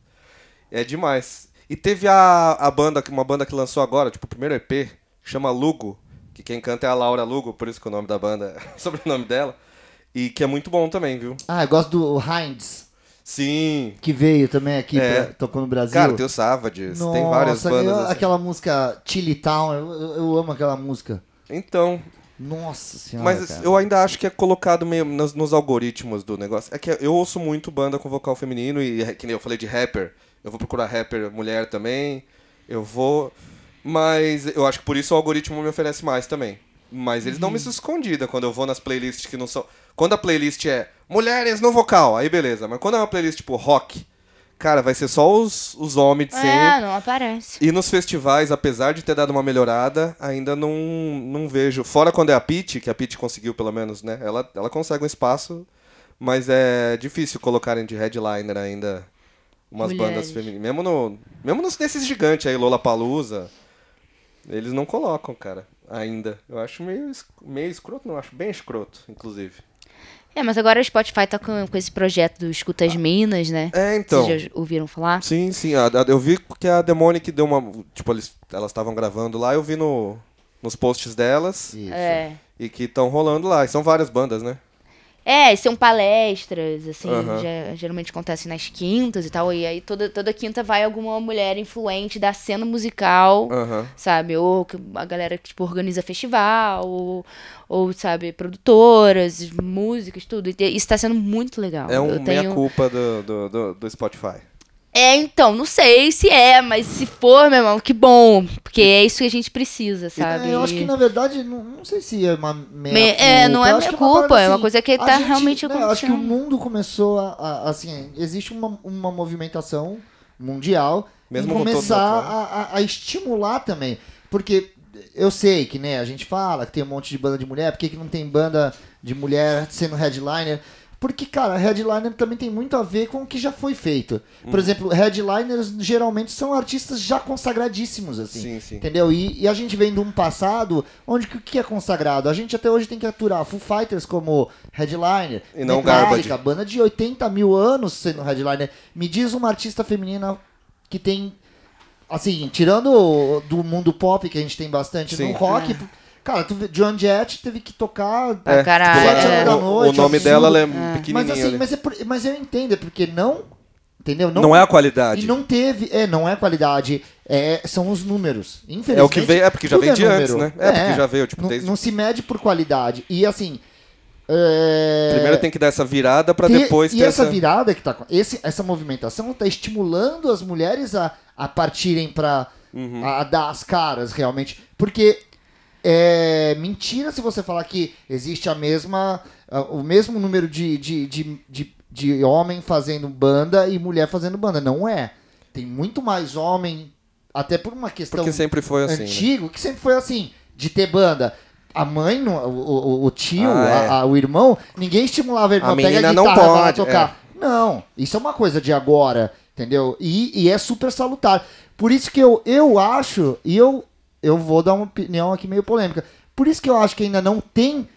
Speaker 2: É demais. E teve a, a banda, que- uma banda que lançou agora, tipo, o primeiro EP, que chama Lugo, que quem canta é a Laura Lugo, por isso que o nome da banda (laughs) é o sobrenome dela. E que é muito bom também, viu?
Speaker 1: Ah, eu gosto do Heinz,
Speaker 2: Sim.
Speaker 1: que veio também aqui,
Speaker 2: É.
Speaker 1: pra- tocou no Brasil.
Speaker 2: Cara, tem o Savages,
Speaker 1: Nossa,
Speaker 2: tem várias bandas.
Speaker 1: eu-
Speaker 2: assim.
Speaker 1: aquela música Chili Town, eu, eu- eu amo aquela música.
Speaker 2: Então,
Speaker 1: Nossa senhora.
Speaker 2: mas
Speaker 1: cara.
Speaker 2: eu ainda acho que é colocado meio nos, nos algoritmos do negócio. É que eu ouço muito banda com vocal feminino e, é que nem eu falei de rapper. Eu vou procurar rapper mulher também. Eu vou. Mas eu acho que por isso o algoritmo me oferece mais também. Mas eles dão
Speaker 1: Uhum.
Speaker 2: uma escondida quando eu vou nas playlists que não são. Quando a playlist é mulheres no vocal, aí beleza. Mas quando é uma playlist tipo rock, cara, vai ser só os, os homens de sempre.
Speaker 4: É, não aparece.
Speaker 2: E nos festivais, apesar de ter dado uma melhorada, ainda não, não vejo. Fora quando é a Pete, que a Pete conseguiu pelo menos, né? Ela, ela consegue um espaço, mas é difícil colocarem de headliner ainda umas
Speaker 4: Mulheres.
Speaker 2: bandas femininas. Mesmo, no, mesmo nos, nesses gigantes aí, Lola Palusa, eles não colocam, cara, ainda. Eu acho meio, es- meio escroto, não, acho bem escroto, inclusive.
Speaker 4: É, mas agora o Spotify tá com, com esse projeto do Escuta as Minas, né?
Speaker 2: É, então.
Speaker 4: Vocês já ouviram falar?
Speaker 2: Sim, sim. a- a- eu vi que a Demonic deu uma. Tipo, eles, elas estavam gravando lá, eu vi no, nos posts delas.
Speaker 1: Isso.
Speaker 4: É.
Speaker 2: E que estão rolando lá. E são várias bandas, né?
Speaker 4: É, e são palestras, assim,
Speaker 2: Aham.
Speaker 4: ge- geralmente acontece nas quintas e tal, e aí toda, toda quinta vai alguma mulher influente da cena musical,
Speaker 2: Aham.
Speaker 4: sabe? Ou que a galera que, tipo, organiza festival, ou, ou, sabe, produtoras, músicas, tudo. E te- Isso tá sendo muito legal.
Speaker 2: É um
Speaker 4: Eu tenho-
Speaker 2: meia-culpa do, do, do, do Spotify.
Speaker 4: É, então, não sei se é, mas se for, meu irmão, que bom, porque é isso que a gente precisa, sabe?
Speaker 1: É, eu acho que na verdade, não, não sei se é uma
Speaker 4: Me-
Speaker 1: meia
Speaker 4: é, não é
Speaker 1: Eu acho que
Speaker 4: minha culpa,
Speaker 1: parada assim,
Speaker 4: é uma coisa que
Speaker 1: a
Speaker 4: tá realmente
Speaker 1: né, eu Acho que o
Speaker 4: acontecendo.
Speaker 1: mundo começou a, a- assim, existe uma, uma movimentação mundial
Speaker 2: Mesmo
Speaker 1: em
Speaker 2: com todo
Speaker 1: começar
Speaker 2: mundo, né?
Speaker 1: a, a- a estimular também, porque eu sei que, né, a gente fala que tem um monte de banda de mulher, por que que não tem banda de mulher sendo headliner? Porque, cara, headliner também tem muito a ver com o que já foi feito.
Speaker 2: Uhum.
Speaker 1: Por exemplo, headliners geralmente são artistas já consagradíssimos, assim.
Speaker 2: Sim, sim.
Speaker 1: Entendeu? E, e a gente vem de um passado onde que- o que é consagrado? A gente até hoje tem que aturar Foo Fighters como headliner.
Speaker 2: E não
Speaker 1: Metallica,
Speaker 2: Garbage.
Speaker 1: banda de 80 mil anos sendo headliner. Me diz uma artista feminina que tem. Assim, tirando o- do mundo pop, que a gente tem bastante
Speaker 2: Sim.
Speaker 1: no rock. Cara, tu vê, John Jett teve que tocar. assim,
Speaker 4: Pra caralho,
Speaker 2: tipo, lá,
Speaker 1: sete
Speaker 4: é.
Speaker 1: horas da
Speaker 2: o- o,
Speaker 1: noite,
Speaker 2: nome
Speaker 1: absurdo.
Speaker 2: dela é
Speaker 1: Mas
Speaker 2: pequenininho
Speaker 1: assim,
Speaker 2: ali.
Speaker 1: mas, é por- mas eu entendo, é porque não. Entendeu?
Speaker 2: não, é a qualidade.
Speaker 1: E não teve, é, não é qualidade, é, são os números. Infelizmente.
Speaker 2: É o que veio- é porque já
Speaker 1: tudo
Speaker 2: veio de
Speaker 1: número.
Speaker 2: antes, né? É, porque já veio, tipo,
Speaker 1: não,
Speaker 2: desde-
Speaker 1: não se mede por qualidade. E assim. é,
Speaker 2: Primeiro tem que dar essa virada pra
Speaker 1: ter-
Speaker 2: depois
Speaker 1: E
Speaker 2: ter
Speaker 1: essa,
Speaker 2: essa...
Speaker 1: virada que tá. acon- Esse, essa movimentação tá estimulando as mulheres a, a partirem pra.
Speaker 2: Uhum.
Speaker 1: a dar as caras, realmente. Porque. É mentira se você falar que existe a mesma. a- o mesmo número de, de, de, de, de homem fazendo banda e mulher fazendo banda. Não é. Tem muito mais homem, até por uma questão
Speaker 2: Porque sempre foi assim, né?
Speaker 1: antigo, que sempre foi assim, de ter banda. A mãe, não- o, o- o tio,
Speaker 2: Ah, é.
Speaker 1: a- a- o irmão, ninguém estimulava ele.
Speaker 2: A
Speaker 1: não, pega
Speaker 2: menina
Speaker 1: a
Speaker 2: não é.
Speaker 1: guitarra, vai lá
Speaker 2: pode,
Speaker 1: tocar. Não, isso é uma coisa de agora, Entendeu? E, e é super salutar. Por isso que eu, eu acho, e eu, eu vou dar uma opinião aqui meio polêmica. Por isso que eu acho que ainda não tem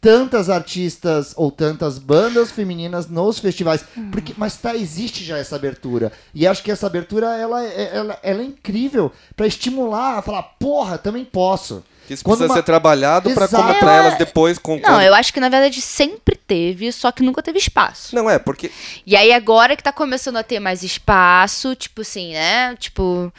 Speaker 1: tantas artistas ou tantas bandas femininas nos festivais. Porque, mas tá, existe já essa abertura. E acho que essa abertura ela, é- ela, ela é incrível para estimular, falar, porra, também posso.
Speaker 2: Que isso
Speaker 1: Quando
Speaker 2: precisa
Speaker 1: uma-
Speaker 2: ser trabalhado pra
Speaker 1: Exato.
Speaker 2: contratar elas depois com.
Speaker 4: É. Não, eu acho que na verdade sempre teve, só que nunca teve espaço.
Speaker 2: Não, é, porque.
Speaker 4: E aí agora que tá começando a ter mais espaço, tipo assim, né? Tipo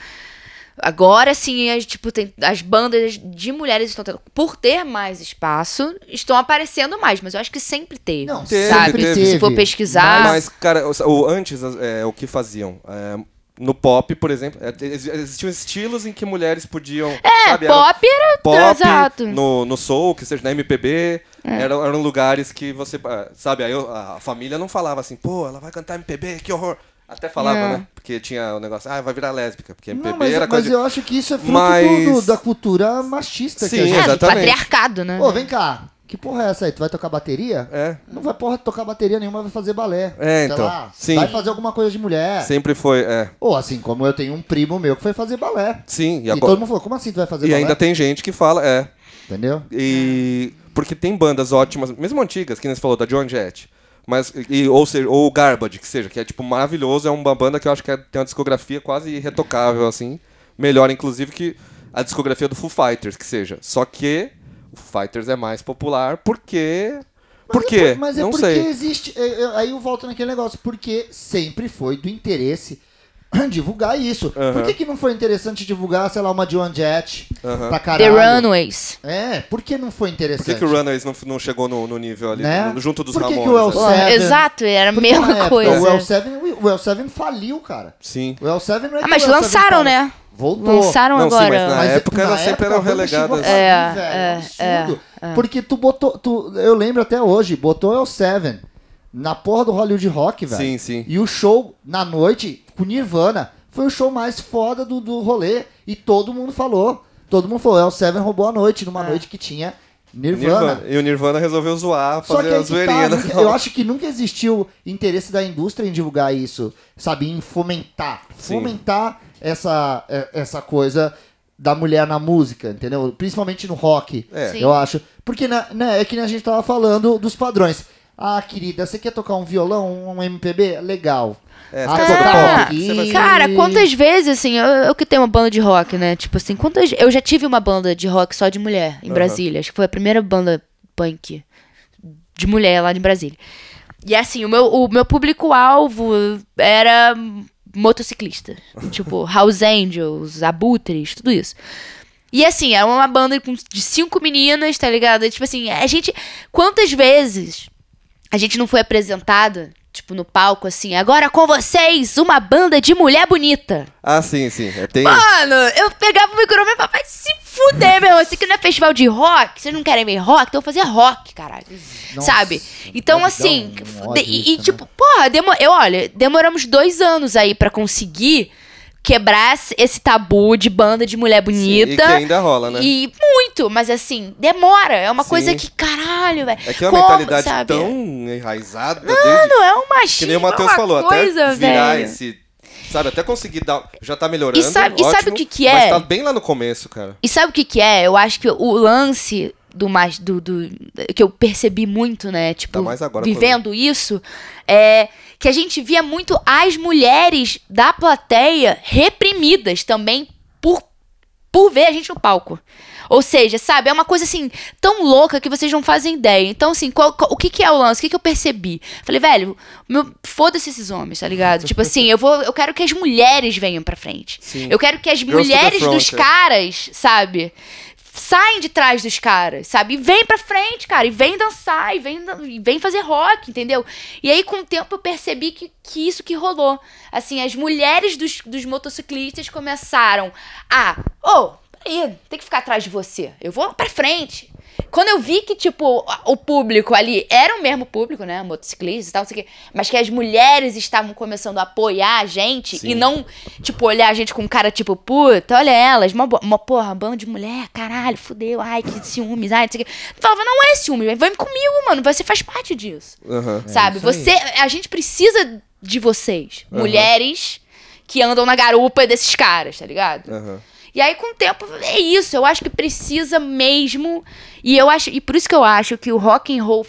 Speaker 4: agora sim, as, tipo tem- as bandas de mulheres estão tendo, por ter mais espaço, estão aparecendo mais, mas eu acho que sempre teve.
Speaker 1: Não,
Speaker 2: Teve,
Speaker 4: sabe? Tipo,
Speaker 2: teve.
Speaker 4: Se for pesquisar,
Speaker 2: Mas, cara, o, o- antes, é, o que faziam? É, no pop, por exemplo, é, ex- existiam estilos em que mulheres podiam.
Speaker 4: é,
Speaker 2: sabe, era-
Speaker 4: pop era
Speaker 2: pop,
Speaker 4: exato.
Speaker 2: no, no soul, que seja na MPB,
Speaker 1: É.
Speaker 2: eram, eram lugares que você, ah, sabe, aí eu- a família não falava assim, pô, ela vai cantar MPB, que horror. Até falava,
Speaker 4: Não.
Speaker 2: né? Porque tinha o negócio, ah, vai virar lésbica, porque MPB
Speaker 1: Não, mas,
Speaker 2: era
Speaker 1: mas
Speaker 2: coisa de...
Speaker 1: eu acho que isso é fruto
Speaker 2: Mas-
Speaker 1: do- do- da cultura machista que
Speaker 2: Sim,
Speaker 1: a gente
Speaker 4: É, do
Speaker 2: exatamente.
Speaker 4: patriarcado, né?
Speaker 1: Pô, vem cá. Que porra é essa aí? Tu vai tocar bateria?
Speaker 2: Uhum. É.
Speaker 1: Não vai porra tocar bateria nenhuma, vai fazer balé.
Speaker 2: É, então.
Speaker 1: lá,
Speaker 2: Sim.
Speaker 1: Vai fazer alguma coisa de mulher.
Speaker 2: Sempre foi, é.
Speaker 1: Ou assim, como eu tenho um primo meu que foi fazer balé.
Speaker 2: Sim,
Speaker 1: E,
Speaker 2: e, agora-
Speaker 1: todo mundo falou, como assim tu vai fazer
Speaker 2: e
Speaker 1: balé?
Speaker 2: ainda tem gente que fala, é.
Speaker 1: Entendeu?
Speaker 2: E
Speaker 1: Ah.
Speaker 2: porque tem bandas ótimas, mesmo antigas, que nem você falou, da Joan Jett. Mas, e, ou seja, ou o Garbage, que seja, que é tipo maravilhoso, é uma banda que eu acho que é- tem uma discografia quase irretocável, assim. Melhor, inclusive, que a discografia do Foo Fighters, que seja. Só que o Foo Fighters é mais popular porque. por
Speaker 1: Mas é
Speaker 2: quê?
Speaker 1: por- Mas é
Speaker 2: Não
Speaker 1: porque
Speaker 2: sei.
Speaker 1: existe. é, é, aí eu volto naquele negócio, porque sempre foi do interesse (clears throat) divulgar isso.
Speaker 2: Aham.
Speaker 1: Por que, que não foi interessante divulgar, sei lá, uma Joan Jett
Speaker 2: Aham.
Speaker 1: pra
Speaker 4: The
Speaker 1: caralho?
Speaker 4: Runaways.
Speaker 1: É, por que não foi
Speaker 2: Por
Speaker 1: interessante?
Speaker 2: que, que o Runaways não, não chegou no, no nível ali,
Speaker 1: Né?
Speaker 2: no- junto dos
Speaker 1: Por que que
Speaker 2: Ramones?
Speaker 1: o El
Speaker 2: assim?
Speaker 1: Céu- Seven.
Speaker 4: Exato, era É a
Speaker 1: Porque na
Speaker 4: mesma
Speaker 1: época,
Speaker 4: coisa.
Speaker 1: O L7, o L7 faliu, cara.
Speaker 2: Sim.
Speaker 1: O L7 não é
Speaker 4: Ah,
Speaker 1: que
Speaker 4: mas
Speaker 1: o L7
Speaker 4: lançaram,
Speaker 1: parou.
Speaker 4: né?
Speaker 1: Voltou.
Speaker 4: Lançaram
Speaker 2: Não, sim,
Speaker 4: agora.
Speaker 2: mas na época elas sempre eram relegadas.
Speaker 4: É,
Speaker 1: É,
Speaker 4: é,
Speaker 1: é, Porque tu botou. Tu, eu lembro até hoje, botou El Seven na porra do Hollywood Rock, velho.
Speaker 2: Sim, sim.
Speaker 1: E o show na noite, com Nirvana, foi o show mais foda do, do rolê. E todo mundo falou. Todo mundo falou, El Seven roubou a noite, numa
Speaker 4: É.
Speaker 1: noite que tinha Nirvana.
Speaker 2: Nirvana. E o Nirvana resolveu zoar,
Speaker 1: Só
Speaker 2: fazer
Speaker 1: que
Speaker 2: a
Speaker 1: aí que
Speaker 2: zoeirinha.
Speaker 1: tá,
Speaker 2: né?
Speaker 1: nunca- eu acho que nunca existiu interesse da indústria em divulgar isso, sabe? Em fomentar.
Speaker 2: Sim.
Speaker 1: Fomentar essa, é, essa coisa da mulher na música, entendeu? Principalmente no rock,
Speaker 2: É.
Speaker 4: Sim.
Speaker 1: eu acho. Porque né, né, é que nem a gente tava falando dos padrões. Ah, querida, você quer tocar um violão, um MPB? Legal.
Speaker 2: É,
Speaker 1: ah,
Speaker 2: você
Speaker 1: tocar
Speaker 2: toca
Speaker 1: um
Speaker 2: rock,
Speaker 1: pouquinho.
Speaker 2: você vai-
Speaker 4: Cara, quantas vezes, assim, eu, eu que tenho uma banda de rock, né? Tipo assim, quantas. Eu já tive uma banda de rock só de mulher em Brasília. Acho que foi a primeira banda punk de mulher lá de Brasília. E assim, o meu, o meu público-alvo era motociclista. tipo, House Angels, Abutres, tudo isso. E assim, era uma banda com- de cinco meninas, tá ligado? E, tipo assim, a gente. Quantas vezes a gente não foi apresentada, tipo, no palco, assim, agora com vocês, uma banda de mulher bonita.
Speaker 2: Ah, sim, sim. É, tem...
Speaker 4: Mano, eu pegava o microfone e falava, vai se fuder, meu. Isso aqui não é festival de rock. Vocês não querem ver rock? Então eu vou fazer rock, caralho.
Speaker 1: Nossa,
Speaker 4: Sabe? Então,
Speaker 1: deve dar
Speaker 4: assim.
Speaker 1: um
Speaker 4: f-
Speaker 1: ódio
Speaker 4: de- e,
Speaker 1: isso,
Speaker 4: e,
Speaker 1: né?
Speaker 4: tipo, porra, demo- eu, olha, demoramos dois anos aí pra conseguir quebrar esse- esse tabu de banda de mulher
Speaker 2: Sim,
Speaker 4: bonita.
Speaker 2: e que ainda rola, né?
Speaker 4: E muito, mas assim, demora. É uma
Speaker 2: Sim.
Speaker 4: coisa que, caralho, velho.
Speaker 2: É que é uma
Speaker 4: como,
Speaker 2: mentalidade
Speaker 4: sabe?
Speaker 2: tão enraizada desde
Speaker 4: Mano, é um machismo.
Speaker 2: que nem o
Speaker 4: é
Speaker 2: Matheus
Speaker 4: uma
Speaker 2: falou,
Speaker 4: coisa,
Speaker 2: até virar
Speaker 4: velho.
Speaker 2: esse. Sabe, até conseguir dar. Já tá melhorando.
Speaker 4: E sabe- e sabe
Speaker 2: ótimo,
Speaker 4: o que que
Speaker 2: Mas
Speaker 4: é?
Speaker 2: tá bem lá no começo, cara.
Speaker 4: E sabe o que que é? Eu acho que o lance do mais do, do- que eu percebi muito, né, tipo,
Speaker 2: Ainda mais agora,
Speaker 4: vivendo isso, é que a gente via muito as mulheres da plateia reprimidas também por por ver a gente no palco. Ou seja, sabe, é uma coisa assim tão louca que vocês não fazem ideia. Então, assim, qual- qual- o que, que é o lance? O que, que eu percebi? Falei, velho, meu- foda-se esses homens, tá ligado? tipo assim, eu vou, eu quero que as mulheres venham pra frente.
Speaker 2: Sim.
Speaker 4: Eu quero que as
Speaker 2: Girls to the
Speaker 4: mulheres
Speaker 2: front,
Speaker 4: dos
Speaker 2: é.
Speaker 4: caras, sabe? Saem de trás dos caras, sabe? E vem pra frente, cara. E vem dançar, e vem, dan- e vem fazer rock, entendeu? E aí, com o tempo, eu percebi que, que isso que rolou. Assim, as mulheres dos, dos motociclistas começaram a... Ô, peraí, não tem que ficar atrás de você. Eu vou pra frente. Quando eu vi que, tipo, a- o público ali era o mesmo público, né? Motociclistas e tal, não sei o quê. Mas que as mulheres estavam começando a apoiar a gente
Speaker 2: Sim.
Speaker 4: e não, tipo, olhar a gente com cara tipo, puta, olha elas, uma, uma porra, bando de mulher, caralho, fudeu, ai, que ciúmes, ai, não sei o quê. Eu Falava, não é ciúme, vem comigo, mano, você faz parte disso.
Speaker 2: Aham.
Speaker 4: sabe? Você, a gente precisa de vocês. Mulheres que andam na garupa desses caras, tá ligado?
Speaker 2: Aham.
Speaker 4: E aí, com o tempo, é isso. Eu acho que precisa mesmo. E eu acho. E por isso que eu acho que o rock and roll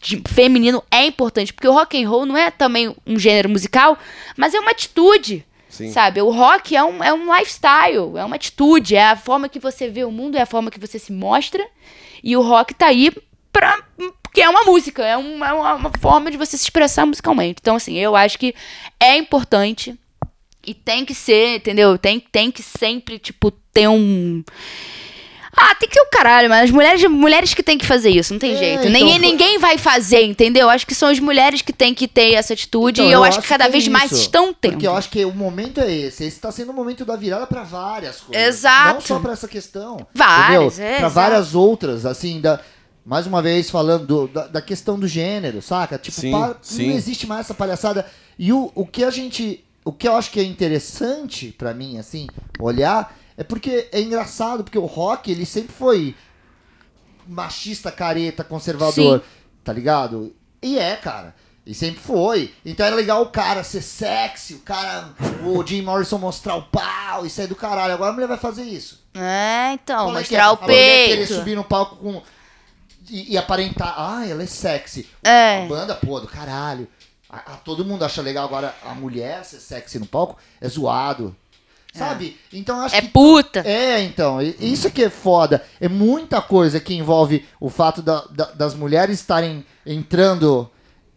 Speaker 4: de- feminino é importante. Porque o rock and roll não é também um gênero musical, mas é uma atitude.
Speaker 2: Sim.
Speaker 4: Sabe? O rock é um, é um lifestyle, é uma atitude, é a forma que você vê o mundo, é a forma que você se mostra. E o rock tá aí pra. Porque é uma música, é uma, é uma- uma forma de você se expressar musicalmente. Então, assim, eu acho que é importante. E tem que ser, entendeu? Tem, tem que sempre, tipo, ter um. Ah, tem que ter o caralho, mas as mulheres, mulheres que tem que fazer isso, não tem
Speaker 1: É,
Speaker 4: jeito.
Speaker 1: então,
Speaker 4: ninguém,
Speaker 1: pô.
Speaker 4: ninguém vai fazer, entendeu? Acho que são as mulheres que tem que ter essa atitude
Speaker 1: Então,
Speaker 4: e eu, acho, que cada
Speaker 1: é
Speaker 4: vez mais
Speaker 1: isso.
Speaker 4: estão tendo.
Speaker 1: Porque eu acho que o momento é esse. Esse tá sendo o momento da virada pra várias coisas.
Speaker 4: Exato.
Speaker 1: Não só pra essa questão.
Speaker 4: Várias,
Speaker 1: entendeu?
Speaker 4: é,
Speaker 1: Pra
Speaker 4: exato.
Speaker 1: várias outras, assim, da... Mais uma vez falando do- da, da questão do gênero, saca? Tipo,
Speaker 2: Sim,
Speaker 1: pa-
Speaker 2: sim.
Speaker 1: não existe mais essa palhaçada. E o, o que a gente. O que eu acho que é interessante pra mim, assim, olhar, é porque é engraçado, porque o rock, ele sempre foi machista, careta, conservador, tá ligado? E é, cara. E sempre foi. Então era legal o cara ser sexy, o cara, o Jim Morrison mostrar o pau, isso aí do caralho. Agora a mulher vai fazer isso.
Speaker 4: É, então,
Speaker 1: Qual é que é?
Speaker 4: mostrar o
Speaker 1: A mulher querer
Speaker 4: peito.
Speaker 1: subir no palco com. E, e aparentar, ah, ela é sexy.
Speaker 4: É.
Speaker 1: A banda, pô, do caralho. A, a- todo mundo acha legal agora a mulher ser sexy no palco, é zoado. Sabe? Então eu acho
Speaker 4: É
Speaker 1: que
Speaker 4: puta.
Speaker 1: é, então, e- isso que é foda. É muita coisa que envolve o fato da- da- das mulheres estarem entrando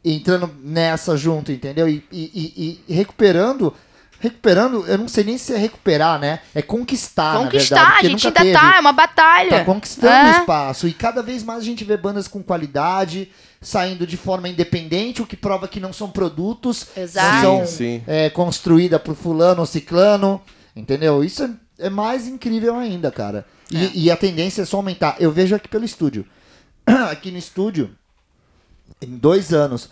Speaker 1: entrando nessa junto, entendeu? E, e- e- e recuperando. Recuperando, eu não sei nem se é recuperar, né? É conquistar, na verdade.
Speaker 4: Conquistar, a
Speaker 1: porque
Speaker 4: gente
Speaker 1: nunca
Speaker 4: ainda
Speaker 1: teve.
Speaker 4: tá, é uma batalha.
Speaker 1: Tá conquistando
Speaker 4: É.
Speaker 1: espaço. E cada vez mais a gente vê bandas com qualidade saindo de forma independente, o que prova que não são produtos.
Speaker 4: Exato.
Speaker 1: Não são
Speaker 2: Sim, sim.
Speaker 1: é, construída por fulano ou ciclano. Entendeu? Isso é, é mais incrível ainda, cara. E, e a tendência é só aumentar. Eu vejo aqui pelo estúdio. (clears throat) Aqui no estúdio, em dois anos,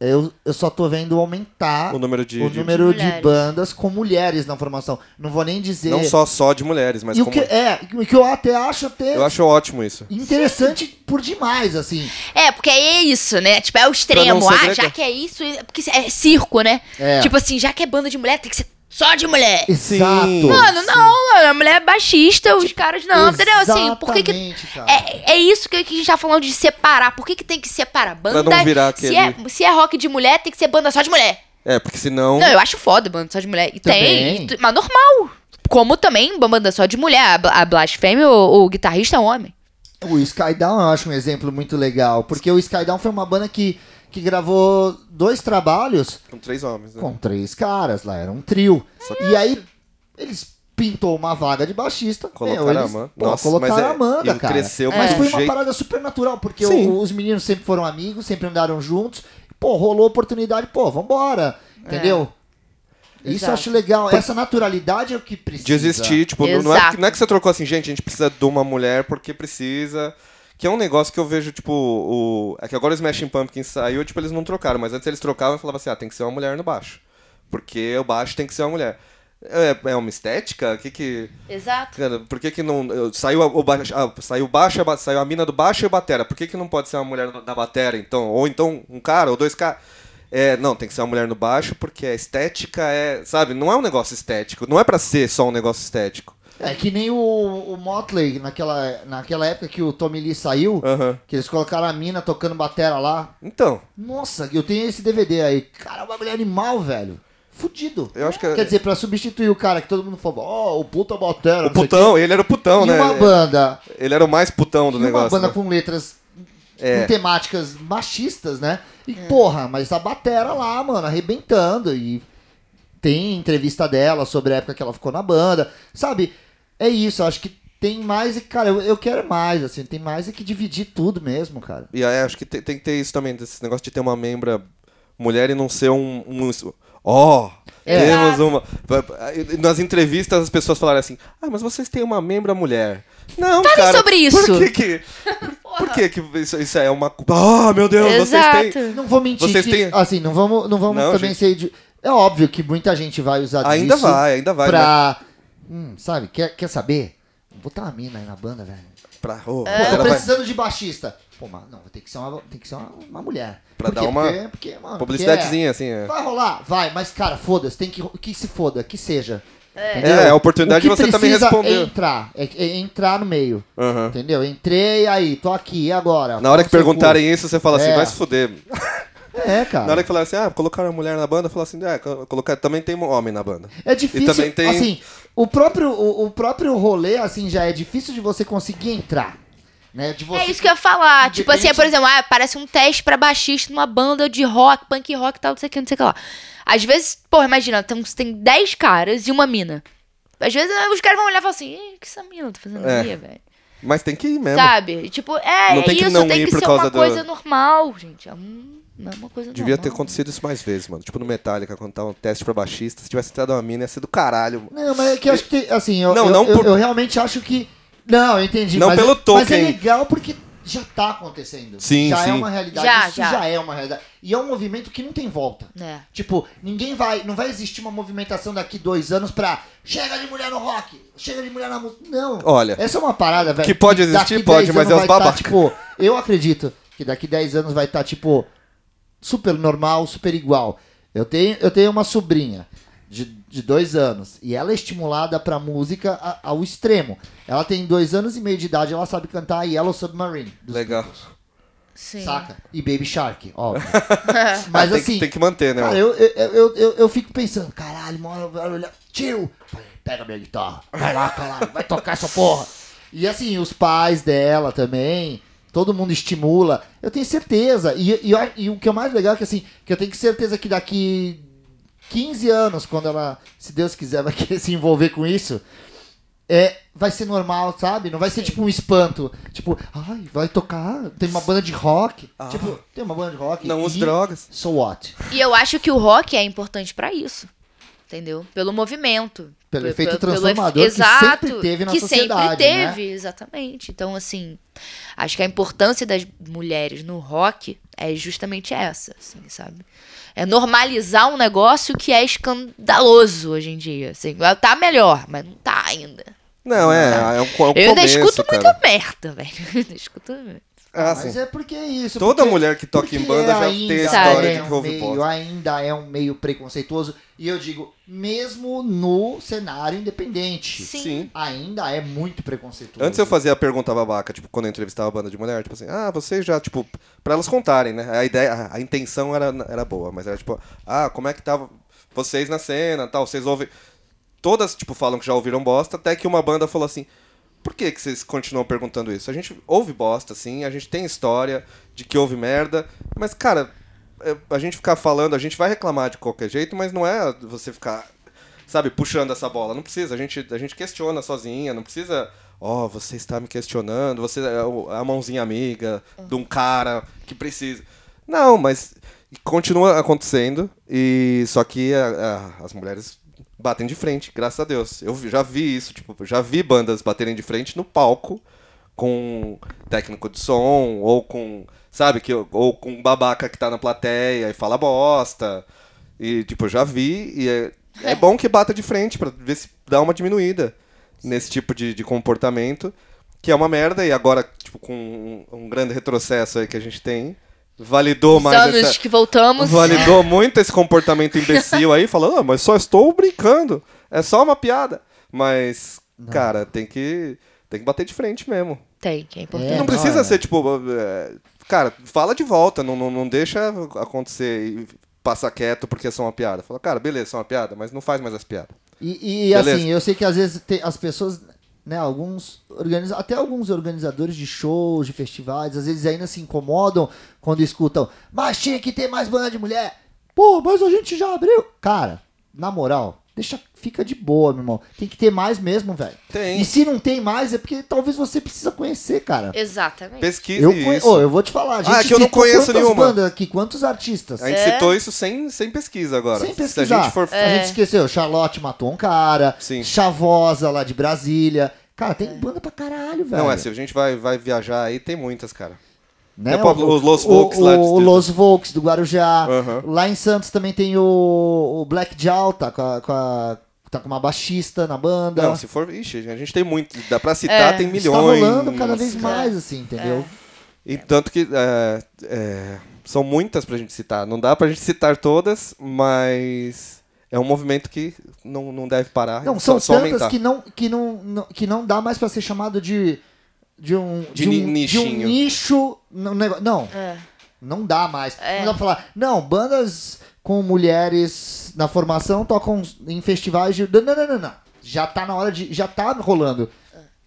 Speaker 1: eu, eu só tô vendo aumentar
Speaker 2: O número de-
Speaker 1: o
Speaker 2: de-
Speaker 1: número de,
Speaker 4: Mulheres.
Speaker 1: bandas com mulheres na formação. Não vou nem dizer.
Speaker 2: Não só só de mulheres, mas
Speaker 1: e o
Speaker 2: como-
Speaker 1: que, é, o que eu até acho até
Speaker 2: eu acho ótimo isso.
Speaker 1: interessante por demais, assim.
Speaker 4: É, porque aí é isso, né? Tipo, é o
Speaker 2: Pra não
Speaker 4: extremo. Ah,
Speaker 2: segregar.
Speaker 4: já que é isso, é- porque é circo, né?
Speaker 1: É.
Speaker 4: Tipo assim, já que é banda de mulher, tem que ser só de mulher.
Speaker 1: Exato.
Speaker 4: Mano, não, mano, a mulher é baixista, os caras não, entendeu? Assim, por que que.
Speaker 1: Tipo, Exatamente, cara.
Speaker 4: É, é isso que que a gente tá falando de separar. Por que, que tem que separar? Banda.
Speaker 2: não virar
Speaker 4: se, é,
Speaker 2: aquele-
Speaker 4: se é rock de mulher, tem que ser banda só de mulher.
Speaker 2: É, porque senão.
Speaker 4: Não, eu acho foda banda só de mulher. E tem,
Speaker 1: Também.
Speaker 4: e tu- mas normal. Como também banda só de mulher. A, Bla- a Blasfêmia, o, o guitarrista é um homem.
Speaker 1: O Skydown eu acho um exemplo muito legal, porque o Skydown foi uma banda que, que gravou dois trabalhos
Speaker 2: Com três homens, né?
Speaker 1: com três caras lá, era um trio. E aí eles pintou uma vaga de baixista.
Speaker 2: Colocaram
Speaker 1: meu,
Speaker 2: a
Speaker 1: eles,
Speaker 2: Amanda.
Speaker 1: pô,
Speaker 2: Nossa,
Speaker 1: colocaram
Speaker 2: mas é-
Speaker 1: a Amanda,
Speaker 2: e
Speaker 1: cara.
Speaker 2: cresceu
Speaker 1: mas
Speaker 2: de um
Speaker 1: foi uma
Speaker 2: jeito-
Speaker 1: parada super natural, porque
Speaker 2: Sim.
Speaker 1: o- os meninos sempre foram amigos, sempre andaram juntos. Pô, rolou oportunidade, pô, vambora. Entendeu? Isso eu
Speaker 4: Exato.
Speaker 1: acho legal. Essa naturalidade é o que precisa.
Speaker 2: de existir. Tipo, não- não é,
Speaker 4: Exato.
Speaker 2: porque- não é que você trocou assim, gente, a gente precisa de uma mulher porque precisa. Que é um negócio que eu vejo, tipo, o. É que agora o Smashing Pumpkins saiu, tipo, eles não trocaram, mas antes eles trocavam e falavam assim, ah, tem que ser uma mulher no baixo. Porque o baixo tem que ser uma mulher. É, é uma estética? O que que.
Speaker 4: Exato.
Speaker 2: Cara, por que que não. eu- Saiu a, o ba- a- saiu, baixa, ba- saiu a mina do baixo e a batera. Por que que não pode ser uma mulher no- na batera, então? Ou então um cara, ou dois caras. É, não, tem que ser uma mulher no baixo, porque a estética é. Sabe, não é um negócio estético. Não é pra ser só um negócio estético.
Speaker 1: É que nem o, o Motley, naquela, naquela época que o Tommy Lee saiu,
Speaker 2: Aham.
Speaker 1: que eles colocaram a mina tocando batera lá.
Speaker 2: Então,
Speaker 1: Nossa, eu tenho esse DVD aí. Cara, é uma mulher animal, velho. Fudido.
Speaker 2: Eu acho que- é-
Speaker 1: Quer dizer, pra substituir o cara que todo mundo falou, ó, o puta batera.
Speaker 2: o
Speaker 1: não sei
Speaker 2: putão, ele era o
Speaker 1: quê.
Speaker 2: putão,
Speaker 1: E
Speaker 2: né?
Speaker 1: uma banda.
Speaker 2: Ele era o mais putão do
Speaker 1: e uma
Speaker 2: negócio.
Speaker 1: banda
Speaker 2: né?
Speaker 1: com letras
Speaker 2: É.
Speaker 1: com temáticas machistas, né? E, porra, mas a batera lá, mano, arrebentando. E tem entrevista dela sobre a época que ela ficou na banda. Sabe? É isso, eu acho que tem mais. e, Cara, eu, eu quero mais, assim, tem mais é que dividir tudo mesmo, cara.
Speaker 2: E aí, acho que tem, tem que ter isso também, esse negócio de ter uma membra mulher e não ser um. um ó!
Speaker 1: É.
Speaker 2: Temos uma. Nas entrevistas as pessoas falaram assim: Ah, mas vocês têm uma membra mulher. Não, Falem cara.
Speaker 4: sobre
Speaker 2: Por
Speaker 4: isso.
Speaker 2: que que. Por que que isso, isso é uma. cu- Ah, meu Deus, vocês têm.
Speaker 4: Exato.
Speaker 1: Não vou mentir
Speaker 2: Vocês
Speaker 1: que,
Speaker 2: têm-
Speaker 1: assim, não vamos, não vamos
Speaker 2: Não,
Speaker 1: também
Speaker 2: gente.
Speaker 1: ser. de- É óbvio que muita gente vai usar
Speaker 2: Ainda
Speaker 1: disso
Speaker 2: vai, ainda vai,
Speaker 1: Pra. Hum, sabe, quer, quer saber? Vou botar uma mina aí na banda, velho.
Speaker 2: Pra, oh,
Speaker 1: Tô
Speaker 4: É,
Speaker 2: ela vai-
Speaker 1: precisando de baixista. pô, mas não, tem que ser uma, tem que ser uma, uma mulher.
Speaker 2: Pra
Speaker 1: Por
Speaker 2: dar
Speaker 1: quê?
Speaker 2: uma
Speaker 1: Porque- porque, mano,
Speaker 2: Publicidadezinha,
Speaker 1: quer.
Speaker 2: assim. É,
Speaker 1: Vai rolar? Vai, mas cara, foda-se, tem que, que se foda, que seja. Entendeu?
Speaker 2: é a oportunidade de
Speaker 1: O que
Speaker 2: você também
Speaker 1: precisa É
Speaker 2: responder.
Speaker 1: entrar, é, é entrar no meio.
Speaker 2: Aham.
Speaker 1: Entendeu? Entrei aí, tô aqui, e agora?
Speaker 2: Na hora que
Speaker 1: Seu cu.
Speaker 2: perguntarem isso, você fala assim,
Speaker 1: É.
Speaker 2: vai se fuder.
Speaker 1: É, cara.
Speaker 2: Na hora que falar assim, ah, colocaram a mulher na banda, fala assim, ah, co- colocar, também tem homem na banda.
Speaker 1: É difícil,
Speaker 2: E também tem-
Speaker 1: assim, o próprio, o, o próprio rolê, assim, já é difícil de você conseguir entrar, né? De você...
Speaker 6: É isso que eu ia falar. Tipo assim, é,
Speaker 1: Depende-
Speaker 6: por exemplo, ah, parece um teste pra baixista numa banda de rock, punk rock e tal, não sei o que, não sei o que lá. Às vezes, porra, imagina, tem, tem 10 caras e uma mina. Às vezes ah, os caras vão olhar e falar assim, "Ih, o que essa mina tá fazendo
Speaker 2: É.
Speaker 6: aí, velho?
Speaker 2: Mas tem que ir mesmo.
Speaker 6: Sabe? E, Tipo, é,
Speaker 2: Não
Speaker 6: é
Speaker 2: tem que
Speaker 6: isso,
Speaker 2: não
Speaker 6: tem
Speaker 2: ir
Speaker 6: que
Speaker 2: por
Speaker 6: ser
Speaker 2: causa
Speaker 6: uma
Speaker 2: do-
Speaker 6: coisa normal, gente. É um- não é uma coisa
Speaker 2: Devia ter
Speaker 6: normal.
Speaker 2: acontecido isso mais vezes, mano. Tipo no Metallica, quando tava um teste pra baixista, se tivesse entrado uma mina, ia ser do caralho. mano.
Speaker 1: Não, mas é que eu acho que tem, assim, eu,
Speaker 2: Não,
Speaker 1: eu,
Speaker 2: não
Speaker 1: eu-
Speaker 2: por-
Speaker 1: eu realmente acho que... Não, eu entendi.
Speaker 2: Não
Speaker 1: mas
Speaker 2: pelo
Speaker 1: é, Mas é
Speaker 2: token.
Speaker 1: legal porque já tá acontecendo.
Speaker 2: Sim,
Speaker 1: já é
Speaker 2: sim.
Speaker 1: uma realidade,
Speaker 6: Já,
Speaker 1: isso
Speaker 6: já.
Speaker 1: já é uma realidade. E é um movimento que não tem volta.
Speaker 6: É.
Speaker 1: Tipo, ninguém vai. Não vai existir uma movimentação daqui dois anos pra. Chega de mulher no rock! Chega de mulher na música. Não.
Speaker 2: Olha.
Speaker 1: Essa é uma parada, velho.
Speaker 2: Que pode
Speaker 1: daqui
Speaker 2: existir,
Speaker 1: 10
Speaker 2: pode,
Speaker 1: anos
Speaker 2: mas é os
Speaker 1: vai tá,
Speaker 2: babaca.
Speaker 1: tipo, eu acredito que daqui 10 anos vai estar, tipo, super normal, super igual. Eu tenho, eu tenho uma sobrinha de, de dois anos e ela é estimulada pra música a- ao extremo. Ela tem dois anos e meio de idade, ela sabe cantar Yellow Submarine. dos
Speaker 2: Legal.
Speaker 6: Sim.
Speaker 1: Saca? E Baby
Speaker 2: (laughs)
Speaker 1: Shark, óbvio.
Speaker 2: tem,
Speaker 1: Mas
Speaker 2: que-
Speaker 1: assim.
Speaker 2: tem que manter, né?
Speaker 1: Cara,
Speaker 2: mano?
Speaker 1: eu, eu, eu, eu, eu fico pensando, caralho, uma hora eu vou olhar, tio, falei, pega minha guitarra, vai lá, caralho, vai tocar essa porra. E assim, os pais dela também, todo mundo estimula, eu tenho certeza. E, e, ó- e o que é mais legal é que assim, que eu tenho certeza que daqui 15 anos, quando ela, se Deus quiser, vai (laughs) querer se envolver com isso, é, vai ser normal, sabe? Não vai ser tipo um espanto. Tipo, ai, vai tocar, tem uma banda de rock. Tipo, tem uma banda de rock.
Speaker 2: Não use
Speaker 1: e-
Speaker 2: drogas.
Speaker 1: So what?
Speaker 6: E eu acho que o rock é importante pra isso. Entendeu? Pelo movimento.
Speaker 1: Pelo
Speaker 6: pe-
Speaker 1: efeito
Speaker 6: pe-
Speaker 1: transformador
Speaker 6: efe-
Speaker 1: que sempre
Speaker 6: Exato,
Speaker 1: teve na
Speaker 6: que
Speaker 1: sociedade, né?
Speaker 6: sempre teve, exatamente. Então, assim, acho que a importância das mulheres no rock é justamente essa, assim, sabe? É normalizar um negócio que é escandaloso hoje em dia. Assim, tá melhor, mas não tá ainda.
Speaker 2: Não, é, é um, co- é um
Speaker 6: eu ainda
Speaker 2: começo,
Speaker 6: escuto
Speaker 2: cara.
Speaker 6: muita merda, (laughs) velho. Eu ainda escuto merda.
Speaker 2: Ah,
Speaker 1: Mas
Speaker 2: sim.
Speaker 1: é porque é isso.
Speaker 2: Toda
Speaker 1: porque-
Speaker 2: mulher que toca em
Speaker 1: porque
Speaker 2: banda já tem a
Speaker 1: ainda
Speaker 6: história
Speaker 1: é
Speaker 2: de que
Speaker 1: um
Speaker 2: ouve
Speaker 1: meio-
Speaker 2: bosta.
Speaker 1: Ainda é um meio preconceituoso. E eu digo, mesmo no cenário independente,
Speaker 6: Sim.
Speaker 2: Sim.
Speaker 1: ainda é muito preconceituoso.
Speaker 2: Antes eu fazia a pergunta babaca, tipo, quando eu entrevistava a banda de mulher, tipo assim, ah, vocês já, tipo, pra elas contarem, né? A ideia, a- a intenção era, era boa, mas era tipo, ah, como é que tava vocês na cena tal, vocês ouvem. Todas, tipo, falam que já ouviram bosta, até que uma banda falou assim, por que, que vocês continuam perguntando isso? A gente ouve bosta, sim, a gente tem história de que houve merda, mas, cara, é, a gente ficar falando, a gente vai reclamar de qualquer jeito, mas não é você ficar sabe, puxando essa bola. Não precisa, a gente, a gente questiona sozinha, não precisa. Ó, você está me questionando, você é o- a mãozinha amiga de um cara que precisa. Não, mas continua acontecendo e só que a- a- as mulheres batem de frente, graças a Deus. Eu vi- já vi isso, tipo, já vi bandas baterem de frente no palco com técnico de som ou com, sabe, que ou com um babaca que tá na plateia e fala bosta. E, tipo, eu já vi, e é, é bom que bata de frente pra ver se dá uma diminuída nesse tipo de, de comportamento, que é uma merda, e agora, tipo, com um, um grande retrocesso aí que a gente tem, validou
Speaker 6: Os
Speaker 2: mais
Speaker 6: anos
Speaker 2: essa...
Speaker 6: que voltamos.
Speaker 2: Validou muito esse comportamento imbecil aí, falando, ah, mas só estou brincando, é só uma piada. Mas, cara, tem que, tem que bater de frente mesmo.
Speaker 6: Tem, que é importante.
Speaker 1: É,
Speaker 2: não
Speaker 1: não,
Speaker 2: precisa
Speaker 1: é.
Speaker 2: ser, tipo, é, cara, fala de volta, não, não, não deixa acontecer e passar quieto porque é só uma piada. Fala, cara, beleza, é só uma piada, mas não faz mais as piadas.
Speaker 1: E, e,
Speaker 2: Beleza.
Speaker 1: assim, eu sei que às vezes tem- as pessoas, né, alguns organiza, até alguns organizadores de shows, de festivais, às vezes ainda se incomodam quando escutam, mas tinha que ter mais banda de mulher. Pô, mas a gente já abriu. Cara, na moral, deixa, fica de boa, meu irmão. Tem que ter mais mesmo, velho.
Speaker 2: Tem.
Speaker 1: E se não tem mais, é porque talvez você precisa conhecer, cara.
Speaker 2: É.
Speaker 6: Exatamente.
Speaker 2: Pesquise
Speaker 1: Eu, conhe-
Speaker 2: isso.
Speaker 1: Ô, eu vou te falar, a gente
Speaker 2: Ah, é que eu não
Speaker 1: citou
Speaker 2: conheço
Speaker 1: quantas
Speaker 2: nenhuma.
Speaker 1: bandas aqui, quantos artistas.
Speaker 2: A gente
Speaker 6: É.
Speaker 2: citou isso sem, sem pesquisa agora.
Speaker 1: Sem pesquisar.
Speaker 2: Se a gente for...
Speaker 1: É. esqueceu, Charlotte matou um cara,
Speaker 2: Sim.
Speaker 1: Chavosa lá de Brasília. Cara, tem banda pra caralho, velho.
Speaker 2: Não, é, se a gente vai, vai viajar aí, tem muitas, cara.
Speaker 1: Né?
Speaker 2: é pra- os Los
Speaker 1: o-
Speaker 2: Volks lá de
Speaker 1: O, o
Speaker 2: Distrito.
Speaker 1: Los Volks do Guarujá.
Speaker 2: Aham.
Speaker 1: Lá em Santos também tem o, o Black Jaw, tá com, a, com a- tá com uma baixista na banda. Tá
Speaker 2: Não, se
Speaker 1: É.
Speaker 2: for. Ixi, a gente tem muito. Dá pra citar, tem milhões.
Speaker 1: Está rolando cada vez mais, assim, entendeu?
Speaker 2: E tanto que é, é, são muitas pra gente citar. Não dá pra gente citar todas, mas é um movimento que não, não deve parar.
Speaker 1: Não,
Speaker 2: só-
Speaker 1: são
Speaker 2: só
Speaker 1: tantas
Speaker 2: aumentar.
Speaker 1: que não, que, não, não- que não dá mais pra ser chamado de. De um,
Speaker 2: De
Speaker 1: um,
Speaker 2: ni-
Speaker 1: de um
Speaker 2: nichinho.
Speaker 1: nicho. no nego- Não. Não dá mais. Não dá pra falar. Não, bandas com mulheres na formação tocam em festivais de. Não, não, não, não. não. Já tá na hora de. Já tá rolando.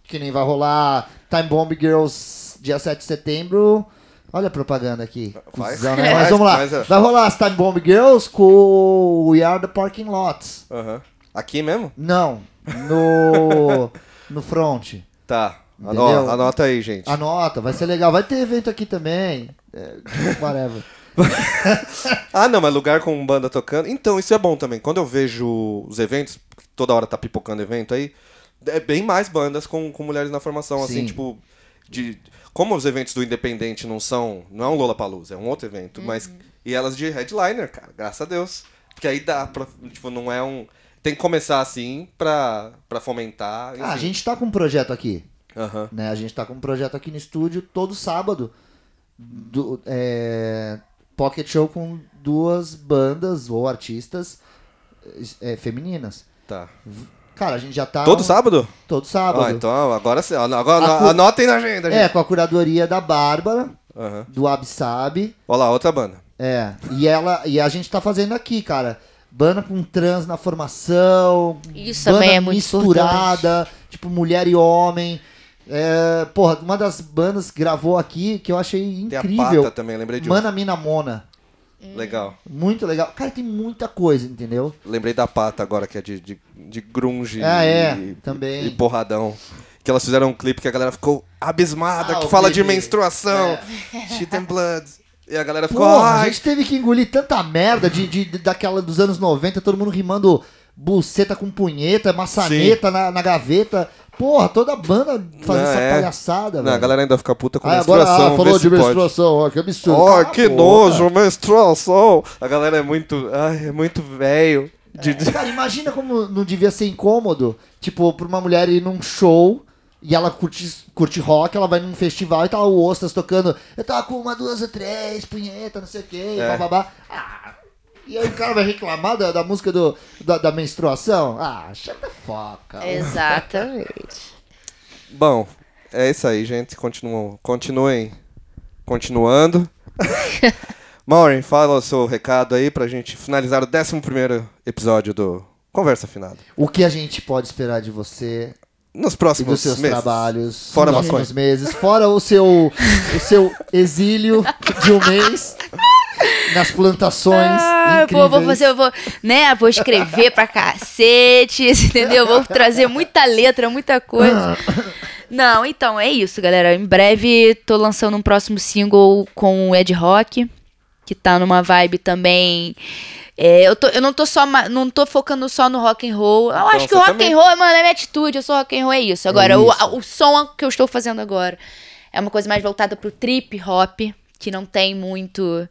Speaker 1: Que nem vai rolar Time Bomb Girls dia 7 de setembro. Olha a propaganda aqui.
Speaker 2: Vai.
Speaker 1: Cusão, né?
Speaker 2: Vai,
Speaker 1: Mas vamos
Speaker 2: (laughs)
Speaker 1: lá.
Speaker 2: mas é-
Speaker 1: Vai rolar as Time Bomb Girls com We Are the Parking Lots.
Speaker 2: Aham. Aqui mesmo?
Speaker 1: Não,
Speaker 2: (laughs)
Speaker 1: no no front.
Speaker 2: Tá.
Speaker 1: Entendeu?
Speaker 2: Anota, anota aí, gente.
Speaker 1: Anota, vai ser legal. Vai ter evento aqui também. É,
Speaker 2: (laughs)
Speaker 1: whatever.
Speaker 2: Ah, não, mas lugar com banda tocando. Então, isso é bom também. Quando eu vejo os eventos, que toda hora tá pipocando evento aí, é bem mais bandas com, com mulheres na formação, assim,
Speaker 1: Sim.
Speaker 2: tipo. De, como os eventos do Independente não são. Não é um Lollapalooza, é um outro evento. Mas. E elas de headliner, cara, graças a Deus. Porque aí dá pra. Tipo, não é um. Tem que começar assim pra, pra fomentar.
Speaker 1: Ah, a
Speaker 2: enfim.
Speaker 1: gente tá com um projeto aqui,
Speaker 2: Aham.
Speaker 1: né? A gente tá com um projeto aqui no estúdio todo sábado. Do, é, pocket show com duas bandas ou artistas é, femininas.
Speaker 2: Tá.
Speaker 1: Cara, a gente já tá...
Speaker 2: Todo sábado?
Speaker 1: Todo sábado.
Speaker 2: Ah, então agora sim. Agora, agora
Speaker 1: A cu-
Speaker 2: anotem na agenda,
Speaker 1: É,
Speaker 2: gente.
Speaker 1: com a curadoria da Bárbara,
Speaker 2: Aham.
Speaker 1: do Absab.
Speaker 2: Olha lá, outra banda.
Speaker 1: É, e ela e a gente tá fazendo aqui, cara. Banda com trans na formação.
Speaker 6: Isso
Speaker 1: banda
Speaker 6: também é muito
Speaker 1: misturada, tipo mulher e homem. É, porra, uma das bandas que gravou aqui que eu achei
Speaker 2: Tem
Speaker 1: incrível.
Speaker 2: a Pata também, lembrei de um.
Speaker 1: Mana Mina Mona.
Speaker 2: Legal.
Speaker 1: Muito legal. Cara, tem muita coisa, entendeu?
Speaker 2: Lembrei da pata agora, que é de, de, de grunge
Speaker 1: Ah, é,
Speaker 2: e,
Speaker 1: também.
Speaker 2: e porradão. Que elas fizeram um clipe que a galera ficou abismada,
Speaker 1: Ah,
Speaker 2: que
Speaker 1: o
Speaker 2: fala de
Speaker 1: clipe.
Speaker 2: menstruação, (laughs) shit and blood. E a galera ficou,
Speaker 1: Porra, a
Speaker 2: ai,
Speaker 1: gente teve que engolir tanta merda de, de- de- daquela dos anos 90, todo mundo rimando buceta com punheta, maçaneta na, na gaveta. Porra, toda banda tá fazendo
Speaker 2: Não,
Speaker 1: essa
Speaker 2: é.
Speaker 1: palhaçada,
Speaker 2: não, a
Speaker 1: velho.
Speaker 2: galera ainda fica puta com
Speaker 1: Aí agora
Speaker 2: menstruação,
Speaker 1: ah, falou
Speaker 2: vê
Speaker 1: de
Speaker 2: se pode.
Speaker 1: menstruação, ó, que absurdo.
Speaker 2: Ó,
Speaker 1: Cala a
Speaker 2: que
Speaker 1: boca.
Speaker 2: nojo, menstruação. A galera é muito, ai, é muito velho. De- de-
Speaker 1: Cara, imagina como não devia ser incômodo, tipo, pra uma mulher ir num show e ela curte, curte rock, ela vai num festival e tá o Ostras tocando, eu tava com uma, duas, ou três, punheta, não sei o que,
Speaker 2: É.
Speaker 1: bababá. Ah, e aí o cara vai reclamar da, da música do, da, da menstruação? Ah, shut the fuck
Speaker 4: É.
Speaker 1: up.
Speaker 6: Exatamente.
Speaker 2: Bom, é isso aí, gente. Continuam, continuem
Speaker 4: (laughs)
Speaker 2: continuando. Maureen, fala o seu recado aí pra gente finalizar o 11 episódio do Conversa Afinada.
Speaker 1: O que a gente pode esperar de você
Speaker 2: Nos
Speaker 1: e dos
Speaker 2: próximos
Speaker 1: seus
Speaker 2: meses.
Speaker 1: trabalhos
Speaker 2: Fora
Speaker 1: nos próximos
Speaker 2: maconha.
Speaker 1: meses, fora o seu, o seu exílio de um mês nas plantações.
Speaker 4: Ah, pô,
Speaker 1: incríveis.
Speaker 4: vou fazer, eu vou, né, vou escrever pra cacete, (laughs) entendeu? Vou trazer muita letra, muita coisa. Não, então é isso, galera. Em breve tô lançando um próximo single com o Ed Rock, que tá numa vibe também. é, eu, tô- eu não tô só ma- não tô focando só no rock and roll. Eu acho que
Speaker 2: você
Speaker 4: o rock
Speaker 2: também-
Speaker 4: and roll, mano, é minha atitude, eu sou rock and roll é isso. Agora, o-
Speaker 1: isso.
Speaker 4: a- O, som que eu estou fazendo agora é uma coisa mais voltada pro trip hop, que não tem muito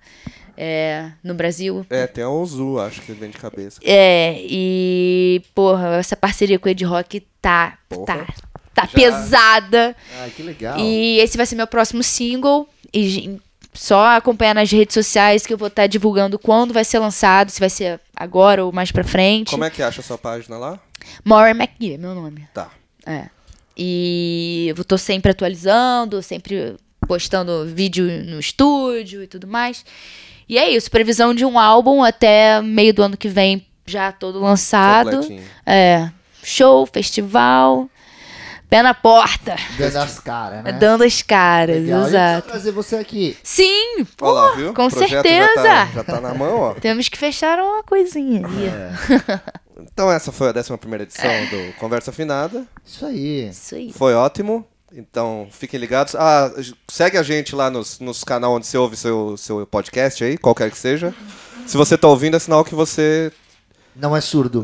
Speaker 4: é, no Brasil.
Speaker 2: É, tem a Ozu, acho que vem de cabeça.
Speaker 4: É, e, porra, essa parceria com o Ed Rock tá.
Speaker 2: Porra.
Speaker 4: Tá, tá
Speaker 2: Já-
Speaker 4: pesada.
Speaker 1: Ai, que legal.
Speaker 4: E esse vai ser meu próximo single. E gen- só acompanhar nas redes sociais que eu vou estar divulgando quando vai ser lançado, se vai ser agora ou mais pra frente.
Speaker 2: Como é que acha a sua página lá?
Speaker 4: Maureen McGee é meu nome.
Speaker 2: Tá.
Speaker 4: É. E eu tô sempre atualizando, sempre postando vídeo no estúdio e tudo mais. E é isso, previsão de um álbum até meio do ano que vem, já todo lançado.
Speaker 2: Completinho.
Speaker 4: É. Show, festival. Pé na porta.
Speaker 1: Dando as caras,
Speaker 2: É.
Speaker 1: né?
Speaker 4: Dando as caras,
Speaker 1: Legal. A gente precisa
Speaker 4: exato.
Speaker 1: trazer você aqui.
Speaker 4: Sim, pô,
Speaker 2: Olha lá, viu?
Speaker 4: Uh, com
Speaker 2: o projeto
Speaker 4: certeza.
Speaker 2: Já tá, É. já tá na mão, ó.
Speaker 4: Temos que fechar uma coisinha ali.
Speaker 2: Então essa foi a 11 edição do Conversa Afinada.
Speaker 1: Isso aí.
Speaker 4: Isso aí.
Speaker 2: Foi ótimo. Então, fiquem ligados. Ah, segue a gente lá nos, nos canal onde você ouve seu, seu podcast aí, qualquer que seja. Se você tá ouvindo, é sinal que você.
Speaker 1: Não é surdo.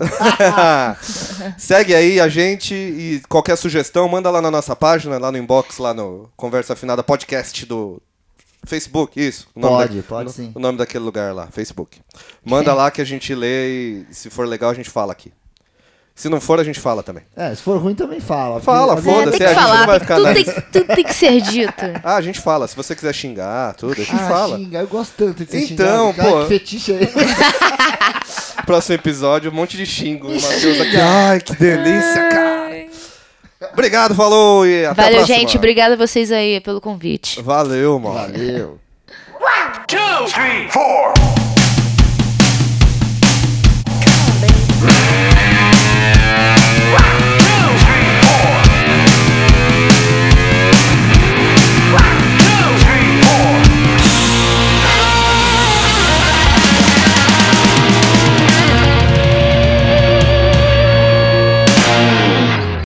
Speaker 2: segue aí a gente e qualquer sugestão, manda lá na nossa página, lá no inbox, lá no Conversa Afinada Podcast do Facebook, isso. O nome
Speaker 1: Pode,
Speaker 2: daque-
Speaker 1: pode
Speaker 2: o-
Speaker 1: sim.
Speaker 2: O nome daquele lugar lá, Facebook. Manda lá que a gente lê e se for legal a gente fala aqui. Se não for, a gente fala também.
Speaker 1: É, se for ruim também fala.
Speaker 2: Fala,
Speaker 1: porque-
Speaker 2: foda-se,
Speaker 4: É, tem que
Speaker 2: a gente não
Speaker 4: falar,
Speaker 2: vai
Speaker 4: tem-
Speaker 2: ficar
Speaker 4: tudo,
Speaker 2: nessa.
Speaker 4: tem, tudo tem que ser dito.
Speaker 2: Ah, a gente fala. Se você quiser xingar, tudo, a gente
Speaker 1: Ah,
Speaker 2: fala.
Speaker 1: xinga, eu gosto tanto de ser
Speaker 2: Então,
Speaker 1: xingado, cara,
Speaker 2: pô.
Speaker 1: Que fetiche é esse?
Speaker 2: Próximo episódio, um monte de xingo. O Matheus aqui. Ai, que delícia, cara. Obrigado, falou e (laughs) até a
Speaker 4: Valeu,
Speaker 2: próxima.
Speaker 4: gente. Obrigada a vocês aí pelo convite.
Speaker 2: Valeu, mano.
Speaker 1: Valeu.
Speaker 3: Two, three, four.